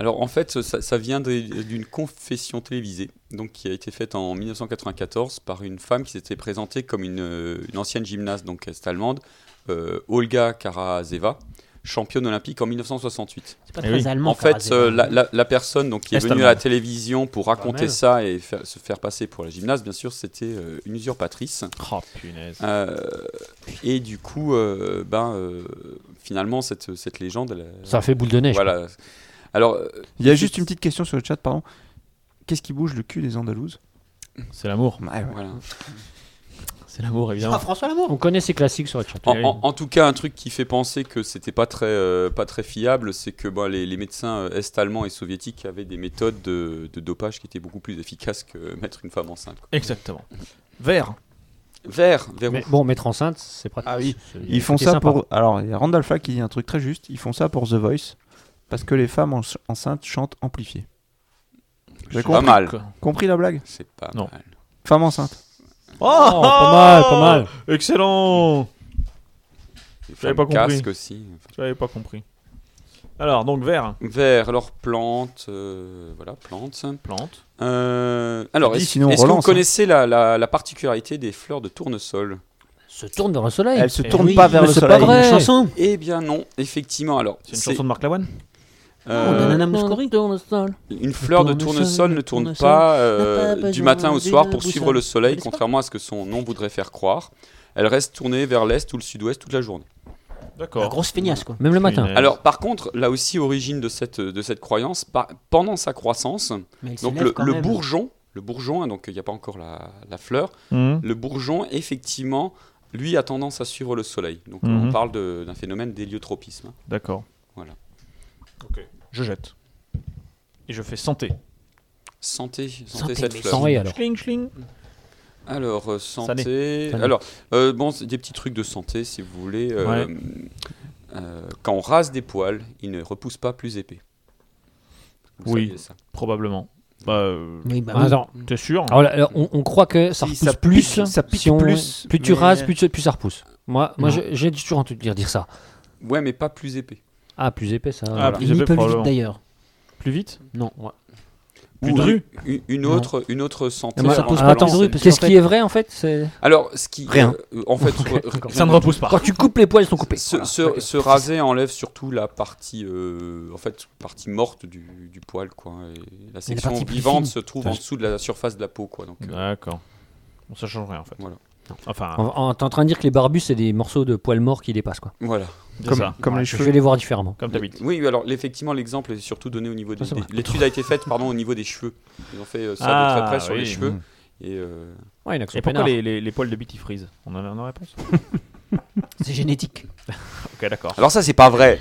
alors, en fait, ça, ça vient des- d'une confession télévisée donc, qui a été faite en 1994 par une femme qui s'était présentée comme une, euh, une ancienne gymnaste donc est-allemande, euh, Olga Karaseva, championne olympique en 1968. C'est pas Eh oui. très allemand. En fait, Karazé. euh, la, la- la personne donc, qui est venue Est-allemande. à la télévision pour Pas raconter mal. ça et faire- se faire passer pour la gymnaste, bien sûr, c'était euh, une usurpatrice. Oh punaise. Euh, et du coup, euh, ben, euh, finalement, cette, cette légende. elle a- Ça fait boule de neige. Voilà. Alors, euh, Il y a juste une petite question sur le chat, pardon. Qu'est-ce qui bouge le cul des Andalouses C'est l'amour. Ouais, ouais. voilà. C'est l'amour, Ah, évidemment. François Lamour. On connaît ces classiques sur le chat. Oh. En, Oui. en- en tout cas, un truc qui fait penser que c'était pas très, euh, pas très fiable, c'est que bon, les, les médecins euh, est-allemands et soviétiques avaient des méthodes de, de dopage qui étaient beaucoup plus efficaces que mettre une femme enceinte. quoi. Exactement. Vert. Vert, vert Mais bon, mettre enceinte, c'est pratique. Ah oui. C'est- Ils font c'est ça sympa. pour. Alors, il y a Randall Flack qui dit un truc très juste. Ils font ça pour The Voice. Parce que les femmes en- enceintes chantent amplifiées. J'ai Pas compris, mal. Ah. compris la blague C'est pas Non. mal. Femme enceinte. Oh, pas mal, pas mal. Excellent Les J'avais femmes pas compris. casques aussi. J'avais pas compris. Alors, donc vert, Vers leur plante. euh, voilà, plante. plante. Euh, alors, Dis, est-ce sinon on est-ce que vous relance, hein. connaissez la, la- la particularité des fleurs de tournesol Se tourne vers le soleil. Elle se eh tourne oui, pas vers mais le c'est pas soleil. vrai. Une chanson Eh bien non, effectivement. Alors, C'est une chanson de Marc Lavoine euh, Oh, Banana Mouskouri. une fleur de tournesol, tournesol le ne tourne tournesol pas euh, n'a pas du besoin matin au d'une soir pour boussole, suivre le soleil, n'est-ce pas contrairement à ce que son nom voudrait faire croire. Elle reste tournée vers l'est ou le sud-ouest toute la journée. La D'accord. grosse feignasse, quoi. Eh, Même le matin. Punaise. Alors, par contre, là aussi, origine de cette, de cette croyance, par- pendant sa croissance, Mais elle donc s'élève le, quand le même. bourgeon, le bourgeon, hein, donc il n'y a pas encore la, la fleur, Mhm. le bourgeon, effectivement, lui a tendance à suivre le soleil. Donc Mhm. on parle de- d'un phénomène hein. d'héliotropisme. D'accord. Voilà. Ok. Je jette. Et je fais santé. Santé, santé, Santé, cette mais fleur. Sans rien alors. Schling, schling. Alors, euh, santé. Sané. Alors, euh, bon, c'est des petits trucs de santé, si vous voulez. euh, Ouais. euh, quand on rase des poils, ils ne repoussent pas plus épais. Vous Oui. saviez ça. Probablement. Bah, euh, Oui, bah Ah, oui. Attends. t'es sûr Alors là, alors, on, on croit que ça Si, repousse ça plus. pique, ça pique si on- plus, Plus tu mais- rases, plus, tu- plus ça repousse. Moi, moi Non. je- j'ai toujours entendu dire, dire ça. Ouais, mais pas plus épais. Ah, plus épais ça. bah. Ah, voilà. plus- Il avez n'y peut le probablement. vite d'ailleurs. Plus vite Non. Plus Ou euh, dru Une, une Non. autre, une autre santé. Et moi, ça Alors, pose ah, pas attends, de rue, parce qu'est-ce qu'en qui est vrai en fait c'est- alors, ce qui. Rien. euh, en fait, re- d'accord. Ça ne repousse pas. Quand tu coupes les poils, ils sont coupés. Se, Voilà. se- se raser enlève surtout la partie, euh, en fait, partie morte du, du poil, quoi. Et la section partie plus vivante fine. se trouve en dessous de la surface de la peau, quoi. Donc, euh, D'accord. Bon, ça change rien en fait. Voilà. Enfin, On- on- T'es en train de dire que les barbus, c'est des morceaux de poils morts qui dépassent quoi. voilà. c'est Comme, ça. comme les Ah, Je cheveux. vais les voir différemment. Mm. Comme t'habites. Oui, alors effectivement, l'exemple est surtout donné au niveau des. Ça, c'est des- vrai. L'étude a été faite, pardon, au niveau des cheveux. Ils ont fait euh, ça Ah, de très près sur oui. les cheveux. Et euh, Ouais, il y en a qui sont Et pourquoi peinards. les, les, les poils de bite ils frisent On en a une réponse fait, C'est génétique. Ok, d'accord. Alors ça, c'est pas vrai.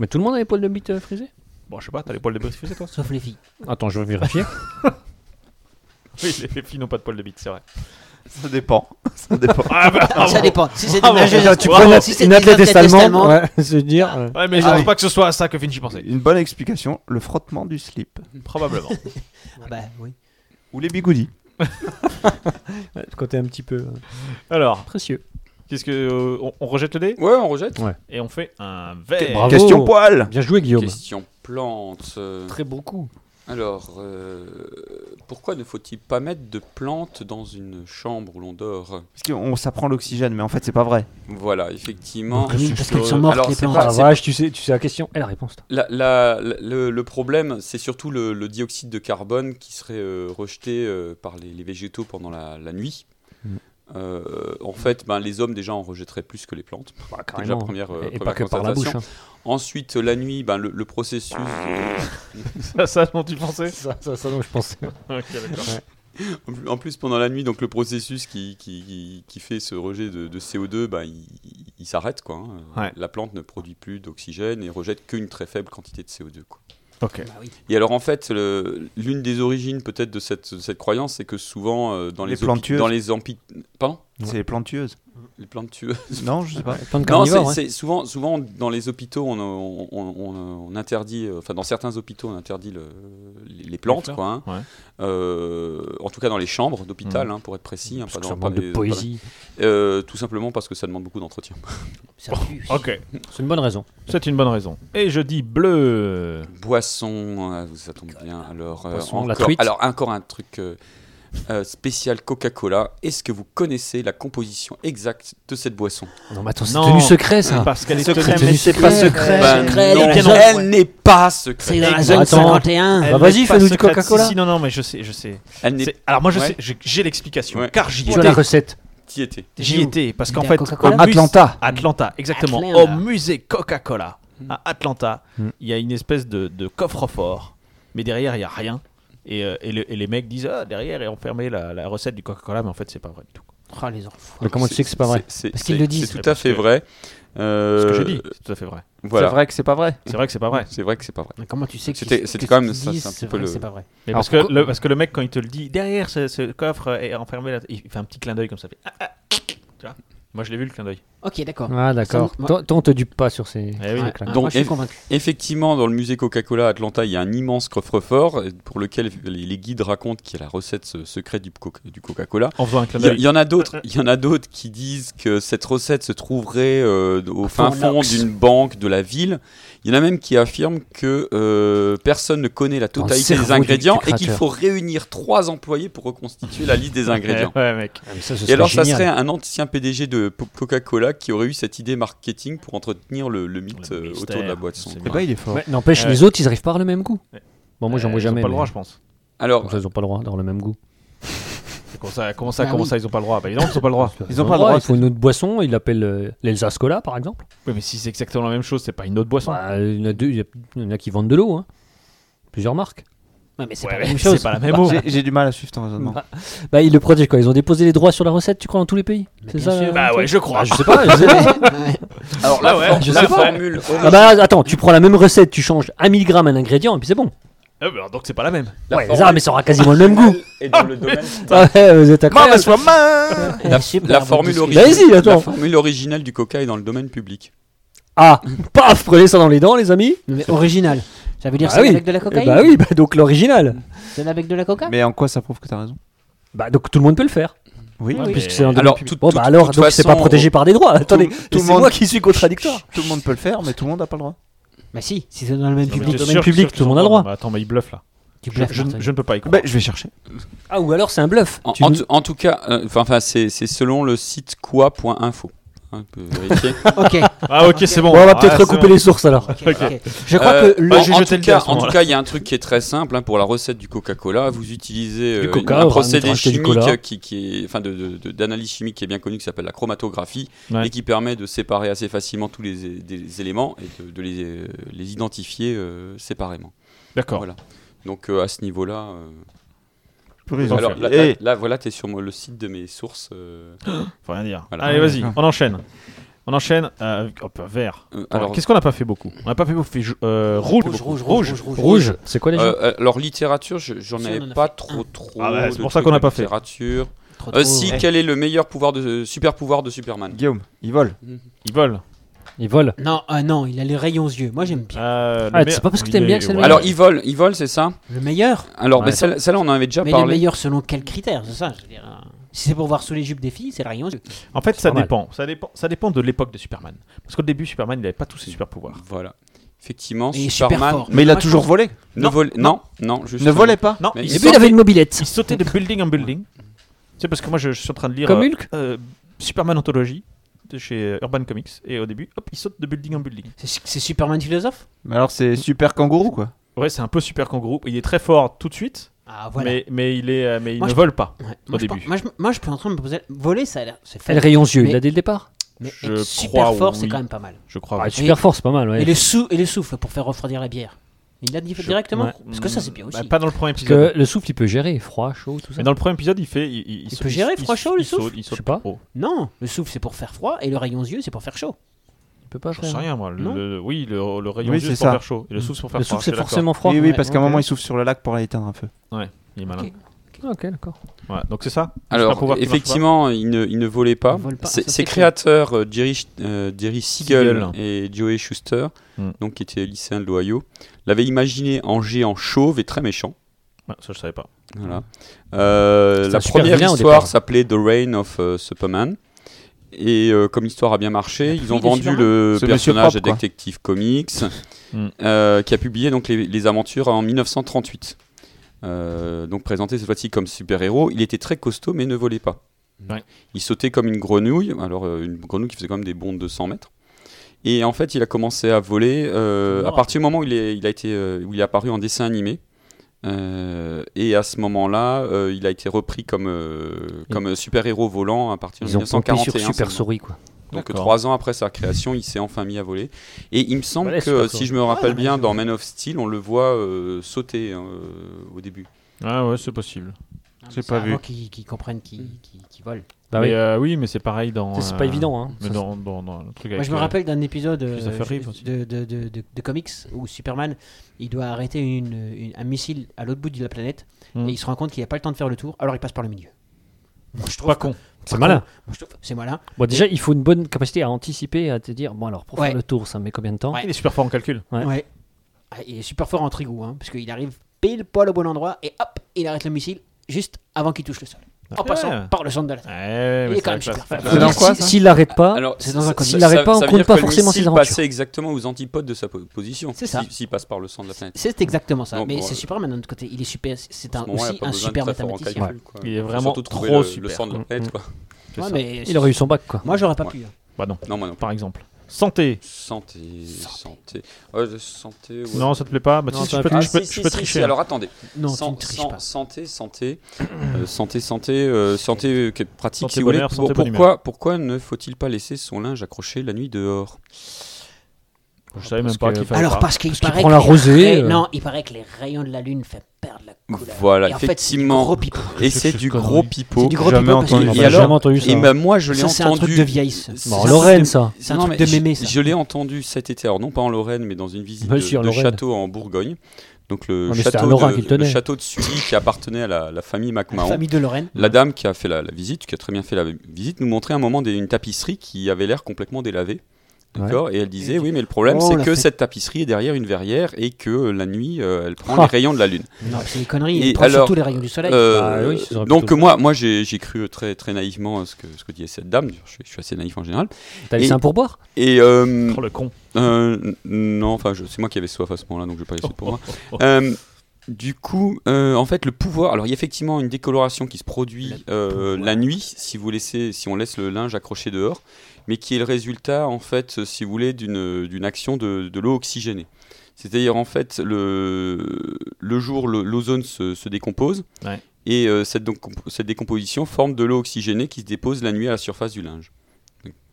Mais tout le monde a les poils de bite euh, frisés Bon, je sais pas, t'as les poils de bite frisés toi Sauf les filles. Attends, je vais vérifier. Oui, les- les filles n'ont pas de poils de bite, c'est vrai. Ça dépend. Ça dépend. Ah bah, Alors, ça dépend. Si c'est des Putain, nageuses, tu Bravo. prends une- si c'est une des athlète athlètes estallemande. estallemandes, Ouais, je veux dire. euh, Ouais, mais je Ah pense oui. pas que ce soit à ça que Finchi pensait. Une bonne explication, le frottement du slip. Probablement. ah bah, oui. Ou les bigoudis. Côté un petit peu Alors, précieux. qu'est-ce que. euh, on, on rejette le dé Ouais, on rejette. et on fait un verre. Bravo. Question poil Bien joué, Guillaume. Question plante. euh, Très beaucoup. Alors, euh, pourquoi ne faut-il pas mettre de plantes dans une chambre où l'on dort Parce qu'on s'apprend l'oxygène, mais en fait, c'est pas vrai. Voilà, effectivement. Ah Oui, parce qu'elles sont mortes, Alors, les c'est plantes. pas- Ah, la c'est- vache, tu sais, tu sais la question et la réponse. toi. La- la- la- le, le problème, c'est surtout le, le dioxyde de carbone qui serait euh, rejeté euh, par les, les végétaux pendant la, la nuit. Mm. Euh, en fait, ben, les hommes déjà en rejetteraient plus que les plantes. C'est déjà Bah, carrément. la première, euh, Et- et première pas que par la bouche. hein. constatation. Ensuite, la nuit, ben, le, le processus. de- ça, ça dont tu pensais Ça, ça, ça, non, je pensais. Ok, d'accord. En plus- En plus, pendant la nuit, donc le processus qui, qui- qui- qui fait ce rejet de, de CO2, ben, il, il- il s'arrête. quoi, hein. Euh, Ouais. La plante ne produit plus d'oxygène et rejette qu'une très faible quantité de CO2. quoi. Ok. Bah oui. Et alors en fait, le- l'une des origines peut-être de cette, de cette croyance, c'est que souvent euh, dans Les les, hôpi- plantes tueuses. dans les ampi- pardon C'est les plantes tueuses. les plantes tueuses. Non, je sais pas. Plein de Non, c'est carnivores. hein. ouais. c'est souvent, souvent dans les hôpitaux, on, on- on- on- on interdit, euh, enfin dans certains hôpitaux, on interdit le- les, les plantes, fleurs, quoi. hein. ouais. Euh, en tout cas dans les chambres d'hôpital, hein, pour être précis. hein, Parce que pas ça dans- pas manque les- de poésie. pas les- Euh, tout simplement parce que ça demande beaucoup d'entretien. Ça pue. Ok, C'est une bonne raison. c'est une bonne raison. Et je dis bleu. Boisson, euh, vous attendez bien. Alors, euh, Boisson, la encore, truite. alors encore un truc euh, euh, spécial Coca-Cola. Est-ce que vous connaissez la composition exacte de cette boisson Non, mais attends, c'est Non. tenu Ah. secret ça. Parce qu'elle est Secret, tenue- mais c'est pas secret. Ben secret, non, dans la elle zone- n'est pas secrète. C'est dans la Attends. zone 51. Elle Bah, vas-y, n'est pas fais-nous du secrète. Coca-Cola. Si, si, non, non, mais je sais, je sais. Elle n'est C'est- Alors moi, je Ouais. sais, j'ai- j'ai l'explication. Ouais. Car j'y Tu as la étais. recette. qui était. J'y étais parce qu'en T'es à fait, Coca-Cola au musée- Atlanta. Atlanta, exactement. Atlanta. Au musée Coca-Cola à Atlanta, Mm. il y a une espèce de, de coffre-fort, mais derrière il y a rien. Et, euh, et le- et les mecs disent ah derrière et on permet la, la recette du Coca-Cola, mais en fait c'est pas vrai du tout. Oh, les enfants. Mais comment tu sais que c'est pas vrai C'est- Parce c'est- qu'ils le disent. C'est tout à Parce fait que- vrai. C'est Euh, ce que j'ai dit, c'est tout à fait vrai. Voilà. C'est vrai que c'est pas vrai. C'est vrai que c'est pas vrai. C'est vrai que c'est pas vrai. Mais comment tu sais que C'était- que c'était ce quand même qu'ils ça, disent, c'est un petit c'est peu vrai, le- C'est pas vrai. Mais Alors, parce, que pourquoi- le, parce que le mec quand il te le dit derrière ce, ce coffre est enfermé, là, il fait un petit clin d'œil comme ça. il fait, Ah, ah Tu vois Moi je l'ai vu le clin d'œil. Ok, d'accord. Ah, d'accord. Ça me- Toi, toi, on te dupe pas sur ces. Eh oui. ces trucs-là. Ah, Donc, moi, je suis eff- convaincu. Effectivement, dans le musée Coca-Cola à Atlanta, il y a un immense coffre-fort euh, pour lequel les les guides racontent qu'il y a la recette euh, secrète du Coca- du Coca-Cola. En faisant un clin Il y a- il d'œil. y en a d'autres. Il y en a d'autres qui disent que cette recette se trouverait euh, au fin fond d'une banque de la ville. Il y en a même qui affirment que euh, personne ne connaît la totalité cerveau des du- ingrédients du et qu'il créateur. faut réunir trois employés pour reconstituer la liste des ingrédients. Ouais, mec. Ah, mais ça, ce Et serait alors, ça génial. serait un ancien PDG de Po- Coca-Cola qui aurait eu cette idée marketing pour entretenir le, le mythe Le euh, autour mystère, de la boisson. c'est quoi. Eh ben, il est fort. Ouais, N'empêche, Ouais. les autres, ils arrivent pas à avoir le même goût. Ouais. Bon, moi, j'en Euh, vois Ils ont jamais. pas le droit, mais- je pense. Alors, Comme ça, ils ont pas le droit d'avoir le même goût. Comment ça, comment ça, Bah comment oui. ça, ils ont pas le droit Bah, évidemment qu'ils ont pas le droit. Ils ont pas le droit. Il faut une autre boisson. Ils l'appellent euh, l'Elsa Cola, par exemple. Oui, mais si c'est exactement la même chose, c'est pas une autre boisson. Bah, il, y en a deux- il y a- il y en a qui vendent de l'eau. hein. Plusieurs marques. Ouais, mais c'est Ouais, pas la mais même chose. C'est pas la même eau. J'ai- J'ai du mal à suivre ton raisonnement. Bah, bah, ils le protègent quoi. Ils ont déposé les droits sur la recette, tu crois, dans tous les pays. C'est bien ça sûr. euh, Bah le ouais, truc je crois. Ah, je sais pas. je sais pas. Ouais. alors la, ouais, for- je la sais pas. formule oh, Ah bah, attends, tu prends la même recette, tu changes un milligramme un ingrédient et puis c'est bon. Ah, bah, donc c'est pas la même. La ouais, formule- ça, mais ça aura quasiment le même goût. est dans le domaine- Ah ouais, vous êtes Main, incroyable. laisse-moi main La, la formule origi- Bah, Vas-y, attends. la formule originale du coca est dans le domaine public. Ah, paf, prenez ça dans les dents, les amis. Non, mais original. Ça veut dire Bah c'est oui. avec de la Eh cocaïne bah oui, bah donc l'original. C'est avec de la coca Mais en quoi ça prouve que t'as raison Bah donc tout le monde peut le faire. Oui, Ouais, Puisque mais- c'est dans le domaine Alors, public. tout- bon tout- bah alors, toute donc c'est pas façon, protégé par des droits. Attendez, tout c'est le monde- moi qui suis contradictoire. tout le monde peut le faire, mais tout le monde n'a pas le droit. Bah si, si c'est dans le même Non, mais public. t'es domaine sûr- public, sûr tout qu'ils le sont monde a le dans- droit. bah, attends, mais ils bluffent là. Tu Je, bluffes, je- Martin. je ne peux pas y Ben, croire. je vais chercher. Ah ou alors c'est un bluff. En, Tu en nous- tout- en tout cas, euh, enfin, enfin, c'est c'est selon le site quoi.info. Hein, on peut vérifier. Ok, Ah ok, c'est bon. Bon, on va Ah, peut-être c'est recouper bon. les sources alors. ok, ok. Je crois Euh, que le en, j'ai en jeté tout le dé à cas, ce en tout moment-là. cas, il y a un truc qui est très simple hein, pour la recette du Coca-Cola. Vous utilisez Du euh, Coca, un on va procédé racheter du chimique cola. euh, qui, qui est, enfin, de- de- de- d'analyse chimique qui est bien connu, qui s'appelle la chromatographie, Ouais. et qui permet de séparer assez facilement tous les, des éléments et de, de les, euh, les identifier euh, séparément. D'accord. Voilà. Donc euh, à ce niveau-là. euh, Ils ont Alors fait. là, là- Eh, là, voilà, t'es sur mon- le site de mes sources. euh, Faut rien dire. Voilà. Allez, vas-y, Ouais. on enchaîne. On enchaîne. euh, avec- hop, vert. euh, Alors, alors, qu'est-ce qu'on n'a pas fait beaucoup On n'a pas fait beaucoup. fait jou- euh, rouge, Rouge, beaucoup. rouge, rouge, rouge, rouge. Rouge, c'est quoi déjà euh, euh, alors, littérature, je- j'en Si, on en avais a pas fait trop, trop. Ah ouais, c'est de pour ça trucs qu'on n'a de pas fait. Oh, Littérature. Trop Euh, tôt. si, Ouais. quel est le meilleur pouvoir de super pouvoir de Superman Guillaume, il vole. Ils volent. Ils volent. Non, ah non, il a les rayons aux yeux. Moi j'aime bien. Euh, le Ah, c'est meilleur- pas parce que t'aimes il bien est- que c'est le ouais. Alors, il vole, il vole, c'est ça Le meilleur Alors, Ouais. ben, celle- celle-là, on en avait déjà Mais le parlé. meilleur selon quels critères C'est ça, je veux dire. hein. Si c'est pour voir sous les jupes des filles, c'est le rayon aux yeux. En fait, ça normal. dépend. ça dépend. Ça dépend de l'époque de Superman. Parce qu'au début, Superman, il n'avait pas tous ses super pouvoirs. Voilà. Effectivement, Et super Superman. fort. Mais il a Moi, je toujours pense- volé. ne Non, vole- non, non, Ne justement. volez pas. Non, Mais il, il Et Et puis sautait, il avait une mobilette. il sautait de building en building. C'est parce que moi, je, je suis en train de lire Comme euh, Hulk euh, Superman Anthology de chez euh, Urban Comics. Et au début, hop, il saute de building en building. C'est c'est Superman philosophe Mais alors, c'est super kangourou, quoi. Ouais, c'est un peu super kangourou. Il est très fort tout de suite, Ah voilà. mais, mais il, est, euh, mais il Moi, ne je- vole pas. Ouais. au Moi, je début. pense- moi, je, moi, je peux en train de me poser. Voler, ça a l'air. C'est Elle fait. rayon yeux, il Mais- l'a dès le départ. Mais Je être crois, super fort, c'est oui. quand même pas mal. Je crois. Ah, super fort, c'est pas mal. Et, Ouais. le sou- et le souffle pour faire refroidir la bière. Il l'a dit Je- directement ouais. Parce que ça, c'est bien Bah, aussi. pas dans le premier Parce épisode. que le souffle, il peut gérer froid, chaud, tout ça. Mais dans le premier épisode, il fait. Il, il, Il saute- peut gérer froid, chaud, le il saute- souffle il saute Je sais pas. trop. Non, le souffle, c'est pour faire froid et le rayon aux yeux, c'est pour faire chaud. Il peut pas J'en sais faire. rien, moi. Le, Non. le- oui, le, le rayon de Oui, c'est c'est pour ça. faire chaud. Et le souffle, c'est pour faire Le froid. souffle, c'est je suis d'accord. forcément froid. oui, oui, Ouais, parce qu'à un ok. moment, il souffle sur le lac pour aller éteindre un feu. Il est malin. Ok. Ok, d'accord. Ouais, donc c'est ça Alors, Super pouvoir qui marche effectivement, il ne, il ne volait pas. Il vole pas, Ses ça, ses c'est créateurs, euh, Jerry, Sch- euh, Jerry Siegel, Siegel. et Joey Schuster, Hmm. donc, qui était lycéen de l'Ohio, l'avaient imaginé en géant chauve et très méchant. Ouais, ça, je savais pas. Voilà. Euh, C'était un la super première vilain au histoire départ. s'appelait The Reign of euh, Superman. Et euh, comme l'histoire a bien marché, ils ont pluie de vendu Superman. le Ce monsieur personnage à propre, quoi. Detective Comics, Mm. Hmm. euh, qui a publié donc les, les aventures en 1938. Euh, donc présenté cette fois-ci comme super-héros, il était très costaud mais ne volait pas. Ouais. Il sautait comme une grenouille, alors euh, une grenouille qui faisait quand même des bonds de 200 mètres. Et en fait, il a commencé à voler euh, à partir du moment où il, est, il a été, euh, où il est apparu en dessin animé. Euh, et à ce moment-là, euh, il a été repris comme, euh, comme euh, super-héros volant à partir de Ils ont pompé 1941. sur Super seulement. Souris, quoi. Donc D'accord. trois ans après sa création, il s'est enfin mis à voler. Et il me semble Voilà, que, Super si Souris. je me rappelle Ouais, bien, mais- dans Man of Steel, on le voit euh, sauter hein, euh, au début. Ah ouais, c'est possible. Ah, J'ai mais pas avant vu. Qu'ils qu'ils comprennent qu'ils qu'ils- qu'ils volent. Bah mais, oui. euh, oui, mais c'est pareil dans. Ça, C'est euh, pas évident, hein. Mais Ça, dans, dans, dans le truc avec. Moi, je me euh, rappelle d'un épisode euh, Christopher Reeve aussi. de, de, de, de- de comics où Superman il doit arrêter une, une- un missile à l'autre bout de la planète Hmm. et il se rend compte qu'il n'a pas le temps de faire le tour, alors il passe par le milieu. Moi, je trouve Pas que- con. C'est malin. Moi, je trouve- C'est malin. Bon, déjà, il faut une bonne capacité à anticiper, à te dire, bon, alors pour Ouais. faire le tour, ça met combien de temps Ouais. Il est super fort en calcul. Ouais. Ouais. Ah, Il est super fort en trigou, hein, parce qu'il arrive pile poil au bon endroit et hop, il arrête le missile juste avant qu'il touche le sol. En Ouais. passant par le centre de la tête. Ouais, Il est mais quand ça même va super pas. fort. C'est dans quoi, Ah, bah, ça S'il l'arrête pas, Alors, Ah, c'est dans un ça- code. ça- S'il l'arrête ça- pas, on ça veut compte dire pas que le forcément ses missile aventures. passait exactement aux antipodes de sa po- position. C'est ça. S'il- S'il passe par le centre de la planète. C'est exactement ça. Non, mais bon, c'est euh, super maintenant de notre côté. Il est super. C'est À un, ce moment-là, il aussi y a pas un besoin de super très fort en mathématicien. calcul, quoi. Il est vraiment Surtout de trouver trop le- super. Le centre de la planète, Mm. quoi. C'est Ouais, ça. mais Il aurait eu son bac, quoi. Moi, j'aurais pas Ouais. pu. hein. Bah non, Non, moi non. par exemple. Santé. Santé, santé. Ouais, je- santé. ouais. Non, ça te plaît pas Bah, Non, si, si, ça je va peux, Ah, je peux- si, je si, peux si, tricher. hein. si, Alors attendez. Non, San- tu ne triches san- pas. Santé, santé, euh, santé, santé, euh, santé, euh, qui est pratique. Santé, si vous voulez. bonheur, santé, bonne pourquoi, pourquoi ne faut-il pas laisser son linge accroché la nuit dehors Je savais Parce même pas que- qu'il fallait. Alors pas. parce qu'il paraît prend que la les rosée, ray- euh. Non, il paraît que les rayons de la lune font perdre la couleur. Voilà, Et en fait, c'est du effectivement. gros pipeau. et c'est du connerie. gros C'est pipeau. du gros Jamais pipeau parce entendu que- ça. Et alors, jamais entendu ça. et ben moi je l'ai Ça, entendu. c'est un truc de vieille, ça. C'est- Bon, c'est- Lorraine, ça. C'est un Non, truc mais de je- mémé, ça. Bah, Je l'ai entendu cet été, alors non pas en Lorraine, mais dans une visite Bien de, sûr, de Lorraine. château en Bourgogne. Donc le, Ouais, mais c'était un château, Lorrain qui le de, le tenait. château de Sully qui appartenait à la, la famille La MacMahon. famille de Lorraine. La dame qui a fait la, la visite, qui a très bien fait la visite, nous montrait un moment des- une tapisserie qui avait l'air complètement délavée. D'accord Et elle disait, oui, mais le problème, Oh, c'est la que fête. cette tapisserie est derrière une verrière et que euh, la nuit, euh, elle prend Oh. Ah. les rayons de la lune. Non, c'est des conneries. Et Il prend alors, surtout les rayons du soleil. Euh, Bah oui, ça aurait pu donc tout- moi, moi j'ai j'ai cru très, très naïvement à ce que, ce que disait cette dame. Je suis, je suis assez naïf en général. T'as Et- laissé un pourboire Et euh, Oh, le con. euh, n- non, enfin, je- c'est moi qui avais soif à ce moment-là, donc je vais pas laisser pour moi. Euh, du coup, euh, en fait, le pouvoir. Alors, il y a effectivement une décoloration qui se produit euh, la nuit, si vous laissez, si on laisse le linge accroché dehors, mais qui est le résultat, en fait, euh, si vous voulez, d'une d'une action de, de l'eau oxygénée. C'est-à-dire, en fait, le, le jour, le- l'ozone se, se décompose. Ouais. Et euh, cette, donc- cette décomposition forme de l'eau oxygénée qui se dépose la nuit à la surface du linge.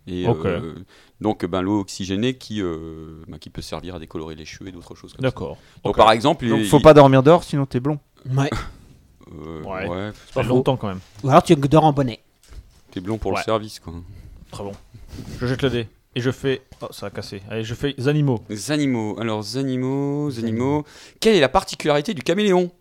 Et Ok. euh, donc, ben, l'eau oxygénée qui, euh, ben, qui peut servir à décolorer les cheveux et d'autres choses comme ça. D'accord. Donc, Ok. par exemple, Donc il- faut pas dormir dehors, sinon t'es blond. Ouais. euh, Ouais. ouais. Ça fait longtemps quand même. Ou alors tu dors en bonnet. t'es blond pour Ouais. le service quoi. Très bon. Je jette le dé. Et je fais. Oh, ça a cassé. Allez, je fais les animaux. Les animaux, alors les animaux, les animaux. Quelle est la particularité du caméléon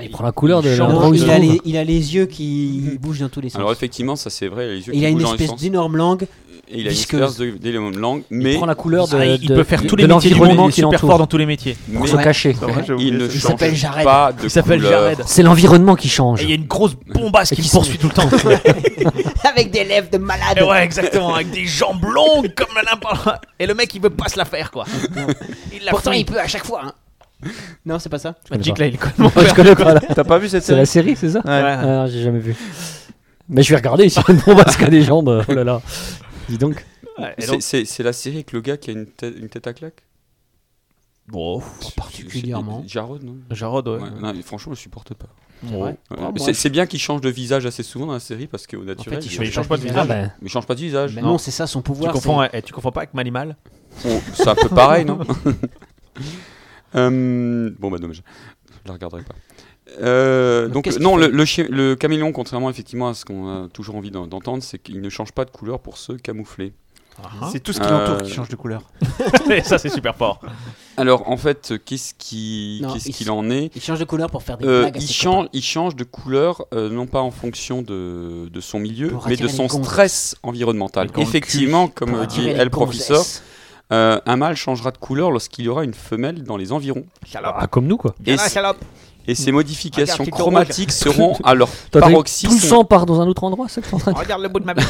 Il prend la couleur de Il l'endroit Non, où il se il, a trouve. les, il a les yeux qui bougent dans tous les sens. Alors effectivement, ça c'est vrai, les yeux il qui a une bougent dans les espèce sens. d'énorme langue. Et il a une visqueuse. espèce de- d'élément de langue, mais Il prend la couleur de. Ah, il de- peut faire de- tous de les métiers du l'environnement monde. Il est qui super l'entoure. fort dans tous les métiers. Pour mais se cacher. il ne Il change s'appelle Jared. pas de Il s'appelle couleur. Jared. C'est l'environnement qui change. Et il y a une grosse bombasse Et qui qui me se- poursuit tout le temps. Avec des lèvres de malade. Et Eh ouais, exactement. Avec des jambes longues comme la n'importe. Et le mec, il veut pas se la faire quoi. Il la Pourtant, fout. il peut à chaque fois. hein. Non, c'est pas ça. Je me dis pas. que là, il est complètement Ouais, je connais pas, là. T'as pas vu cette C'est série la série, c'est ça Ouais. Ah, non, j'ai jamais vu. Mais je vais regarder si une bombasse qui a des jambes. Oh là là. Dis donc. Ouais, et C'est- donc- C'est c'est la série avec le gars qui a une tête, une tête à claque Bon, particulièrement. C'est- c'est- Jarod, non Jarod, ouais. Ouais, non, mais franchement, je supporte pas. Bon. Ouais, Ah, moi, c'est- C'est bien qu'il change de visage assez souvent dans la série parce qu'au naturel, fait, il Mais il change pas de Ah visage. ben, il change pas de visage. Mais non, c'est ça son Tu pouvoir. confonds, eh, tu confonds pas avec Manimal Oh, c'est un peu pareil, non Hum, Bon, bah dommage. Je la regarderai pas. Euh, donc qu'est-ce qu'il non, fait le, le, chi- le caméléon, contrairement effectivement à ce qu'on a toujours envie d'en- d'entendre, c'est qu'il ne change pas de couleur pour se camoufler. C'est tout ce qui Euh, l'entoure qui change de couleur. Et ça, c'est super fort. Alors en fait, qu'est-ce qui, Non, qu'est-ce il qu'il s- en est c'est- Il change de couleur pour faire des Euh, blagues. à il, ses change, il change de couleur, euh, non pas en fonction de, de son milieu, Pour mais de attirer son les gonzesses. stress environnemental. Les gants de cul. Effectivement, copains. comme Pour euh, dit attirer les El Professeur, gonzesses. euh, un mâle changera de couleur lorsqu'il y aura une femelle dans les environs. ah, comme nous quoi. Et, c- et ces modifications chromatiques seront à leur T'as vu, Tout le paroxysme. sang part dans un autre endroit, c'est que t'es en train de- Regarde le bout de ma bête.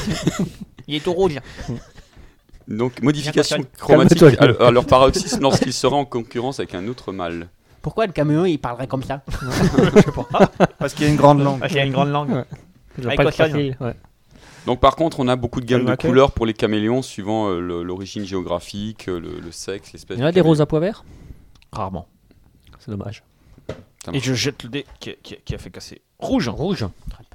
Il est tout rouge. Donc, modifications chromatiques Calme-toi, à, Guillaume. à leur paroxysme lorsqu'il sera en concurrence avec un autre mâle. Pourquoi le caméo il parlerait comme ça Parce qu'il y a une grande langue. Ah, il a une grande langue. Ouais. Genre Avec pas de Costagne. profil, ouais. Donc, par contre, on a beaucoup de gammes de Maquet. couleurs pour les caméléons suivant euh, le- l'origine géographique, euh, le, le sexe, l'espèce. Il y en a de des camélé- roses à pois verts Rarement. C'est dommage. Ça Et marche. je jette le dé qui, qui- qui a fait casser. Rouge. Rouge.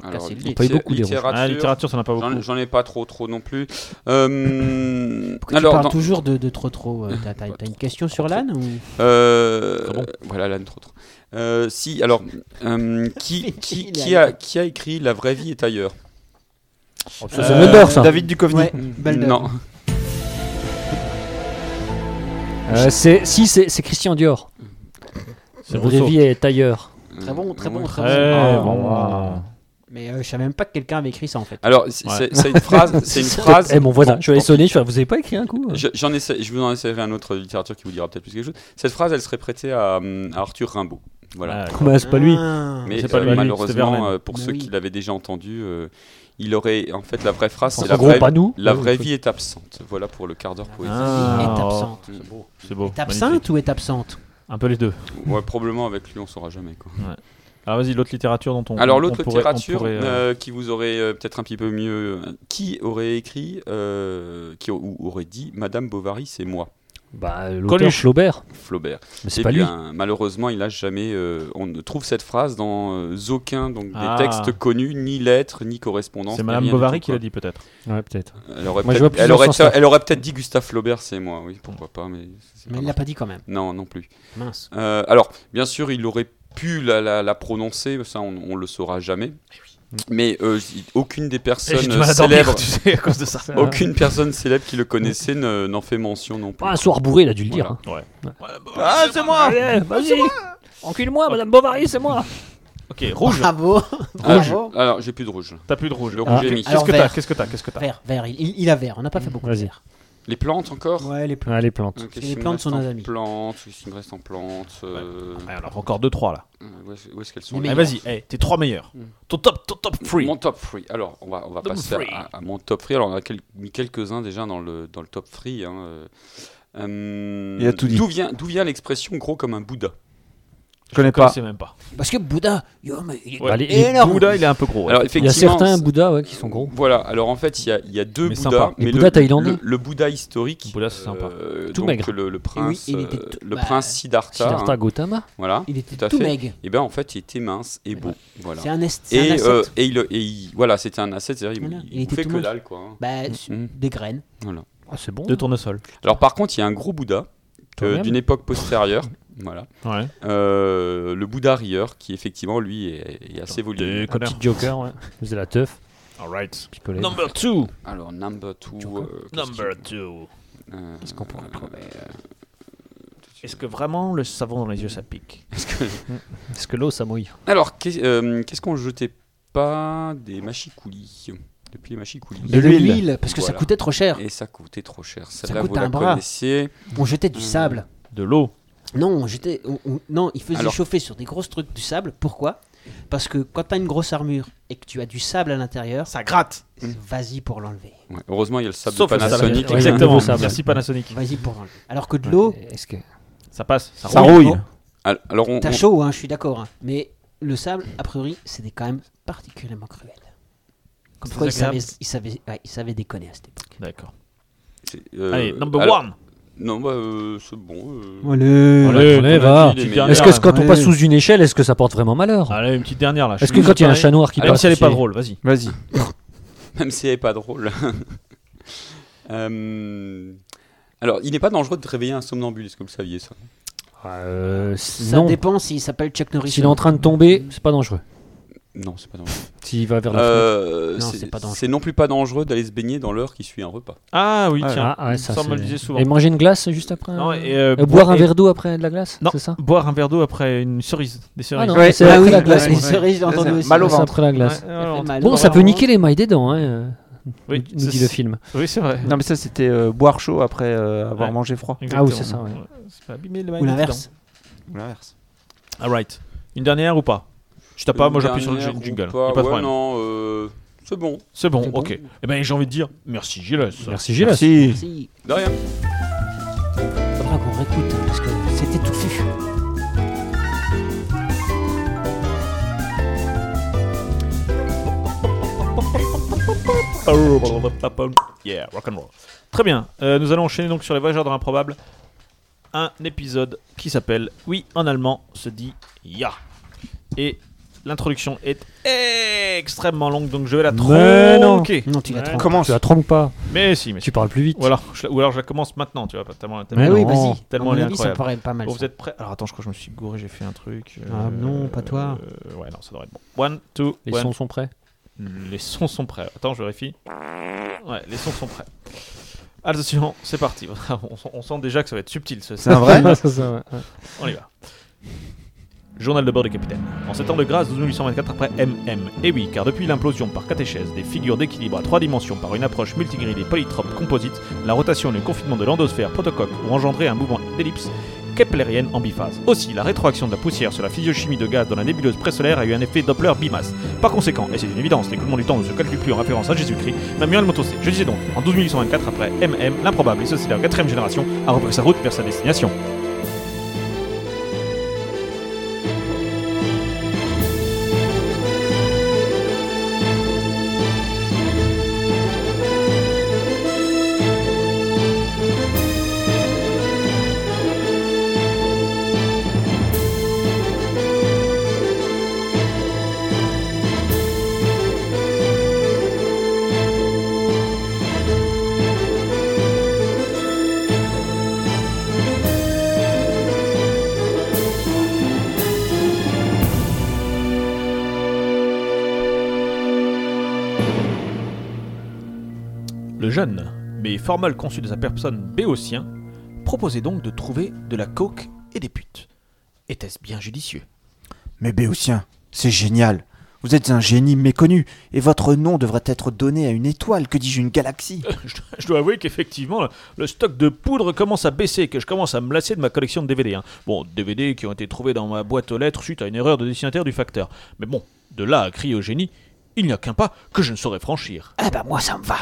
Alors, On paye beaucoup des roses. Ah, littérature, littérature, ça n'a pas J'en- beaucoup. J'en ai pas trop, trop non plus. Euh, Pourquoi tu alors, parles dans- toujours de, de trop trop euh, T'as t'as- t'as une question sur l'âne ou... euh, Ah bon voilà, là, trop, trop. Euh, si, alors, euh, qui, qui, Il qui, a- a, qui a écrit La vraie vie est ailleurs Ça, Euh, c'est Mulder, ça. David Duchovny. Ouais, belle dame. Non, Euh, c'est- si, c'est c'est Christian Dior. C'est Vraie Rousseau. vie est ailleurs. Euh, Très bon, très bon, très Eh, bon. bon. Mais euh, je savais même pas que quelqu'un avait écrit ça en fait. Alors, c'est Ouais. c'est- c'est une phrase. C'est une phrase. Eh, mon voisin, Bon, je vais bon, sonner, je fais, vous avez pas écrit un coup euh je- J'en essaie- je vous en essaierai un autre de littérature qui vous dira peut-être plus quelque chose. Cette phrase, elle serait prêtée à, hum, à Arthur Rimbaud. Voilà. Ah, Bah, c'est pas lui. Ah. Mais C'est pas euh, lui, c'était Verlaine. malheureusement, euh, pour Mais ceux oui. qui l'avaient déjà entendu, euh, il aurait. En fait, la vraie phrase, Enfin, c'est en la gros, vraie, pas nous. Ah la Ouais, vraie faut- vie est absente. Voilà pour le quart d'heure poésie. Ah. Est absente. Mm. c'est beau. Est absente ou est absente Un peu les deux. Ouais, probablement avec lui, on saura jamais. quoi. Alors vas-y, l'autre littérature dont on. Alors on l'autre pourrait- on littérature pourrait, euh, euh, qui vous aurait euh, peut-être un petit peu mieux, euh, qui aurait écrit, euh, qui au- ou aurait dit Madame Bovary, c'est moi, Bah, l'auteur Coluche. Flaubert. Flaubert. Mais c'est Eh pas lui. bien, malheureusement, il a jamais. euh, on ne trouve cette phrase dans euh, aucun donc Ah. des textes connus, ni lettres, ni correspondances. C'est ni Madame rien du Bovary tout, qui l'a dit peut-être. Ouais, peut-être. quoi. Elle aurait Moi, peut-être- je vois plus elle dans aurait ce sens-là. elle aurait peut-être dit Gustave Flaubert, c'est moi. Oui, pourquoi pas, mais. c'est Mais pas Ah il l'a pas dit quand même. Non, non plus. Mince. Euh, alors, bien sûr, il aurait pu la, la- la prononcer, ça on, on le saura jamais. Eh Mais euh, j- aucune des personnes célèbres, sais, à cause de ça. aucune personne célèbre qui le connaissait ne- n'en fait mention non plus. Ah, un soir bourré, il a dû le dire. Voilà. hein. bah Ah, c'est moi Allez, vas-y Encule-moi, Madame Bovary, c'est moi Ok, rouge. Bravo. Ah, je- Bravo. alors, j'ai plus de rouge. T'as plus de rouge. Le Ah, rouge est mis. Qu'est-ce que Alors, t'as vert. Qu'est-ce que t'as Qu'est-ce que t'as Vert, vert. Il, il- il a vert. On n'a pas fait beaucoup de Vas-y. vert. Les plantes encore Ouais, les plantes. Ah, les plantes. Ok, les s'il me plantes reste sont en nos amis. Plantes, qu'est-ce qu'il me reste en plantes euh, Ouais, Alors encore 2-3 là. euh, Où est-ce où est-ce qu'elles sont Les Ah, les- Vas-y, eh, tes 3 meilleurs. Ton top, ton top free. Mon top free. Alors, on va, on va Top passer à- free. à, à mon top free. Alors, on a quel- mis quelques-uns déjà dans le, dans le top free. hein, euh. Euh, Il a tout dit. D'où vient, d'où vient l'expression gros comme un Bouddha Je connais Je pas. sais même pas. Parce que Bouddha, yo, mais il est Ouais. Bah, les- les énorme. Bouddha, il est un peu gros. ouais. Alors, Il y a effectivement, certains c'est- Bouddhas ouais, qui sont gros. Voilà, alors en fait, il y a, il y a deux Mais Bouddhas. sympa. Les mais Bouddhas le, thaïlandais. le, le Bouddha historique. Le Bouddha, c'est sympa. euh, Tout donc maigre. Le, le prince, Et oui, il était euh, tout- le bah, prince Siddhartha. Siddhartha hein, Gautama. voilà. Il Eh ben, était Tout à tout fait. maigre. Et bien, en fait, il était mince et beau. Voilà. C'est un est. c'est un Et, ascète. euh, et, il, et il- voilà, c'était un ascète, c'est-à-dire il, Voilà. il Il était bouffait tout que mince. dalle, quoi. hein. Bah, su- Mhm. des graines. Voilà. Ah, c'est bon. Deux tournesols. Alors par contre, il y a un gros Bouddha Quand euh, même. d'une époque postérieure. Voilà. Ouais. Euh, le Bouddha rieur, qui effectivement, lui, est, est assez volumineux. Un petit Joker, ouais. Il faisait la teuf, Alright. picolé. Number two. Alors, number two. Joker. euh, qu'est-ce Number qu'il- two. euh, Qu'est-ce qu'on pourrait prendre Est-ce que vraiment le savon dans les yeux ça pique Parce que l'eau, ça mouille. Alors, qu'est- euh, qu'est-ce qu'on jetait pas des machicoulis Depuis les machicoulis. De l'huile. parce que Voilà. ça coûtait trop cher. Et ça coûtait trop cher. Celle-là, coûte vous la un bras. connaissiez. On jetait du Mhm. sable. De l'eau. Non, j'étais, on- on- non, il faisait Alors- chauffer sur des grosses trucs du sable. Pourquoi Parce que quand t'as une grosse armure et que tu as du sable à l'intérieur, Ça gratte. Mm. vas-y pour l'enlever. Ouais, Heureusement, il y a le sable Sauf de le Panasonic. Panasonic. Ouais, Exactement. le sable. Merci Panasonic. Vas-y pour l'enlever. Alors que de l'eau, Est-ce que. Ça passe. Ça, Ça roule. rouille. Al- Alors, on, t'as on- chaud, hein, je suis d'accord. hein. Mais le sable, a priori, c'était quand même particulièrement cruel. Comme C'est quoi, ils savaient, désagréable. ils savaient- ouais, ils savaient déconner à cette époque. D'accord. c'est, euh, Allez, number alors- one. Non, bah, euh, c'est bon. euh, Allez, Allez, allez, va. dit, Petite mais- Est-ce dernière, que là. quand on passe sous une échelle, est-ce que ça porte vraiment malheur Allez, une petite dernière là. Je Est-ce que suis quand il y a un préparé. chat noir qui Allez, Ah, Même passe. si elle est pas c'est- drôle, vas-y. Vas-y. Même si elle n'est pas drôle. Euh, Alors, il n'est pas dangereux de réveiller un somnambule, est-ce que vous le saviez ça Euh, Ça non. dépend s'il s'appelle Chuck Norris. S'il est en train de tomber, c'est pas dangereux. Non, c'est pas dangereux. S'il va vers la fenêtre. Euh, Non, c'est c'est pas dangereux. c'est non plus pas dangereux d'aller se baigner dans l'heure qui suit un repas. Ah oui, Ah, tiens. Ah, ouais, ça, ça, on me c'est- le disait souvent. Et manger une glace juste après Non, un- et, euh, Euh, Boire un et- verre d'eau après de la glace Non, C'est ça boire un verre d'eau après une cerise. Des cerises. Ah non, Ouais, c'est ah après oui, la la glace. glace, les cerises, j'ai entendu aussi. Mal au C'est ventre. après la glace. Ouais, ouais, ouais. Ça fait mal Bon, au ça peut ventre. niquer les mailles des dents, hein, euh, Oui, nous dit c'est- le film. Oui, c'est vrai. Non, mais ça, c'était euh, boire chaud après euh, avoir Ouais. mangé froid. Exactement. Ah oui, c'est ça, ouais. C'est pas abîmé le Ou l'inverse. Ou l'inverse. Alright. Une dernière ou pas Je tape pas, moi j'appuie sur le Dernière jingle. ou Y a Pas, pas de ouais, problème. non, euh, c'est bon. C'est bon, C'est bon. ok. et Eh ben j'ai envie de dire merci Gilles. Merci Gilles. Si. Si, De rien. faudra qu'on réécoute hein, parce que c'était touffu. Yeah, rock and roll. Très bien. euh, nous allons enchaîner donc sur les voyageurs dans l'improbable. Un épisode qui s'appelle Oui en allemand se dit ya. Et l'introduction est extrêmement longue donc je vais la Mais non. tronquer. Non, tu l'as Ouais. trompé. Commence. Tu la trompes pas, Mais si, mais si. tu parles plus vite. Ou alors, je la- ou alors je la commence maintenant, tu vois, tellement, tellement- Mais Ah oui, non. vas-y. Tellement À elle mon est avis, ça me incroyable. paraît pas mal. Bon, ça. vous êtes prêts Alors attends, je crois que je me suis gouré, j'ai fait un truc. Ah, non, pas toi. euh, ouais, non, ça devrait être bon. One, two, Les one. sons sont prêts. Mm, Les sons sont prêts. Attends, je vérifie. Ouais, les sons sont prêts. Attention, c'est parti. on, sent- on sent déjà que ça va être subtil. Ce, C'est un vrai Ouais, c'est ça, ouais. On y va. Journal de bord du capitaine. En sept ans de grâce, 12 1824 après MM. Et oui, car depuis l'implosion par catéchèse des figures d'équilibre à trois dimensions par une approche multigrille et polytrope composite, la rotation et le confinement de l'endosphère protocoque ont engendré un mouvement d'ellipse keplérienne en biphase. Aussi, la rétroaction de la poussière sur la physiochimie de gaz dans la nébuleuse présolaire a eu un effet Doppler bimasse. Par conséquent, et c'est une évidence, l'écoulement du temps ne se calcule plus en référence à Jésus-Christ, Manuel Motosé. Je disais donc, en 12 1824 après MM, l'improbable et ceci la quatrième génération a repris sa route vers sa destination. Le jeune, mais formal conçu de sa personne béotien, proposait donc de trouver de la coke et des putes. Était-ce bien judicieux Mais Béotien, c'est génial. Vous êtes un génie méconnu et votre nom devrait être donné à une étoile, que dis-je, une galaxie. je, dois- je dois avouer qu'effectivement, le, le stock de poudre commence à baisser et que je commence à me lasser de ma collection de DVD. hein. Bon, DVD qui ont été trouvés dans ma boîte aux lettres suite à une erreur de destinataire du facteur. Mais bon, de là à crier au génie, il n'y a qu'un pas que je ne saurais franchir. Ah bah moi ça me va.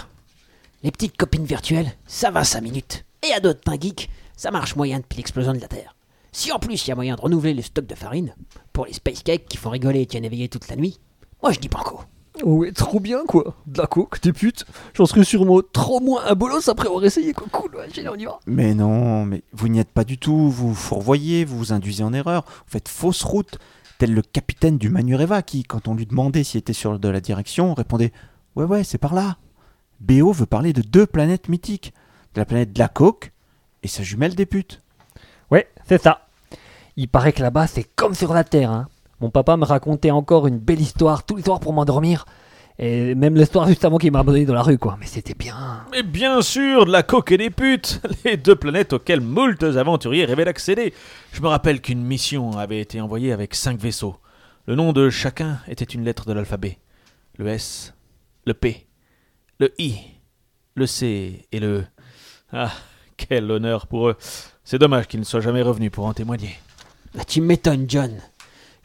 Les petites copines virtuelles, ça va 5 minutes. Et à d'autres pains geeks, ça marche moyen depuis l'explosion de la Terre. Si en plus il y a moyen de renouveler les stocks de farine, pour les space cakes qui font rigoler et tiennent éveillé toute la nuit, moi je dis banco. Ouais, trop bien quoi. De la coke, des putes. J'en serais sûrement trop moins un bolos après avoir essayé quoi. Cool, ouais, génial, on y va. Mais non, mais vous n'y êtes pas du tout, vous fourvoyez, vous vous induisez en erreur, vous faites fausse route, tel le capitaine du Manureva qui, quand on lui demandait s'il était sur de la direction, répondait Ouais, ouais, c'est par là. Béo veut parler de deux planètes mythiques, de la planète de la coque et sa jumelle des putes. Ouais, c'est ça. Il paraît que là-bas, c'est comme sur la Terre. hein. Mon papa me racontait encore une belle histoire tous les soirs pour m'endormir. Et même l'histoire juste avant qu'il m'a abandonné dans la rue, quoi. Mais c'était bien. Mais bien sûr, de la coke et des putes, les deux planètes auxquelles moultes aventuriers rêvaient d'accéder. Je me rappelle qu'une mission avait été envoyée avec cinq vaisseaux. Le nom de chacun était une lettre de l'alphabet. Le S, le P, le I, le C et le... Ah, quel honneur pour eux. C'est dommage qu'ils ne soient jamais revenus pour en témoigner. Bah, tu m'étonnes, John.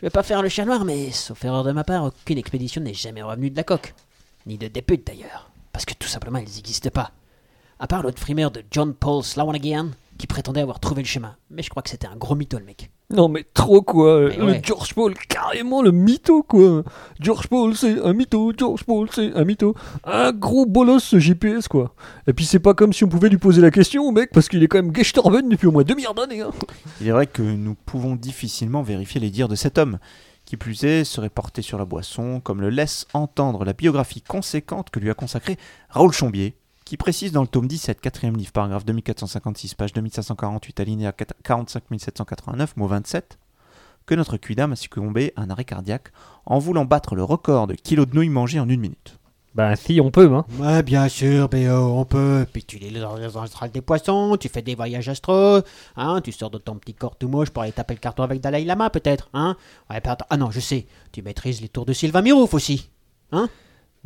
Je vais pas faire le chat noir, mais sauf erreur de ma part, aucune expédition n'est jamais revenue de la coque. Ni de députe d'ailleurs. Parce que tout simplement, ils n'existent pas. À part l'autre frimeur de John Paul Slawanagian, qui prétendait avoir trouvé le chemin. Mais je crois que c'était un gros mytho, le mec. Non, mais trop quoi. Mais le ouais. George Paul, carrément le mytho, quoi. George Paul, c'est un mytho. George Paul, c'est un mytho. Un gros bolos, ce GPS, quoi. Et puis, c'est pas comme si on pouvait lui poser la question, au mec, parce qu'il est quand même gestorben depuis au moins deux milliards d'années. hein. Il est vrai que nous pouvons difficilement vérifier les dires de cet homme, qui plus est serait porté sur la boisson, comme le laisse entendre la biographie conséquente que lui a consacrée Raoul Chombier, qui précise dans le tome 17, quatrième livre, paragraphe 2456, page 2548, alinéa 4- 45789, mot 27, que notre quidam a succombé à un arrêt cardiaque en voulant battre le record de kilos de nouilles mangées en une minute. Ben, si, on peut, hein. Ouais, bien sûr, B.O., on peut. Puis tu lis les ancestrales des poissons, tu fais des voyages astraux, hein, tu sors de ton petit corps tout moche pour aller taper le carton avec Dalai Lama, peut-être, hein. Ouais, pardon. Ah non, je sais, tu maîtrises les tours de Sylvain Mirouf aussi.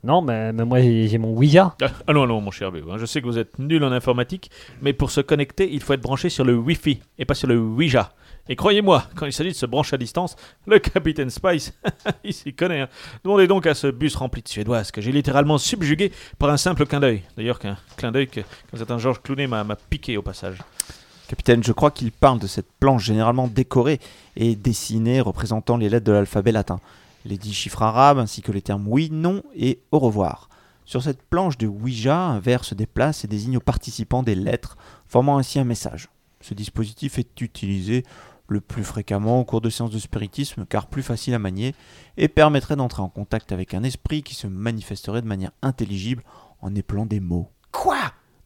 Non, mais, mais moi, j'ai j'ai mon Ouija. Ah, Allons, allons, mon cher Béo. hein. Je sais que vous êtes nul en informatique, mais pour se connecter, il faut être branché sur le Wi-Fi et pas sur le Ouija. Et croyez-moi, quand il s'agit de se brancher à distance, le capitaine Spice, il s'y connaît. hein. Demandez donc à ce bus rempli de Suédoises que j'ai littéralement subjugué par un simple clin d'œil. D'ailleurs, qu'un clin d'œil que, que certain Georges Clooney m'a m'a piqué au passage. Capitaine, je crois qu'il parle de cette planche généralement décorée et dessinée représentant les lettres de l'alphabet latin, les dix chiffres arabes ainsi que les termes oui, non et au revoir. Sur cette planche de Ouija, un verre se déplace et désigne aux participants des lettres, formant ainsi un message. Ce dispositif est utilisé le plus fréquemment au cours de séances de spiritisme car plus facile à manier et permettrait d'entrer en contact avec un esprit qui se manifesterait de manière intelligible en épelant des mots. Quoi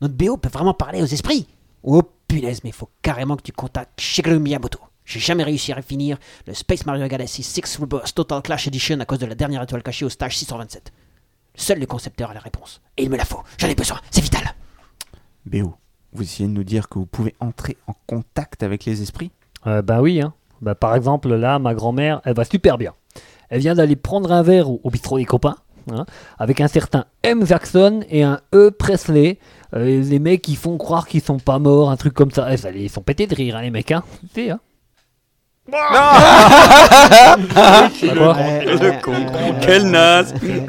Notre BO peut vraiment parler aux esprits Oh punaise, mais faut carrément que tu contactes Shigeru Miyamoto. J'ai jamais réussi à finir le Space Mario Galaxy 6 Rebirth Total Clash Edition à cause de la dernière étoile cachée au stage 627. Seul le concepteur a la réponse. Et il me la faut. J'en ai besoin. C'est vital. BO, vous essayez de nous dire que vous pouvez entrer en contact avec les esprits Euh, ben oui, hein. Bah, par exemple, là, ma grand-mère, elle va super bien. Elle vient d'aller prendre un verre au, au bistrot des copains, hein, avec un certain M. Jackson et un E. Presley. Euh, les mecs, qui font croire qu'ils sont pas morts, un truc comme ça. Eh, ça, ils sont pétés de rire, hein, les mecs. Hein. Tu sais, hein. Bah, quoi Le con. Quel naze Ouais,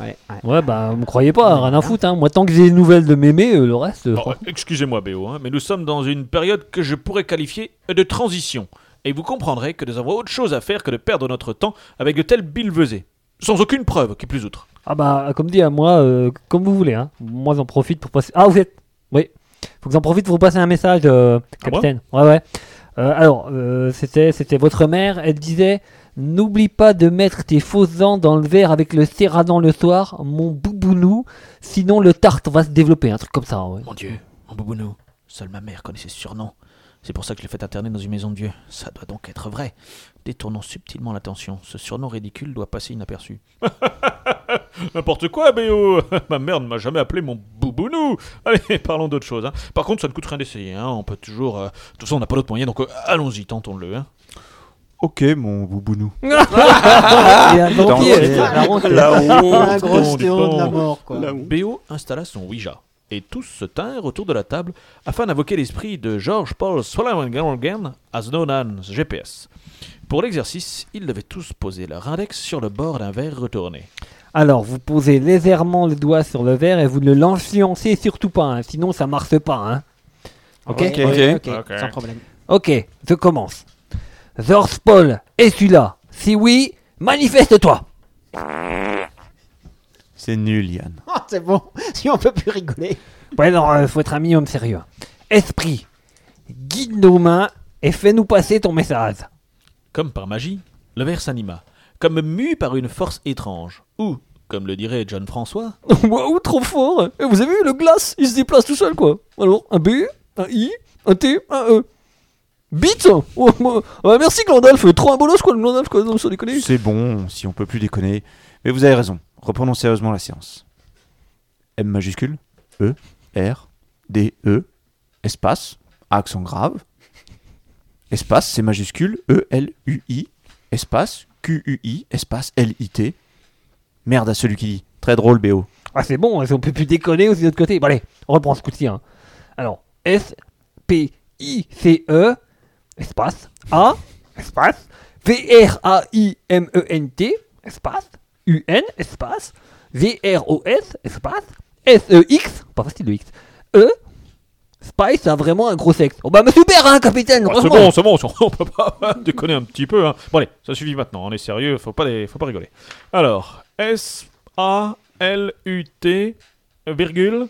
ouais. ouais, bah, me croyez pas, rien à foutre. Hein. Moi, tant que j'ai des nouvelles de mémé, euh, le reste. euh, Bon, Excusez-moi, BO, hein, mais nous sommes dans une période que je pourrais qualifier de transition. Et vous comprendrez que nous avons autre chose à faire que de perdre notre temps avec de tels billevesées. Sans aucune preuve, qui plus outre. Ah bah, comme dit à moi, euh, comme vous voulez. Hein. Moi, j'en profite pour passer. Ah, vous êtes Oui. Faut que j'en profite pour vous passer un message, euh, Ah bon capitaine. ouais, ouais. Euh, alors, euh, c'était, c'était votre mère. Elle disait N'oublie pas de mettre tes fausses dents dans le verre avec le serradan le soir, mon boubounou, sinon le tarte va se développer. Un truc comme ça, ouais. Mon Dieu, mon boubounou. Seule ma mère connaissait ce surnom. C'est pour ça que je l'ai fait interner dans une maison de Dieu. Ça doit donc être vrai. Détournons subtilement l'attention. Ce surnom ridicule doit passer inaperçu. N'importe quoi, BO Ma mère ne m'a jamais appelé mon boubounou Allez, parlons d'autre chose. hein. Par contre, ça ne coûte rien d'essayer. hein, On peut toujours... euh, De toute façon, on n'a pas d'autre moyen, donc euh, allons-y, tentons-le. hein. Ok, mon boubounou. Et un banquier, Dans le- c'est la honte. Un gros Bon, stéo de la bon. mort, quoi. BO installa son Ouija. Et tous se tinrent autour de la table afin d'invoquer l'esprit de George Paul Swallowangan, as known as GPS. Pour l'exercice, ils devaient tous poser leur index sur le bord d'un verre retourné. Alors, vous posez légèrement le doigt sur le verre et vous ne l'influencez surtout pas, hein, sinon ça marche pas. Hein. Ok Ouais, ouais, ok, sans problème. Ok, je commence. George Paul, es-tu là Si oui, manifeste-toi C'est nul, Yann. Ah, c'est bon, si on peut plus rigoler. Ouais, non, euh, faut être un minimum sérieux. Esprit, guide nos mains et fais-nous passer ton message. Comme par magie, le verre s'anima, comme mu par une force étrange, ou, comme le dirait John François, Waouh, trop fort Et vous avez vu, le glace, il se déplace tout seul, quoi. Alors, un B, un I, un T, un E. Bite Oh, moi- ouais, Merci, Glandalf Trop un bolos, quoi, le Glandalf, quoi, non, sans déconner. C'est bon, si on peut plus déconner. Mais vous avez raison. Reprenons sérieusement la séance. M majuscule, E, R, D, E, espace, accent grave. Espace, c'est majuscule, E, L, U, I, espace, Q, U, I, espace, L, I, T. Merde à celui qui dit. Très drôle, BO. Ah, c'est bon, on peut plus déconner aussi de l'autre côté. Bon, allez, on reprend ce coup-ci. hein. Alors, S, P, I, C, E, espace, A, espace, V, R, A, I, M, E, N, T, espace, U, N, espace, V, R, O, S, espace, S, E, X, pas facile le X, E, Spice a vraiment un gros sexe. Oh bah, mais super, hein, capitaine! Ah, c'est franchement. bon, c'est bon, c'est- on peut pas déconner un petit peu. Hein. Bon allez, ça suffit maintenant, on est sérieux, faut pas, les- faut pas rigoler. Alors, S-A-L-U-T, virgule,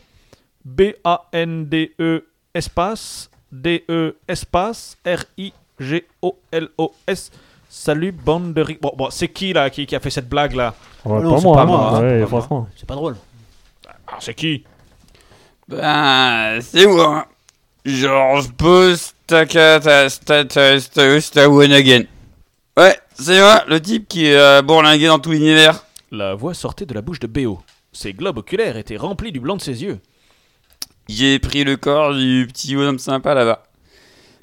B-A-N-D-E, E, espace, D-E, espace, R-I-G-O-L-O-S. Salut, bande de... ri- Bon, bon c'est qui, là, qui, qui a fait cette blague, là Ouais, Non, pas c'est moi, pas hein, moi, hein, ouais, c'est pas moi. franchement. C'est pas drôle. Ah, c'est qui Bah, c'est moi. George Bush Takata Stata- Sta- Stawanagan. Ouais, c'est moi, le type qui est euh, bourlingué dans tout l'univers. La voix sortait de la bouche de B.O. Ses globes oculaires étaient remplis du blanc de ses yeux. J'ai pris le corps du petit bonhomme sympa là-bas.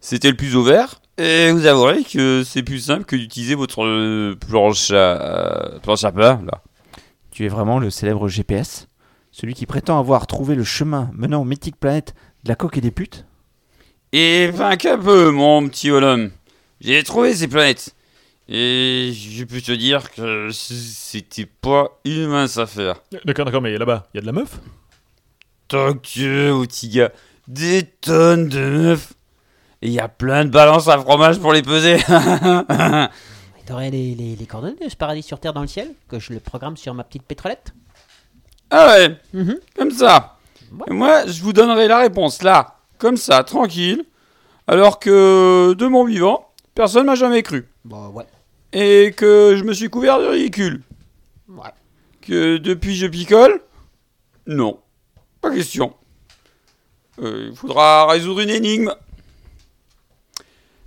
C'était le plus ouvert. Et vous avouerez que c'est plus simple que d'utiliser votre euh, planche à, euh, planche à plat, là. Tu es vraiment le célèbre GPS Celui qui prétend avoir trouvé le chemin menant aux mythiques planètes de la coque et des putes Et vainque un peu, mon petit bonhomme. J'ai trouvé ces planètes. Et je peux te dire que c- c'était pas une mince affaire. D'accord, d'accord, mais là-bas, il y a de la meuf Tant que, oh, petit gars, des tonnes de meufs. Et il y a plein de balances à fromage pour les peser. T'aurais les, les, les coordonnées de ce paradis sur Terre dans le ciel Que je le programme sur ma petite pétrolette ah ouais, Mhm. comme ça. Ouais. Et moi, je vous donnerai la réponse là, comme ça, tranquille. Alors que, de mon vivant, personne m'a jamais cru. Bah ouais. Et que je me suis couvert de ridicule. Ouais. Que depuis je picole Non, pas question. Euh, il faudra résoudre une énigme.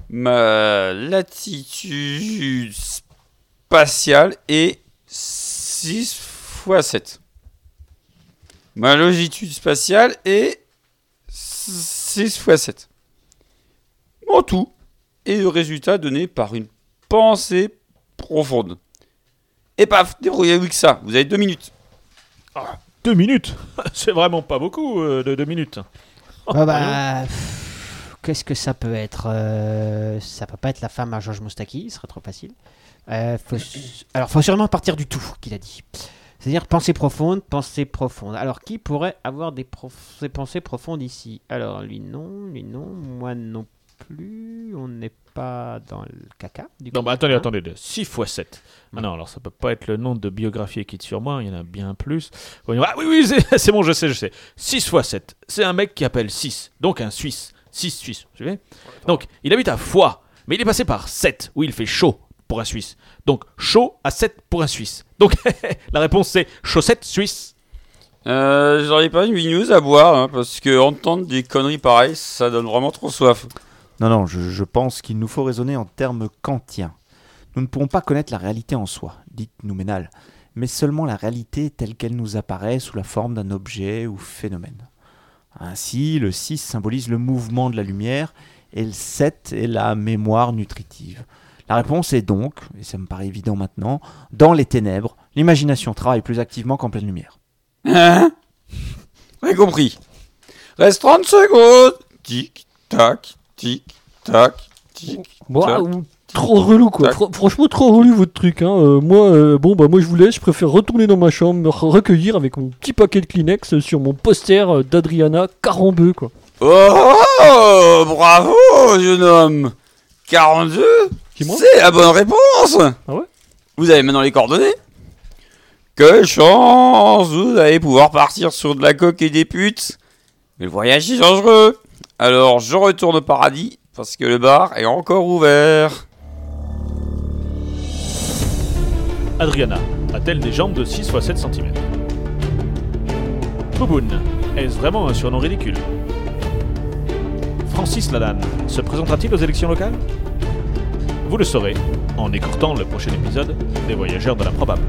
Ma latitude spatiale est 6 x 7. Ma longitude spatiale est 6 x 7. En tout, et le résultat donné par une pensée profonde. Et paf, débrouillez-vous avec ça, vous avez deux minutes. Deux minutes C'est vraiment pas beaucoup euh, de deux minutes. Ah bah, pff, Qu'est-ce que ça peut être Euh, Ça peut pas être la femme à Georges Moustaki, ce serait trop facile. Euh, faut su- Alors, faut sûrement partir du tout, qu'il a dit. C'est-à-dire pensée profonde, pensée profonde. Alors, qui pourrait avoir des, prof- des pensées profondes ici Alors, lui non, lui non, moi non plus. On n'est pas dans le caca. Du Non, coup. bah attendez, attendez, 6 x 7. Ah non, alors ça peut pas être le nombre de biographies qui sur moi, il y en a bien plus. Voyons- Ah oui, oui, c'est- c'est bon, je sais, je sais. 6 x 7, c'est un mec qui appelle 6, donc un Suisse. 6 Suisse, vous suivez Donc, il habite à Foix, mais il est passé par 7, où il fait chaud pour un Suisse. Donc, chaud à 7 pour un Suisse. Donc, la réponse c'est chaussette suisse. Euh, J'en ai pas une news à boire, hein, parce que entendre des conneries pareilles, ça donne vraiment trop soif. Non, non, je, je pense qu'il nous faut raisonner en termes kantiens. Nous ne pourrons pas connaître la réalité en soi, dite nouménale, mais seulement la réalité telle qu'elle nous apparaît sous la forme d'un objet ou phénomène. Ainsi, le 6 symbolise le mouvement de la lumière et le 7 est la mémoire nutritive. La réponse est donc, et ça me paraît évident maintenant, dans les ténèbres, l'imagination travaille plus activement qu'en pleine lumière. Hein J'ai compris. Reste 30 secondes. Tic, tac, tic, tac, tic. Waouh, ah, trop relou quoi. Tac. Fr- franchement, trop relou votre truc. hein. Euh, moi, euh, bon bah moi je vous laisse. Je préfère retourner dans ma chambre, me re- recueillir avec mon petit paquet de Kleenex sur mon poster euh, d'Adriana Carambeu quoi. Oh, bravo, jeune homme. 42 Dis-moi. C'est la bonne réponse. Ah ouais Vous avez maintenant les coordonnées. Quelle chance Vous allez pouvoir partir sur de la coque et des putes. Mais le voyage est dangereux. Alors, je retourne au paradis parce que le bar est encore ouvert. Adriana a-t-elle des jambes de 6 x 7 cm Bouboune, est-ce vraiment un surnom ridicule Francis Lalanne se présentera-t-il aux élections locales Vous le saurez en écourtant le prochain épisode des Voyageurs de l'improbable.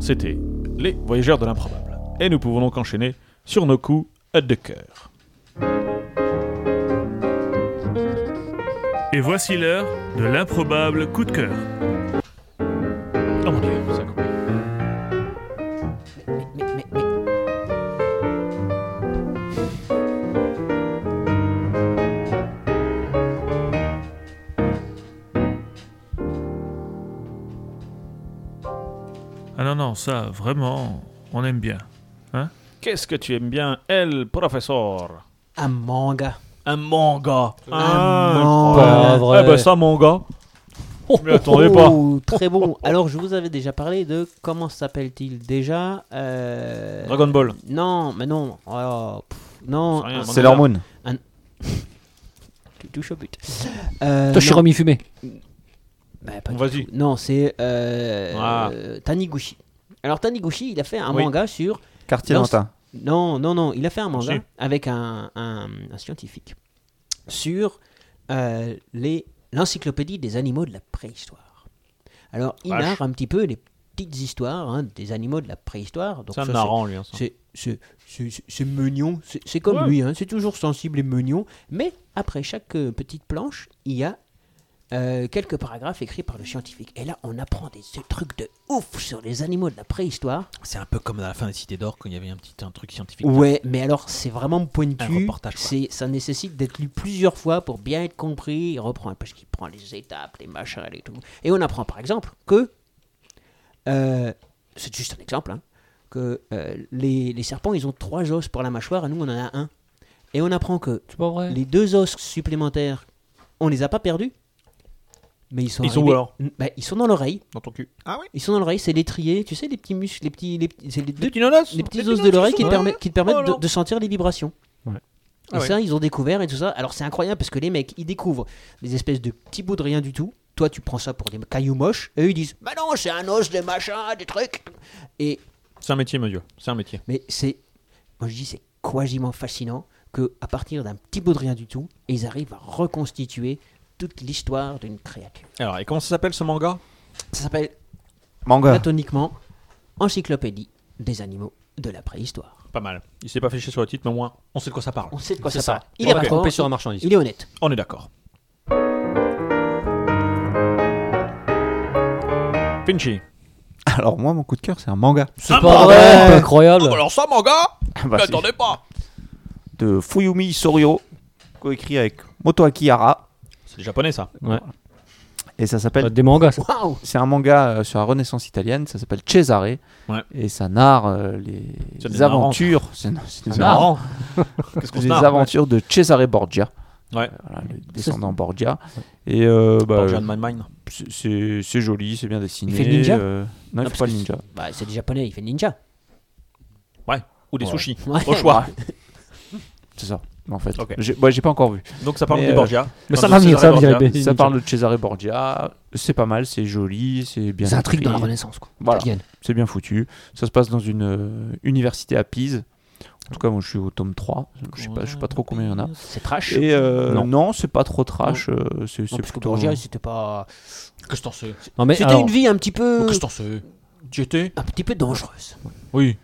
C'était les Voyageurs de l'improbable. Et nous pouvons donc enchaîner sur nos coups de cœur. Et voici l'heure de l'improbable coup de cœur. Oh mon dieu, ça coupe. Mais- mais- mais- Ah non, non, ça, vraiment, on aime bien. hein Qu'est-ce que tu aimes bien, elle, professeur Un manga. Un manga. Ah, manga. Pas vrai. Ah, Eh ben ça, mon gars. Mais attendez pas. Oh, très bon. Alors, je vous avais déjà parlé de comment s'appelle-t-il déjà Euh, Dragon Ball. Non, mais non. Oh, pff, non, C'est rien, un- Mandela. C'est l'hormone. tu touches au but. Euh, non, Toshirami fumé. bah, pas du Vas-y. tout. Non, c'est euh, Ah. euh, Taniguchi. Alors Taniguchi, il a fait un Oui. manga sur. Quartier Non, lointain. Non, non, non, il a fait un manga Si. avec un, un- un scientifique sur euh, les l'encyclopédie des animaux de la préhistoire. Alors, il Vache. narre un petit peu les petites histoires hein, des animaux de la préhistoire. Donc Ça ça, me c'est- narrant, lui. hein, ça. C'est- C'est c'est- c'est- c'est mignon, c'est c'est comme Ouais. lui, hein, c'est toujours sensible et mignon. Mais après chaque euh, petite planche, il y a euh, quelques paragraphes écrits par le scientifique. Et là, on apprend des, des trucs de ouf sur les animaux de la préhistoire. C'est un peu comme à la fin des Cités d'Or quand il y avait un petit un truc scientifique. Ouais, mais alors c'est vraiment Un pointu. reportage, quoi. C'est- Ça nécessite d'être lu plusieurs fois pour bien être compris. Il reprend parce qu'il prend les étapes, les machins et tout. Et on apprend par exemple que euh, c'est juste un exemple, hein, que euh, les, les serpents, ils ont trois os pour la mâchoire, et nous, on en a un. Et on apprend que C'est pas vrai. les deux os supplémentaires, on les a pas perdus, mais ils sont Ils sont arrivés- où alors N- bah, Ils sont dans l'oreille. Dans ton cul. Ils sont dans l'oreille, c'est l'étrier, tu sais, les petits muscles, les petits, les, petits- c'est les deux- nonos les petits os de l'oreille qui, te permettent- qui te permettent Oh de, là. de sentir les vibrations. Et Ah ouais. ça, ils ont découvert et tout ça. Alors c'est incroyable parce que les mecs, ils découvrent des espèces de petits bouts de rien du tout. toi tu prends ça pour des cailloux moches, et eux ils disent Bah non, c'est un os, des machins, des trucs. Et C'est un métier, mon Dieu. C'est un métier. mais c'est, moi je dis, c'est quasiment fascinant que à partir d'un petit bout de rien du tout, ils arrivent à reconstituer toute l'histoire d'une créature. Alors, et comment ça s'appelle ce manga Ça s'appelle Manga. platoniquement Encyclopédie des animaux de la préhistoire. Pas mal. Il s'est pas fait chier sur le titre, mais au moins, on sait de quoi ça parle. On sait de quoi C'est ça, ça. parle. Il On est va vraiment- tromper sur un marchandise. Il est honnête. On est d'accord. Finchi. Alors moi, mon coup de cœur, c'est un manga. C'est pas Euh. vrai, incroyable. Euh, ça, mon gars Ah bah, c'est pas de Fuyumi Soryo, coécrit avec Motoaki Hara, C'est japonais, ça. et ça Euh, s'appelle. Des mangas, ça. Waouh C'est un manga euh, sur la Renaissance italienne, ça s'appelle Cesare, Ouais. et ça narre euh, les, C'est les des aventures. C'est c'est des Ça narre. aventures. Qu'est-ce qu'on se les narre aventures de Cesare Borgia. Ouais. Voilà, le descendant Borgia. Et euh, bah, Borgia de Mad Mine. c'est- c'est c'est joli, c'est bien dessiné. fait le ninja euh, Non, il Non, fait parce pas le que ninja. Bah, c'est des japonais, il fait ninja. Ou des Ouais. sushis. Ouais. Au choix. C'est ça, en fait. Ok. J'ai- Moi, j'ai pas encore vu. Donc ça parle Mais, des euh, Borgia. mais Enfin, ça de va venir, Cesare ça va venir, Borgia. les baies. Ça Ninja. parle de Cesare Borgia. C'est pas mal, c'est joli, c'est bien. C'est un truc écrit. de la Renaissance, quoi. Voilà. Italienne. c'est bien foutu. Ça se passe dans une euh, université à Pise. En tout cas, moi, je suis au tome 3. Je sais pas, je sais pas trop combien il y en a. C'est trash. Et euh, Non. non, c'est pas trop trash. euh, c'est c'est Non, parce que plutôt- Borgia, c'était pas. Qu'est-ce que t'en sais Non, mais, C'était alors, une vie un petit peu. Qu'est-ce que t'en sais Tu étais Un petit peu dangereuse. Oui.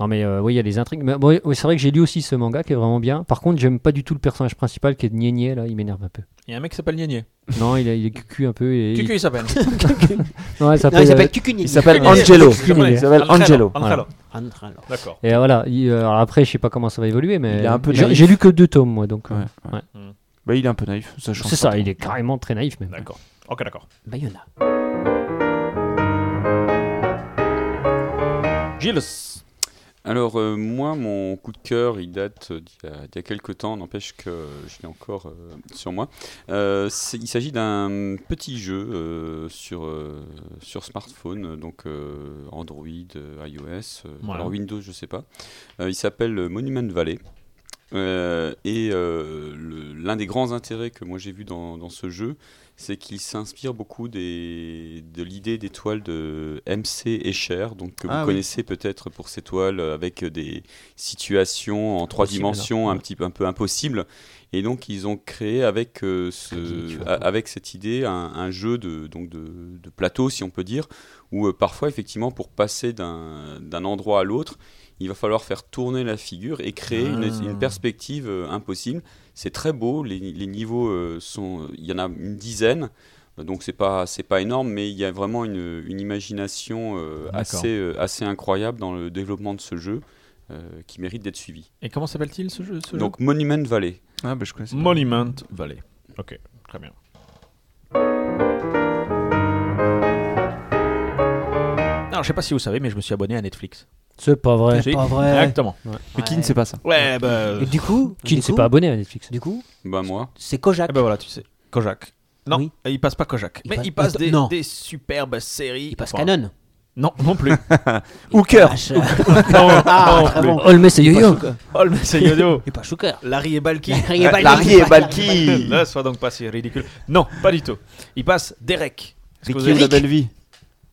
non, mais euh, oui, il y a des intrigues. Mais, bon, oui, c'est vrai que j'ai lu aussi ce manga qui est vraiment bien. Par contre, j'aime pas du tout le personnage principal qui est Nier là, il m'énerve un peu. Il y a un mec qui s'appelle Nienier. Non, il, a- il est cucu un peu. Et Cucu, il s'appelle. Non, Bah, euh, il Non, il s'appelle. s'appelle Il Kukuni. Ah, s'appelle Angelo. Angelo. Angelo. Il s'appelle Angelo. Angelo. Andra, alors. D'accord. Et voilà, il- euh, alors après, je sais pas comment ça va évoluer, mais Il est un peu j'ai naïf. j'ai lu que deux tomes, moi, donc. euh, Ouais, ouais. Bah, il est un peu naïf. Ça change C'est pas ça, trop. il est carrément très naïf, même. D'accord. Ok, d'accord. Bayona. Gilles. Alors, euh, moi, mon coup de cœur, il date euh, d'il y, a- d'il y a quelques temps, n'empêche que euh, je l'ai encore euh, sur moi. Euh, c'est- il s'agit d'un petit jeu euh, sur, euh, sur smartphone, euh, donc euh, Android, euh, iOS, euh, Voilà. alors Windows, je sais pas. Euh, il s'appelle euh, Monument Valley. Euh, et euh, le- l'un des grands intérêts que moi j'ai vu dans, dans ce jeu, c'est qu'il s'inspire beaucoup des, de l'idée des toiles de MC Escher, donc que Ah vous oui. connaissez peut-être pour ces toiles euh, avec des situations en trois Impossible, dimensions alors. un petit peu un peu impossibles. Et donc ils ont créé avec euh, ce, a- avec cette idée un, un jeu de donc de, de plateau si on peut dire, où euh, parfois effectivement pour passer d'un d'un endroit à l'autre, il va falloir faire tourner la figure et créer une, Ah. une perspective euh, impossible. C'est très beau. Les, les niveaux euh, sont, il y en a une dizaine. Donc c'est pas c'est pas énorme, mais il y a vraiment une, une imagination euh, D'accord. assez euh, assez incroyable dans le développement de ce jeu euh, qui mérite d'être suivi. Et comment s'appelle-t-il ce jeu, ce Donc Monument Valley. Ah, bah, je connaissais pas. Monument Valley. Ok, très bien. jeu Alors, je sais pas si vous savez, mais je me suis abonné à Netflix. C'est pas vrai. Si. Pas vrai. Exactement. Mais qui ne sait pas ça Ouais, Euh, bah. Et du coup, Qui ne du s'est coup- pas abonné à Netflix. Du coup, Bah moi. c'est Kojak. Ah, Eh ben voilà, tu sais. Kojak. Non, Oui. il passe pas Kojak. Il mais passe- il passe Attends, des, non. des superbes séries. il passe Enfin, Canon. Non, non plus. Hooker. Ah, je- Non, non, Ah, très plus. bon. Olmes et Il est Yo-Yo. pas Shooker. oh, mais c'est Yodo. Il est pas Shooker. Larry et Balki. Il est pas- Larry il est et pas- Eh, Balki. Ne sois donc pas si ridicule. Non, pas du tout. Il passe Derek. Est-ce que vous Ricky avez- de la belle vie.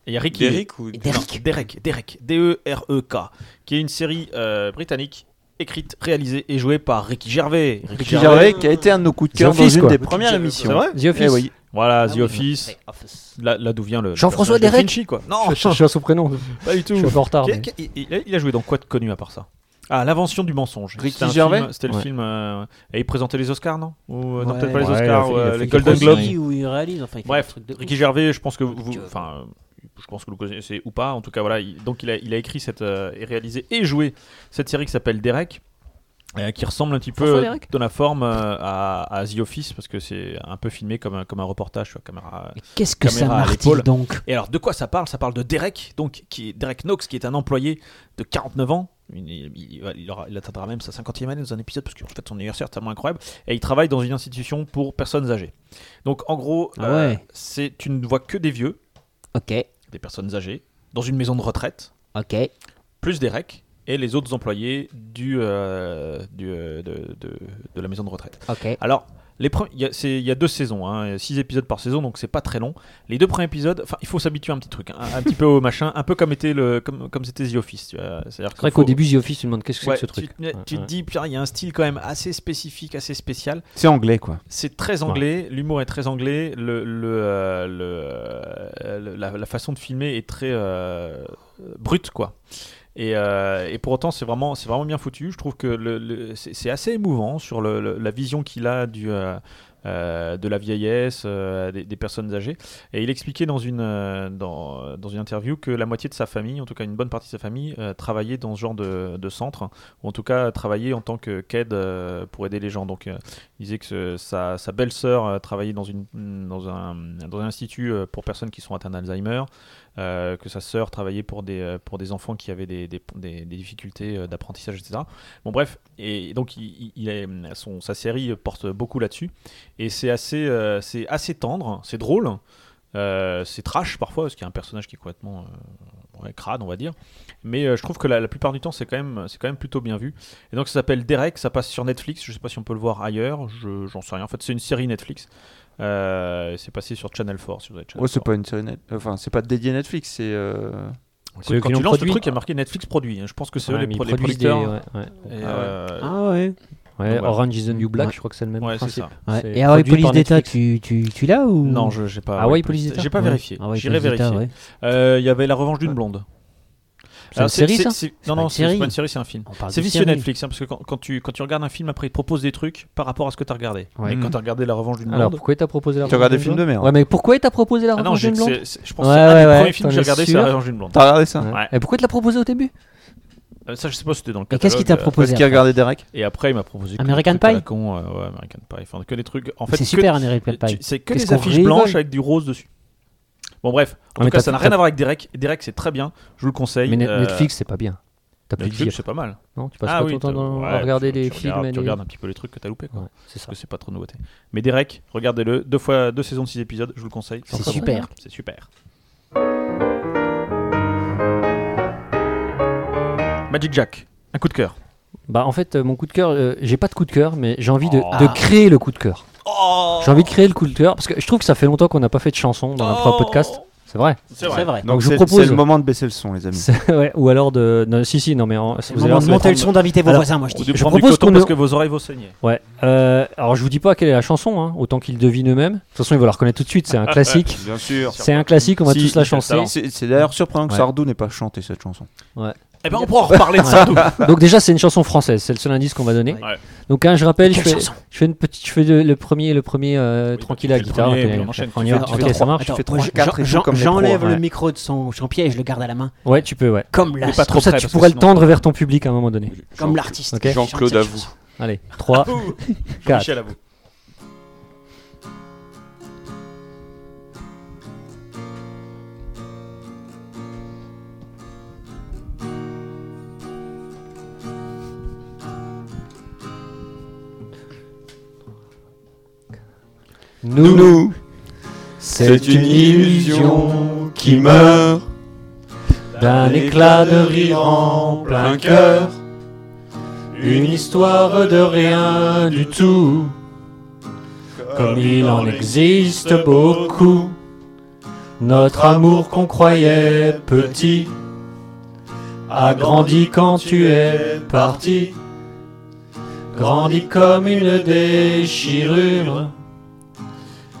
Et Il y a Ricky. Derek ou Derek. Non, Derek, Derek, D-E-R-E-K, E qui est une série euh, britannique écrite, réalisée et jouée par Ricky Gervais. Ricky Gervais, qui a été un de nos coups de cœur The dans Office, une quoi. des premières émissions. C'est vrai The Office. Eh oui. Voilà, Ah The oui, Office. c'est Office. Là, là d'où vient le. le Jean-François personnage de Derek Finchi, quoi. Non, Je cherchais à son prénom. pas du tout. Je suis un peu en retard. Qui- mais- qui- il, il- il a joué dans quoi de connu à part ça Ah, L'invention du mensonge. Ricky C'était un Gervais film- C'était le Ouais. film. euh, et il présentait les Oscars, non Ou euh, non, Ouais. peut-être pas les Ouais, Oscars, il a fait- ou, il a euh, fait les quelques Golden séries. Globes. Oui, où il réalise. Enfin, il fait Bref, un truc de Ricky ouf. Gervais, je pense que vous, Dieu. enfin, euh, je pense que vous le connaissez ou pas. En tout cas, voilà. il- donc, il a, il a écrit cette, euh, et réalisé et joué cette série qui s'appelle Derek, euh, qui ressemble un petit peu euh, dans la forme euh, à, à The Office parce que c'est un peu filmé comme un, comme un reportage sur caméra. Qu'est-ce que ça Caméra à martille l'épaule. donc Et alors, de quoi ça parle Ça parle de Derek, donc qui est Derek Knox, qui est un employé de 49 ans. Il, il- il aura- il atteindra même sa 50e année dans un épisode parce qu'en fait son anniversaire est tellement incroyable. Et il travaille dans une institution pour personnes âgées. Donc en gros, Ah euh, ouais. c'est tu ne vois que des vieux, Ok, des personnes âgées, dans une maison de retraite. ok. plus Derek et les autres employés du, euh, du, euh, de, de- de la maison de retraite. Ok. Alors, Les pre- il y, a- c'est- il y a deux saisons, 6 épisodes par saison, donc c'est pas très long. Les deux premiers épisodes, enfin, il faut s'habituer à un petit truc, hein, un, un petit peu au machin, un peu comme était le, comme, comme c'était The Office. tu vois. C'est-à-dire C'est vrai qu'au début, The Office, tu me demandes qu'est-ce que c'est que ce truc. tu, tu Ouais. te dis, putain, il y a un style quand même assez spécifique, assez spécial. C'est anglais, quoi. C'est très anglais, l'humour est très anglais, le, le, euh, le, euh, le- la, la façon de filmer est très euh, brute, quoi. Et, euh, et pour autant, c'est vraiment, c'est vraiment bien foutu. Je trouve que le, le- c'est c'est assez émouvant sur le- le- la vision qu'il a du, euh, euh, de la vieillesse, euh, des, des personnes âgées. Et il expliquait dans une, euh, dans, dans une interview que la moitié de sa famille, en tout cas une bonne partie de sa famille, euh, travaillait dans ce genre de, de centre, ou en tout cas travaillait en tant que qu'aide euh, pour aider les gens. Donc euh, il disait que ce- sa, sa belle-sœur euh, travaillait dans, une, dans, un, dans un institut euh, pour personnes qui sont atteintes d'Alzheimer, euh, que sa sœur travaillait pour des, euh, pour des enfants qui avaient des, des, des- des difficultés euh, d'apprentissage, etc. Bon, bref, et donc il, il- il est- son, sa série porte beaucoup là-dessus, et c'est assez, euh, c'est assez tendre, c'est drôle, euh, c'est trash parfois, parce qu'il y a un personnage qui est complètement euh, ouais, crade, on va dire, mais euh, je trouve que la, la plupart du temps, c'est quand, même- c'est quand même plutôt bien vu. Et donc ça s'appelle Derek, ça passe sur Netflix, je sais pas si on peut le voir ailleurs, je, j'en sais rien. En fait, c'est une série Netflix. Euh, c'est passé sur Channel 4 si vous avez Channel Ouais, c'est 4. pas une série net- Enfin, c'est pas dédié Netflix, c'est. euh, Écoute, C'est eux quand qui tu l'ont lances le produit. truc, il y a marqué Netflix produit. hein. Je pense que c'est Ouais, eux les, mais ils pro- les produisent des- producteurs. ouais, ouais. Et, Ah ouais. euh, Ah ouais. Ouais, voilà. Orange is the New Black, Ouais. je crois que c'est le même ouais, c'est principe. Mmh. ça. Ouais. C'est Et Hawaii produit par Police d'État, Netflix. tu, tu, tu l'as ou Non, je j'ai pas. Hawaii Police d'État J'ai pas Ouais. vérifié. Ah Hawaii J'irai Police d'État, vérifier. Euh, Il ouais. y avait La Revanche d'une blonde. C'est une Alors, série, ça c'est- pas Non, non, une c'est c'est série. pas une série, c'est un film. On parle C'est de vicieux série. Netflix, hein, parce que quand, quand tu, quand tu regardes un film, après, il te propose des trucs par rapport à ce que tu as regardé. Ouais. Et quand tu as regardé La Revanche d'une Alors, blonde, pourquoi t'as proposé la Tu regardes des Revanche films de d'une merde. blonde Ouais, mais pourquoi t'as proposé la Ah non, Revanse j'ai- d'une blonde c'est- c'est- je pense Ouais, que c'est un ouais, des ouais, premiers films que t'en j'ai es regardé, c'est sûr La Revanche d'une blonde. T'as regardé ça Ouais. Et pourquoi t'as proposé au début Euh, Ça, je sais pas, c'était dans le Et catalogue. qu'est-ce qu'il t'a euh, Parce proposé qu'il a après regardé Derek Et après, il m'a proposé. que American des trucs à Pie la con, euh, ouais, American Pie. Enfin, que des trucs. En fait, C'est que- super, un Eric Pie. tu- C'est que Qu'est-ce des qu'on affiches rigole blanches avec du rose dessus. Bon, bref. En mais tout cas, t'as- ça n'a t'as- rien à voir avec Derek. Derek, c'est très bien. Je vous le conseille. Mais Net- Euh, Netflix, c'est pas bien. T'as plus de vie. Netflix, c'est pas mal. Non, tu passes Ah pas oui, ton temps t'as- dans- ouais, à regarder tu- les tu films. regardes- et Tu les- regardes un petit peu les trucs que t'as loupé, quoi. Ouais, c'est ça. Parce que c'est pas trop de nouveauté. Mais Derek, regardez-le. Deux fois, deux saisons de six épisodes. Je vous le conseille. C'est très bon. super. C'est super. Magic Jack, un coup de cœur. Bah, en fait, euh, mon coup de cœur, euh, j'ai pas de coup de cœur, mais j'ai envie de, Oh. de créer le coup de cœur. Oh J'ai envie de créer le coup de cœur parce que je trouve que ça fait longtemps qu'on n'a pas fait de chanson dans un propre Oh. podcast. C'est vrai. C'est C'est vrai. vrai. Donc, je c'est- propose- C'est le moment de baisser le son, les amis. C'est- ouais, ou alors de. non, si, si, non, mais en- C'est vous le allez moment voir, de ça va monter le prendre- son d'inviter vos Alors, voisins, moi je Ou dis. de Je prendre du propose coton qu'on parce ne- que vos oreilles vont saigner. Ouais. Euh, alors, je vous dis pas quelle est la chanson, hein, autant qu'ils devinent eux-mêmes. De toute façon, ils vont la reconnaître tout de suite, c'est un classique. Bien sûr. c'est un classique, on va Si, tous la il fait ça. chanter. C'est c'est d'ailleurs surprenant que Ouais. Sardou n'ait pas chanté cette chanson. Eh ben on pourra en reparler de ça. Donc, déjà, c'est une chanson française, c'est le seul indice qu'on m'a donné. Ouais. Donc, hein, je rappelle, je Quelle fais, chanson je fais, une petite, je fais le, le premier, le premier euh, Oui, tranquille à tu fais le guitare. premier, ok, puis on on- enchaîne. on y Tu va. fais- tu Ok, fais ça marche. tu fais moi, trois, je- quatre et j'en- tout comme les J'enlève pros, le ouais. micro de son son pied et je le garde à la main. Ouais, tu peux, ouais. Comme la- Mais pas trop Comme ça, près, tu parce pourras que le sinon- tendre vers ton public à un moment donné. comme l'artiste. Ok. qui chante Jean-Claude cette avoue. chanson. Allez, 3, 4. Michel avoue. Nous, C'est une illusion qui meurt d'un éclat de rire en plein cœur. Une histoire de rien du tout, comme il en existe beaucoup. Notre amour qu'on croyait petit a grandi quand tu es parti, grandi comme une déchirure,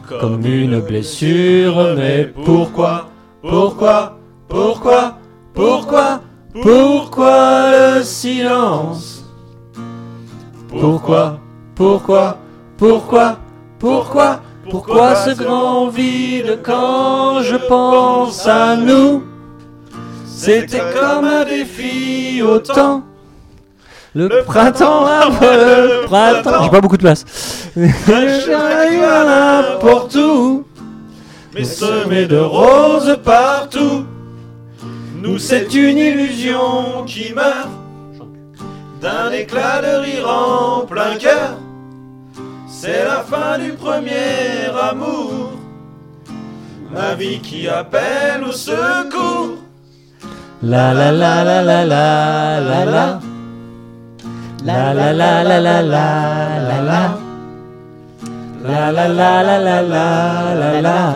comme une blessure. Mais pourquoi, pourquoi, pourquoi, pourquoi, pourquoi le silence Pourquoi, pourquoi, pourquoi, pourquoi, pourquoi ce grand vide quand je pense à nous C'était comme un défi au temps. Le, printemps après le printemps. J'ai pas beaucoup de place. J'arrive à n'importe où. Mais semé de roses partout. Nous, c'est une illusion qui meurt d'un éclat de rire en plein cœur. C'est la fin du premier amour. Ma vie qui appelle au secours. La la la la la la la la. La la la la la la la la. La la la la la la la la.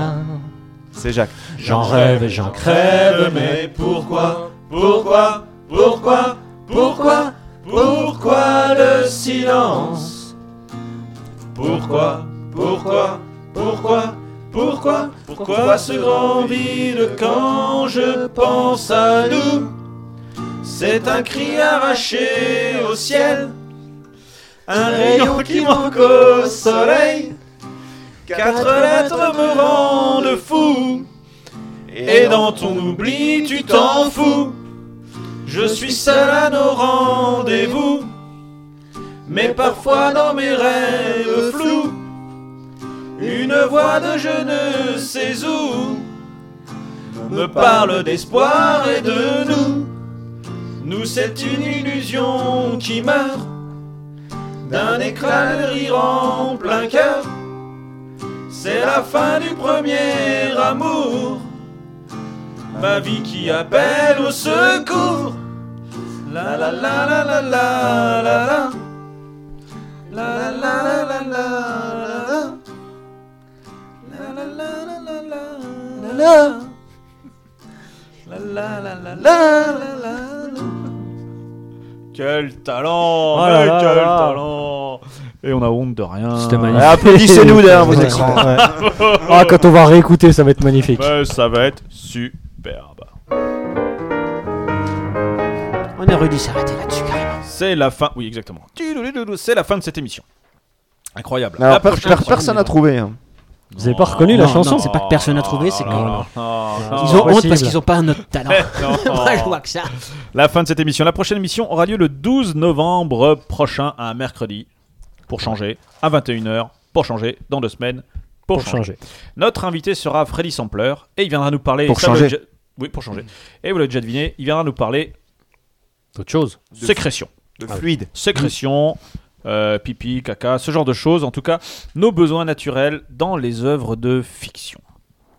C'est Jacques. J'en rêve et j'en crève, mais pourquoi, pourquoi, pourquoi, pourquoi, pourquoi le silence Pourquoi, pourquoi, pourquoi, pourquoi, pourquoi ce grand vide quand je pense à nous C'est un cri arraché au ciel, un rayon qui manque au soleil. Quatre lettres me rendent fou. Et dans ton oubli, tu t'en fous. Je suis seul à nos rendez-vous. Mais parfois dans mes rêves flous, une voix de je ne sais où me parle d'espoir et de nous. Nous, c'est une illusion qui meurt d'un éclat de rire en plein cœur. C'est la fin du premier amour. Ma vie qui appelle au secours. La la la la la la la la. La la la la la la la. La la la la la la la. La la la la la la la. Quel talent Oh là mais là Quel là là. talent Et on a honte de rien. C'était magnifique. Ah, Applaudissez-nous derrière vos écrans. Ah, quand on va réécouter, ça va être magnifique. Mais Bah, ça va être superbe. On aurait dû s'arrêter là-dessus, carrément. C'est la fin. Oui, exactement. Tududududu, C'est la fin de cette émission. Incroyable. Alors, La per- prochaine per- émission- personne n'a trouvé. hein. ah, Vous avez pas reconnu la Non, chanson non, c'est pas que personne n'a trouvé, c'est que. Oh, oh, Ils Ils oh. c'est ont honte possible. parce qu'ils ont pas un autre talent. Non. Moi, je vois que ça. La fin de cette émission. La prochaine émission aura lieu le 12 novembre prochain, un mercredi, pour changer, à 21h, pour changer, dans deux semaines, pour, Pour changer. Notre invité sera Freddy Sampleur et il viendra nous parler. Pour ça, vous changer. l'avez déjà- Oui, pour changer. Et vous l'avez déjà deviné, il viendra nous parler Autre chose. sécrétion. De fluide. Sécrétion, euh, pipi, caca, ce genre de choses. En tout cas, nos besoins naturels dans les œuvres de fiction.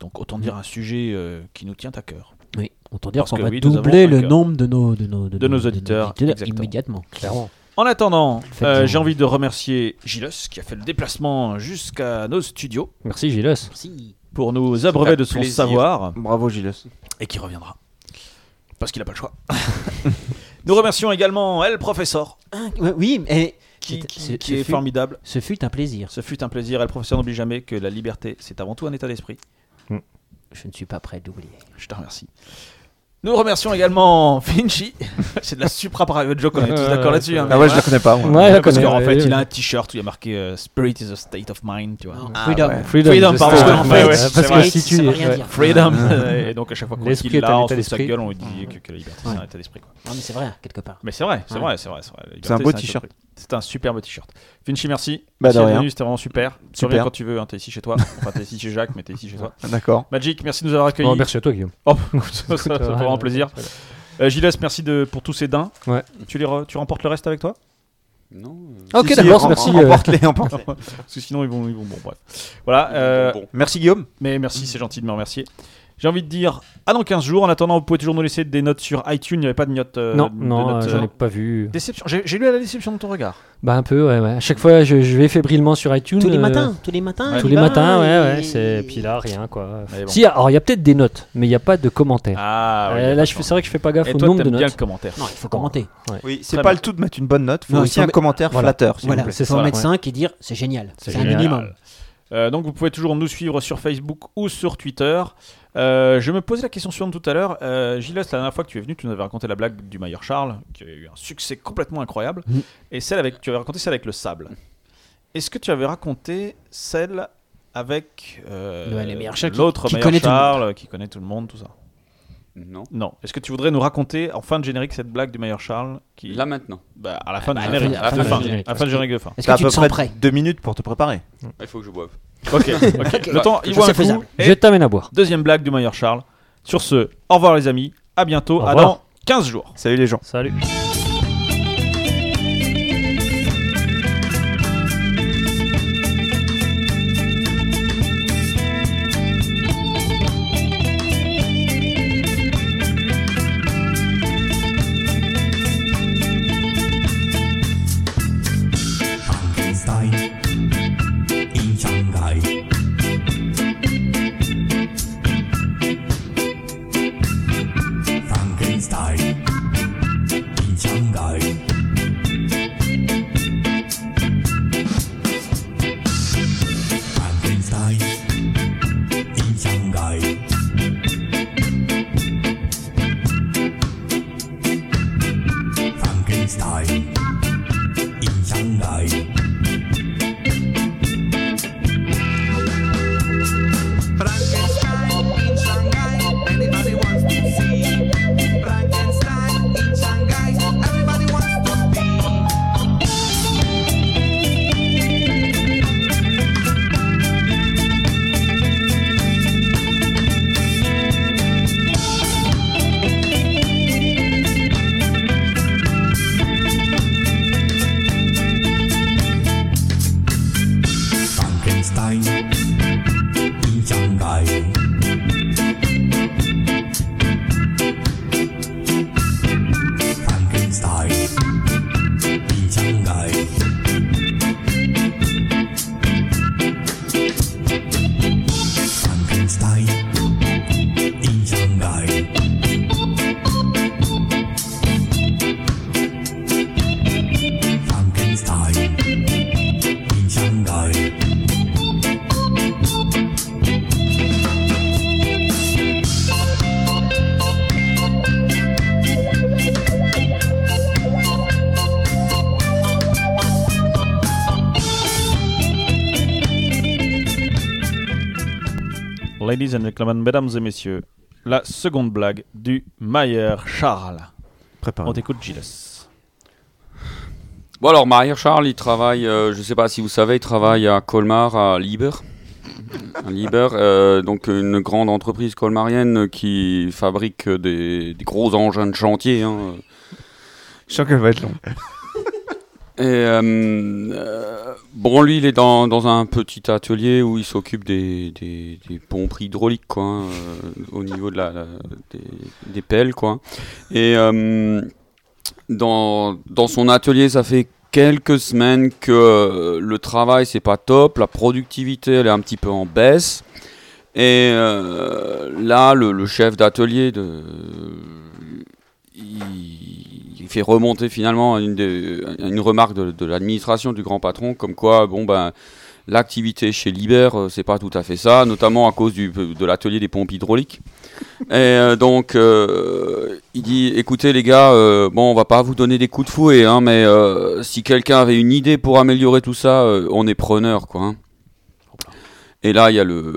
Donc, autant dire un sujet euh, qui nous tient à cœur. Oui, autant dire Parce qu'on que va oui, nous doubler avons un le cœur. nombre de nos, de nos, De nos auditeurs, exactement. immédiatement. Clairement. En attendant, Faites-en. euh, j'ai envie de remercier Gilles qui a fait le déplacement jusqu'à nos studios Merci, Gilles. Si. pour nous abreuver un de son plaisir. savoir Bravo, Gilles. et qui reviendra parce qu'il n'a pas le choix. nous remercions également El Professeur Oui, mais qui, C'est- qui- c'est- qui ce est fut- formidable. ce fut un plaisir. Ce fut un plaisir. El Professeur n'oublie jamais que la liberté, c'est avant tout un état d'esprit. Je ne suis pas prêt d'oublier. Je te remercie. Nous remercions également Finchy. c'est de la supra private joke, on est tous d'accord là-dessus. hein, mais Ah ouais, voilà. je la connais pas. moi. Ouais, je parce connais, qu'en ouais, fait, ouais. il a un t-shirt où il y a marqué euh, Spirit is a state of mind, tu vois. Freedom. Freedom. Freedom, je pardon, sais. parce qu'en fait, ouais, parce c'est que vrai. si Ça tu. veut rien ouais. dire. Freedom. et donc à chaque fois qu'on L'esprit dit est un là, on état fout sa d'esprit. gueule, on lui dit que, que la liberté c'est un état d'esprit. quoi. Non, mais c'est vrai, quelque part. Mais c'est vrai, c'est Ouais. vrai, c'est vrai, c'est vrai. La liberté, C'est un beau état t-shirt. d'esprit. C'est un superbe t-shirt. Finchy, merci. Bah, de Merci d'être rien. venu, C'était vraiment super. Tu Super. reviens quand tu veux, hein, t'es ici chez toi. Enfin, t'es ici chez Jacques, mais t'es ici chez toi. D'accord. Magic, merci de nous avoir accueillis. Bon, merci à toi, Guillaume. Oh, ça, ça fait vraiment Ouais, plaisir. ouais. Euh, Gilles, merci de, pour tous ces dins. Ouais. Tu, les re- tu remportes le reste avec toi Non. euh, Ok, Si, si, d'accord, em- merci. euh, emporte-les, emporte-les. Parce que sinon, ils vont. Ils vont bon, bref. Voilà. euh, bon. Merci, Guillaume. Mais merci, c'est gentil de me remercier. J'ai envie de dire à dans 15 jours. En attendant, vous pouvez toujours nous laisser des notes sur iTunes. Il n'y avait pas de notes. euh, Non, de non, notes, euh, j'en euh, ai pas vu. Déception. J'ai j'ai lu à la déception de ton regard. Bah, un peu, ouais, ouais. À chaque fois, je, je vais fébrilement sur iTunes. Tous les euh, matins, tous les matins. Ouais. Tous il les va, matins, ouais, et- ouais. C'est... Puis là, rien, quoi. Mais bon. Si, alors, il y a peut-être des notes, mais il n'y a pas de commentaires. Ah, oui, Euh, là, d'accord. je fais- c'est vrai que je fais pas gaffe Et au toi, nombre de t'aimes bien le notes. commentaire. Non, il faut commenter. Oui, c'est Très pas bien. le tout de mettre une bonne note. Faut Non, il aussi un faut mettre- commentaire Voilà. flatteur. s'il vous Voilà, plaît. il faut en Voilà. mettre 5 et dire c'est génial. C'est C'est un génial. minimum. Euh, donc, vous pouvez toujours nous suivre sur Facebook ou sur Twitter. Euh, je me posais la question suivante tout à l'heure. Euh, Gilles, la dernière fois que tu es venu, tu nous avais raconté la blague du Maillard Charles, qui a eu un succès complètement incroyable. Mhm. Et celle avec, tu avais raconté celle avec le sable. Est-ce que tu avais raconté celle avec euh, Le- le Maillard Charles qui- l'autre qui Maillard connaît tout le monde. Charles, qui connaît tout le monde, tout ça Non. Non. Est-ce que tu voudrais nous raconter en fin de générique cette blague du Maillard Charles qui... Là maintenant. Bah, à la fin bah, du à la générique. fin- À la fin, du générique. à la fin du générique de fin. Est-ce T'as que à tu te peu sens près prêt deux minutes pour te préparer. Il faut que je boive. Ok. ok. Le temps, il Ça, voit c'est un coup. faisable. Et Je t'amène à boire. deuxième blague du Maillard Charles. Sur ce, au revoir les amis. À bientôt. Au À revoir. dans 15 jours. Salut les gens. Salut. Frankenstein. Ich an Ladies and gentlemen, mesdames et messieurs, la seconde blague du Mayer Charles. Préparez. On t'écoute, Gilles. Bon alors, Maria Charles, il travaille, euh, je ne sais pas si vous savez, il travaille à Colmar, à Liber. À Liber, euh, donc une grande entreprise colmarienne qui fabrique des, des gros engins de chantier. hein. Je sens qu'elle va être longue. Et, euh, euh, bon, lui, il est dans, dans un petit atelier où il s'occupe des, des, des pompes hydrauliques, quoi, hein, euh, au niveau de la, la- des, des pelles, quoi. Et euh, dans, dans son atelier, ça fait quelques semaines que euh, le travail, c'est pas top, la productivité, elle est un petit peu en baisse. Et euh, là, le, le chef d'atelier de, il, il fait remonter finalement une, des- une remarque de, de l'administration du grand patron comme quoi bon ben l'activité chez Liber euh, c'est pas tout à fait ça notamment à cause du, de l'atelier des pompes hydrauliques et euh, donc euh, il dit écoutez les gars euh, bon on va pas vous donner des coups de fouet hein, mais euh, si quelqu'un avait une idée pour améliorer tout ça euh, on est preneur quoi hein. et là, il y a le,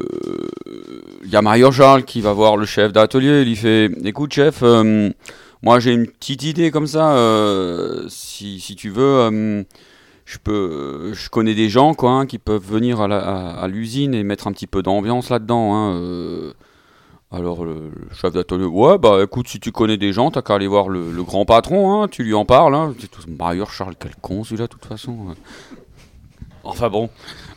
il y a Mario Charles qui va voir le chef d'atelier. Il lui fait, écoute chef, euh, moi, j'ai une petite idée comme ça. euh, si, si tu veux, euh, je peux, je connais des gens quoi, hein, qui peuvent venir à la- à à l'usine et mettre un petit peu d'ambiance là-dedans. hein, euh. Alors le, le chef d'atelier, ouais, bah écoute, si tu connais des gens, t'as qu'à aller voir le, le grand patron. hein, tu lui en parles. Hein. Tu- tu- Mario Charles, quel con celui-là, de toute façon. euh. Enfin bon.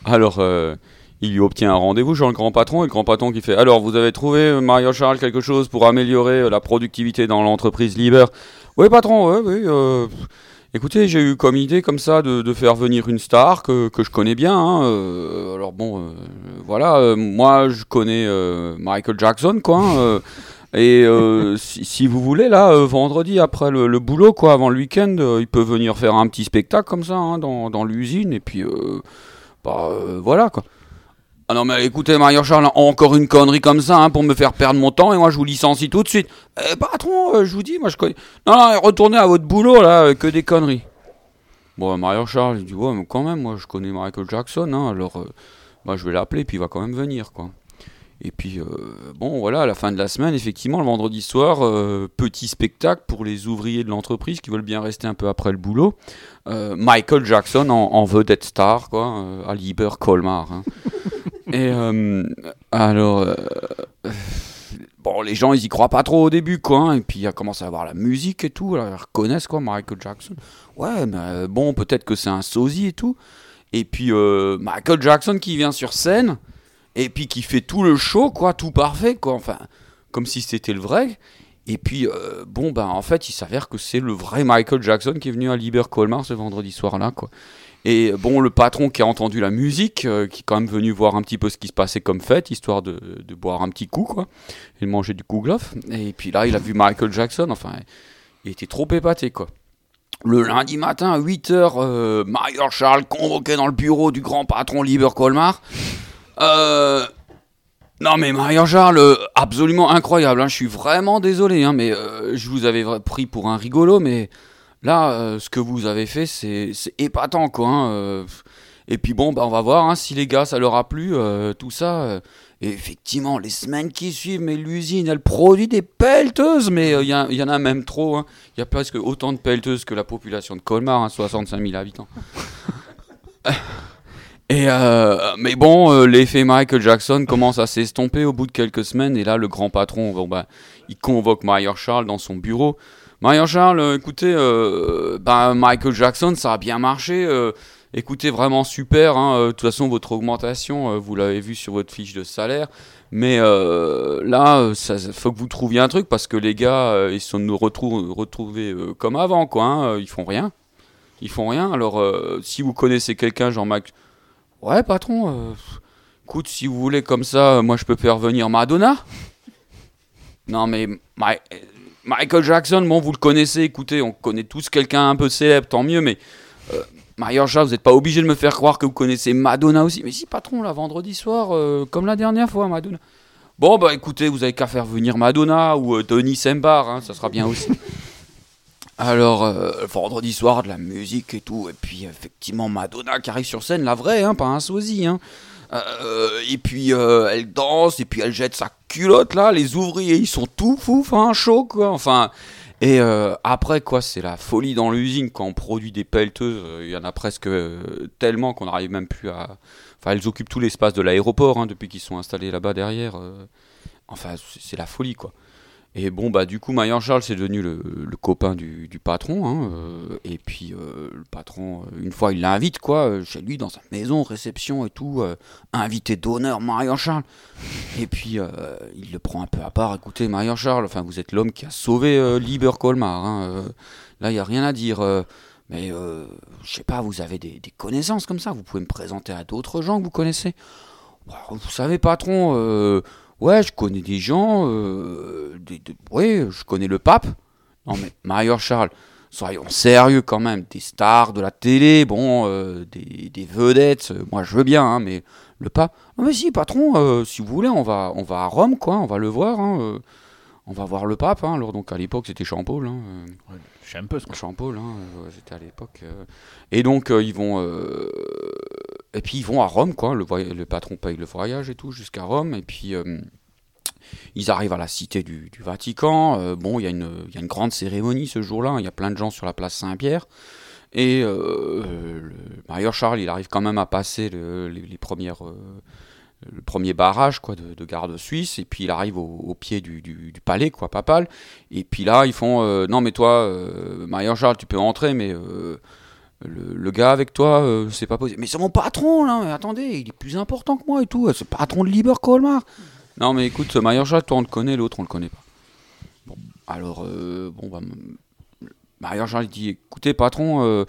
Alors. euh, il lui obtient un rendez-vous chez le grand patron et le grand patron qui fait Alors, vous avez trouvé, euh, Mario Charles, quelque chose pour améliorer euh, la productivité dans l'entreprise Liber Oui, patron, oui, oui. euh, pff, écoutez, j'ai eu comme idée comme ça de, de faire venir une star que, que je connais bien. hein, euh, alors, bon, euh, voilà, euh, moi je connais euh, Michael Jackson, quoi. hein, euh, et euh, si, si vous voulez, là, euh, vendredi après le, le boulot, quoi, avant le week-end, euh, il peut venir faire un petit spectacle comme ça hein, dans, dans l'usine et puis, euh, bah, euh, voilà, quoi. Ah non mais écoutez Mario Charles, encore une connerie comme ça hein, pour me faire perdre mon temps et moi je vous licencie tout de suite. Eh, patron, euh, je vous dis, moi je connais. Non, non, retournez à votre boulot là, euh, que des conneries. Bon, Mario Charles, il dit ouais mais quand même, moi je connais Michael Jackson, hein, alors euh, bah, je vais l'appeler puis il va quand même venir quoi. Et puis euh, bon voilà, à la fin de la semaine, effectivement, le vendredi soir, euh, petit spectacle pour les ouvriers de l'entreprise qui veulent bien rester un peu après le boulot. Euh, Michael Jackson en, en vedette star quoi, euh, à Liber Colmar. hein. Et euh, alors, euh, euh, bon, les gens, ils y croient pas trop au début, quoi. hein. et puis, il a commencé à avoir la musique et tout. Là, ils reconnaissent, quoi, Michael Jackson. Ouais, mais euh, bon, peut-être que c'est un sosie et tout. Et puis, euh, Michael Jackson qui vient sur scène. Et puis, qui fait tout le show, quoi, tout parfait, quoi. Enfin, comme si c'était le vrai. Et puis, euh, bon, ben, en fait, il s'avère que c'est le vrai Michael Jackson qui est venu à Liber Colmar ce vendredi soir-là, quoi. Et bon, le patron qui a entendu la musique, euh, qui est quand même venu voir un petit peu ce qui se passait comme fête, histoire de, de boire un petit coup, quoi, et de manger du kouglof. Et puis là, il a vu Michael Jackson, enfin, il était trop épaté, quoi. Le lundi matin à 8h, Mario Charles convoqué dans le bureau du grand patron Liber Colmar. Euh, Non mais Mario Charles, euh, absolument incroyable, hein, je suis vraiment désolé, hein, mais euh, je vous avais vra- pris pour un rigolo, mais Là, euh, ce que vous avez fait, c'est c'est épatant, quoi. hein, euh. et puis bon, bah, on va voir hein, si les gars, ça leur a plu, euh, tout ça. euh. Et effectivement, les semaines qui suivent, mais l'usine, elle produit des pelleteuses, mais euh, il y, en a même trop. hein. Il y a presque autant de pelleteuses que la population de Colmar, hein, 65 000 habitants. Et euh, mais bon, euh, l'effet Michael Jackson commence à s'estomper au bout de quelques semaines. Et là, le grand patron, bon, bah, il convoque Mayer Charles dans son bureau. Mayer Charles, euh, écoutez, euh, bah, Michael Jackson, ça a bien marché. euh, écoutez, vraiment super. hein, euh, de toute façon, votre augmentation, euh, vous l'avez vu sur votre fiche de salaire. Mais euh, là, il faut que vous trouviez un truc parce que les gars, euh, ils sont nous retrou- retrouvés euh, comme avant, quoi. hein, euh, ils font rien. Ils font rien. Alors, euh, si vous connaissez quelqu'un, genre Mac, ouais, patron. euh, écoute, si vous voulez comme ça, euh, moi, je peux faire venir Madonna. Non, mais Ma- euh, Michael Jackson, bon, vous le connaissez, écoutez, on connaît tous quelqu'un un peu célèbre, tant mieux, mais euh, Mario Charles, vous n'êtes pas obligé de me faire croire que vous connaissez Madonna aussi. Mais si, patron, là, vendredi soir, euh, comme la dernière fois, Madonna. Bon, bah écoutez, vous avez qu'à faire venir Madonna ou euh, Denis Sembar, hein, ça sera bien aussi. Alors, euh, vendredi soir, de la musique et tout, et puis effectivement, Madonna qui arrive sur scène, la vraie, hein, pas un sosie. Hein. Euh, et puis euh, elle danse, et puis elle jette sa culotte là. Les ouvriers, ils sont tout fous, hein, chaud quoi. Enfin, et euh, après quoi, c'est la folie dans l'usine quand on produit des pelleteuses. euh, Il y en a presque euh, tellement qu'on n'arrive même plus à. Enfin, elles occupent tout l'espace de l'aéroport hein, depuis qu'ils sont installés là-bas derrière. euh. Enfin, c'est c'est la folie quoi. Et bon, bah du coup, Maillard Charles, c'est devenu le, le copain du, du patron. hein, euh, et puis, euh, le patron, euh, une fois, il l'invite, quoi, euh, chez lui, dans sa maison, réception et tout. euh, invité d'honneur, Maillard Charles. Et puis, euh, il le prend un peu à part. Écoutez, Maillard Charles, enfin, vous êtes l'homme qui a sauvé euh, Liber Colmar. hein, euh, là, il n'y a rien à dire. euh, mais, euh, je sais pas, vous avez des, des connaissances comme ça. Vous pouvez me présenter à d'autres gens que vous connaissez. Bah, vous savez, patron... euh, Ouais, je connais des gens. Euh, des- des- ouais, je connais le pape. Non, mais Maillard Charles, soyons sérieux quand même. Des stars de la télé, bon, euh, des, des vedettes. euh, Moi, je veux bien, hein, mais le pape. Non, mais si, patron, euh, si vous voulez, on va, on va à Rome, quoi. On va le voir. hein, euh, on va voir le pape. hein. Alors, donc, à l'époque, c'était Jean-Paul. hein, euh. J'ai un peu ce Jean-Paul, hein, euh, j'étais à l'époque. euh. Et donc, euh, ils vont. euh, Et puis, ils vont à Rome, quoi. Le, voy- le patron paye le voyage et tout, jusqu'à Rome. Et puis, euh, ils arrivent à la cité du, du Vatican. Euh, bon, il y, a une- il y a une grande cérémonie ce jour-là. hein. Il y a plein de gens sur la place Saint-Pierre. Et euh, euh, le Mario Charles, il arrive quand même à passer le- les, les premières. euh, le premier barrage quoi, de, de garde suisse, et puis il arrive au, au pied du, du- du palais quoi, papal, et puis là, ils font euh, Non, mais toi, euh, Marion Charles, tu peux entrer, mais euh, le, le gars avec toi, euh, c'est pas possible. Mais c'est mon patron, là, mais attendez, il est plus important que moi et tout. C'est le patron de Liber Colmar. Non, mais écoute, Marion Charles, toi, on le connaît, l'autre, on le connaît pas. Bon, alors, euh, bon, bah, Marion Charles dit Écoutez, patron, euh,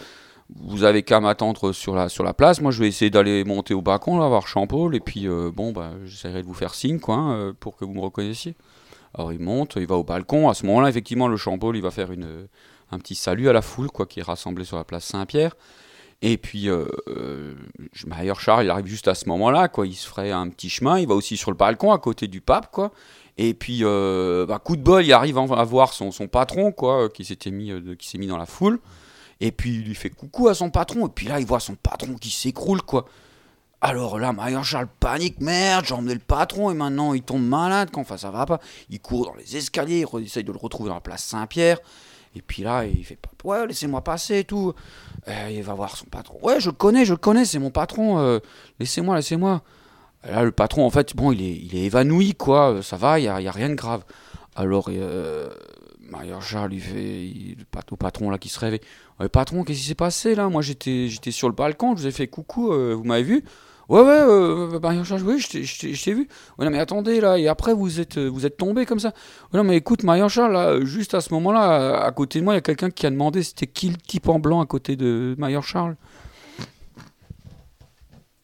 vous avez qu'à m'attendre sur la, sur la place. Moi, je vais essayer d'aller monter au balcon, là, voir Champol, et puis, euh, bon, bah, j'essaierai de vous faire signe, quoi, hein, euh, pour que vous me reconnaissiez. Alors il monte, il va au balcon. À ce moment-là, effectivement, le Champol, il va faire une, un petit salut à la foule, quoi, qui est rassemblée sur la place Saint-Pierre. Et puis, euh, euh, Mayer Charles, il arrive juste à ce moment-là, quoi. Il se ferait un petit chemin. Il va aussi sur le balcon, à côté du pape, quoi. Et puis, euh, bah, coup de bol, il arrive à voir son, son patron, quoi, euh, qui s'était mis, euh, de- qui s'est mis dans la foule. Et puis, il lui fait coucou à son patron. Et puis là, il voit son patron qui s'écroule, quoi. Alors là, Marion Charles panique, merde, j'ai emmené le patron et maintenant il tombe malade, quand, enfin ça va pas. Il court dans les escaliers, il re- essaye de le retrouver dans la place Saint-Pierre. Et puis là, il fait pas, ouais, laissez-moi passer et tout. Euh, il va voir son patron. Ouais, je le connais, je le connais, c'est mon patron, euh, laissez-moi, laissez-moi. Là, le patron, en fait, bon, il est, il est évanoui, quoi, euh, ça va, il n'y a, il y a rien de grave. Alors, euh, Maillard Charles, il fait, il- le pat- au patron là qui se réveille. Ouais, patron, qu'est-ce qui s'est passé là Moi, j'étais, j'étais sur le balcon, je vous ai fait coucou, euh, vous m'avez vu Ouais, ouais, euh, Marion Charles, oui, je t'ai- je t'ai je t'ai vu. Ouais, non, mais attendez, là, et après, vous êtes, euh, vous êtes tombé comme ça. Ouais, non, mais écoute, Marion Charles, là, euh, juste à ce moment-là, à, à côté de moi, il y a quelqu'un qui a demandé c'était qui le type en blanc à côté de Marion Charles